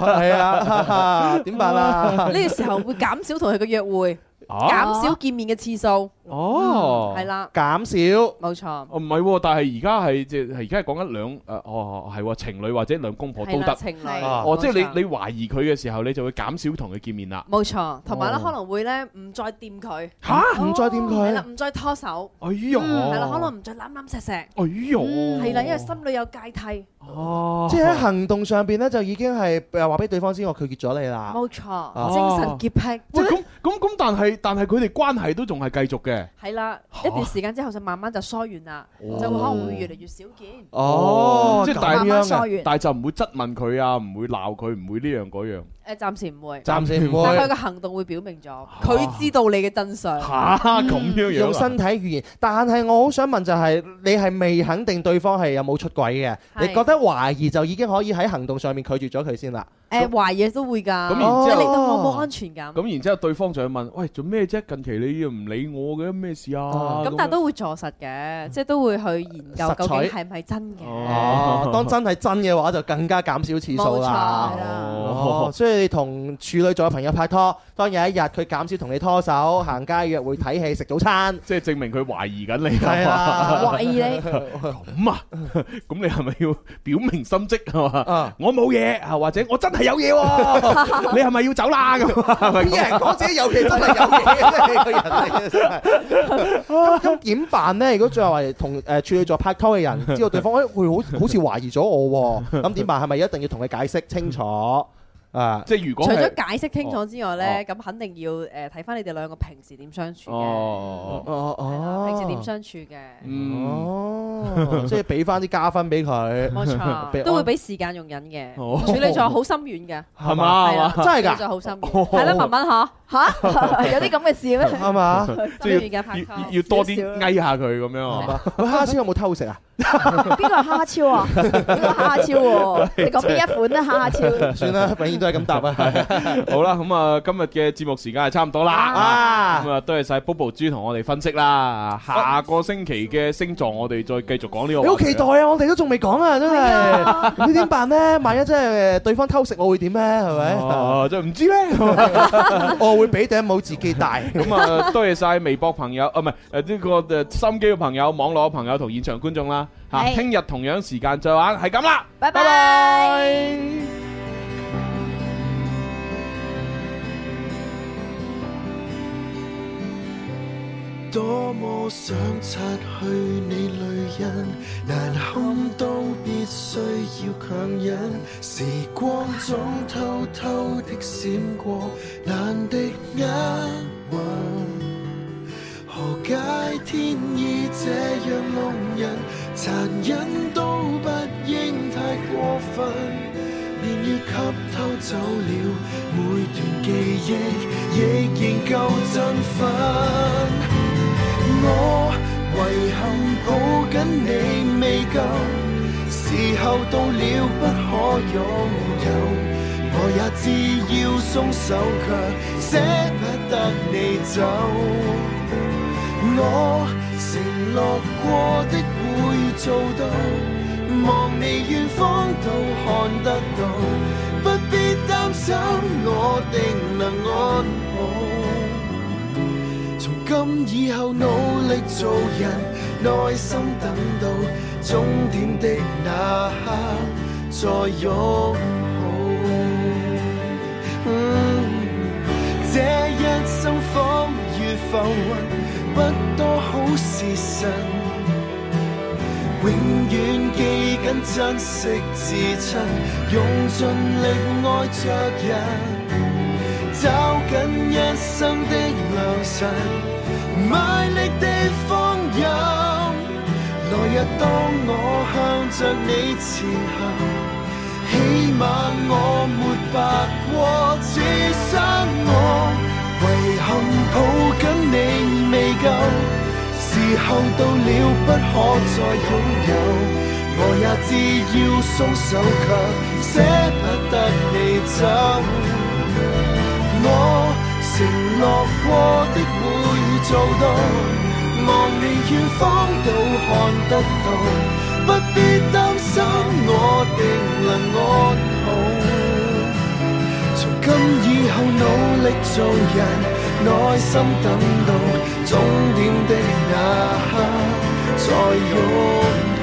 Speaker 4: 係啊，點辦啊？
Speaker 8: 呢個時候會減少同佢嘅約會，
Speaker 3: 啊
Speaker 8: 減少見面嘅次數。
Speaker 3: 哦
Speaker 8: 嗯係啦，
Speaker 4: 減少。
Speaker 8: 冇錯。
Speaker 3: 哦，唔係喎，但係而家係即係而家係講緊兩誒，哦哦係喎，情侶或者兩公婆都
Speaker 8: 係
Speaker 3: 得
Speaker 8: 啦，。情侶。
Speaker 3: 啊哦，即係
Speaker 8: 冇錯
Speaker 3: 你你懷疑佢嘅時候，你就會減少同佢見面啦。
Speaker 8: 冇錯，同埋咧
Speaker 3: 哦
Speaker 8: 可能會咧唔再掂佢，
Speaker 3: 吓
Speaker 4: 哦
Speaker 3: 唔再掂佢
Speaker 8: 係啦，唔再拖手，
Speaker 3: 哎呀，
Speaker 8: 嗯係啦，可能唔再攬攬錫錫，
Speaker 3: 哎呀，
Speaker 8: 係啦，因為心裏有芥蒂，
Speaker 3: 哦
Speaker 4: 即係喺行動上邊咧，就已經係誒話俾對方知我拒絕咗你啦。
Speaker 8: 冇
Speaker 4: 啊
Speaker 8: 錯，精神潔癖，
Speaker 3: 喂，咁咁咁，但係但係佢哋關係都仲係繼續嘅。
Speaker 8: 係啦，一段時間之後就慢慢就疏遠啦，
Speaker 3: 啊哦
Speaker 8: 就會可能會越嚟越少見。
Speaker 4: 哦
Speaker 3: 即係
Speaker 4: 咁
Speaker 3: 但
Speaker 8: 樣啊慢慢疏
Speaker 3: 係
Speaker 8: 遠
Speaker 3: 但係就唔會質問佢啊，唔會鬧佢，唔會呢樣嗰樣。
Speaker 8: 誒，暫時唔會，
Speaker 4: 暫時唔會
Speaker 8: 但佢嘅行動會表明咗，佢知道你嘅真相。
Speaker 3: 吓咁樣樣
Speaker 4: 用
Speaker 3: 啊
Speaker 4: 身體語言，但係我好想問就係、你係未肯定對方係有冇出軌嘅？
Speaker 8: 係
Speaker 4: 你覺得懷疑就已經可以喺行動上面拒絕咗佢先啦。
Speaker 8: 誒，懷疑都會㗎，
Speaker 3: 咁然之後
Speaker 8: 令到我冇安全感。
Speaker 3: 咁然之後，對方就會問：喂，做咩啫？近期你又唔理我嘅，咩事啊？
Speaker 8: 咁但係都會坐實嘅，即係都會去研究
Speaker 4: 實
Speaker 8: 究竟
Speaker 4: 取
Speaker 8: 係咪真嘅。
Speaker 4: 哦，當真係真嘅話，就更加減少次數啦。哦，所以你同處女座嘅朋友拍拖，當有一日佢減少同你拖手、行街、約會、睇戲、食早餐，
Speaker 3: 即係證明佢懷疑緊你。
Speaker 4: 係啦
Speaker 5: 啊
Speaker 8: 懷疑你
Speaker 3: 咁啊，咁你係咪要表明心跡係嘛
Speaker 4: 啊？
Speaker 3: 我冇嘢啊，或者我真係有 嘢喎，你係咪要走啦？咁係咪
Speaker 4: 邊有
Speaker 3: 咁
Speaker 4: 人講自己有嘢真係有 嘢嘅，你個人嚟嘅真係。咁咁點辦咧？如果作為同誒處女座拍拖嘅人，知道對方誒佢好好似懷疑咗我喎，咁點辦？係咪一定要同佢解釋清楚啊？
Speaker 3: 即係如果
Speaker 8: 除
Speaker 3: 係
Speaker 8: 咗解釋清楚之外
Speaker 3: 哦
Speaker 8: 咧，咁肯定要誒睇翻你哋兩個平時點相處嘅，
Speaker 3: 哦，
Speaker 4: 哦哦，
Speaker 8: 平時點相處嘅，
Speaker 3: 嗯，
Speaker 4: 哦，即係俾翻啲加分俾佢，
Speaker 8: 冇
Speaker 4: 俾
Speaker 8: 錯，
Speaker 4: 安
Speaker 8: 都會俾時間容忍嘅。
Speaker 3: 哦
Speaker 8: 處理座好心軟嘅，
Speaker 3: 係嘛係
Speaker 8: 係啦
Speaker 3: 嘛，，
Speaker 4: 真係㗎
Speaker 8: 處理座好心軟，係啦，文文嚇
Speaker 5: 吓，有啲咁嘅事咩？
Speaker 4: 啱嘛？
Speaker 3: 即
Speaker 8: 心
Speaker 3: 係
Speaker 8: 軟嘅拍
Speaker 3: 要
Speaker 8: 拖
Speaker 3: 要。要多啲翳下佢咁樣啊。
Speaker 4: 喂，蝦超有冇偷食啊？
Speaker 5: 邊個係蝦超啊？邊個蝦超喎？你講邊一款咧？蝦超
Speaker 4: 算啦，永遠都係咁答啊。
Speaker 3: 好啦，咁啊，今日嘅節目時間係差唔多啦。
Speaker 4: 啊
Speaker 3: 咁，啊，多謝晒 Bobo 豬同我哋分析啦。啊下個星期嘅星座，我哋再繼續講呢個話題
Speaker 4: 你
Speaker 3: 啦。
Speaker 4: 好期待啊！我哋都仲未講啊，真係你點辦咧？萬一真係對方偷食，我會點咧？係咪？
Speaker 3: 哦，就唔知 咧。
Speaker 4: 我會俾頂帽自己戴。
Speaker 3: 咁啊，多謝晒微博朋友，啊唔係誒呢個誒心機嘅朋友、網絡嘅朋友同現場觀眾啦。嚇，
Speaker 5: 係
Speaker 3: 聽日同樣時間再玩，係咁啦，
Speaker 5: 拜拜。
Speaker 2: 多麼想擦去你淚印，難堪都必須要強忍。時光總偷偷的閃過，難敵厄運。何解天意這樣弄人，殘忍都不應太過分。年月給偷走了每段記憶，亦仍夠振奮。我遺憾抱緊你未夠，時候到了不可擁有，我也知要鬆手，卻捨不得你走。我承諾過的會做到，望你遠方都看得到，不必擔心，我定能安好。從今以後努力做人，耐心等到終點的那刻再擁抱。嗯這一生仿如浮雲，不多好時辰。永遠記緊珍惜至親，用盡力愛着人，找緊一生的良辰，賣力地放任。來日當我向着你前行，起碼我沒白過此生。我遺憾抱緊你未夠。時候到了，不可再擁有。我也知要鬆手，卻捨不得你走。我承諾過的會做到，望你遠方都看得到，不必擔心，我定能安好。從今以後努力做人，
Speaker 10: 耐心等到終點的那刻，再擁嗯嗯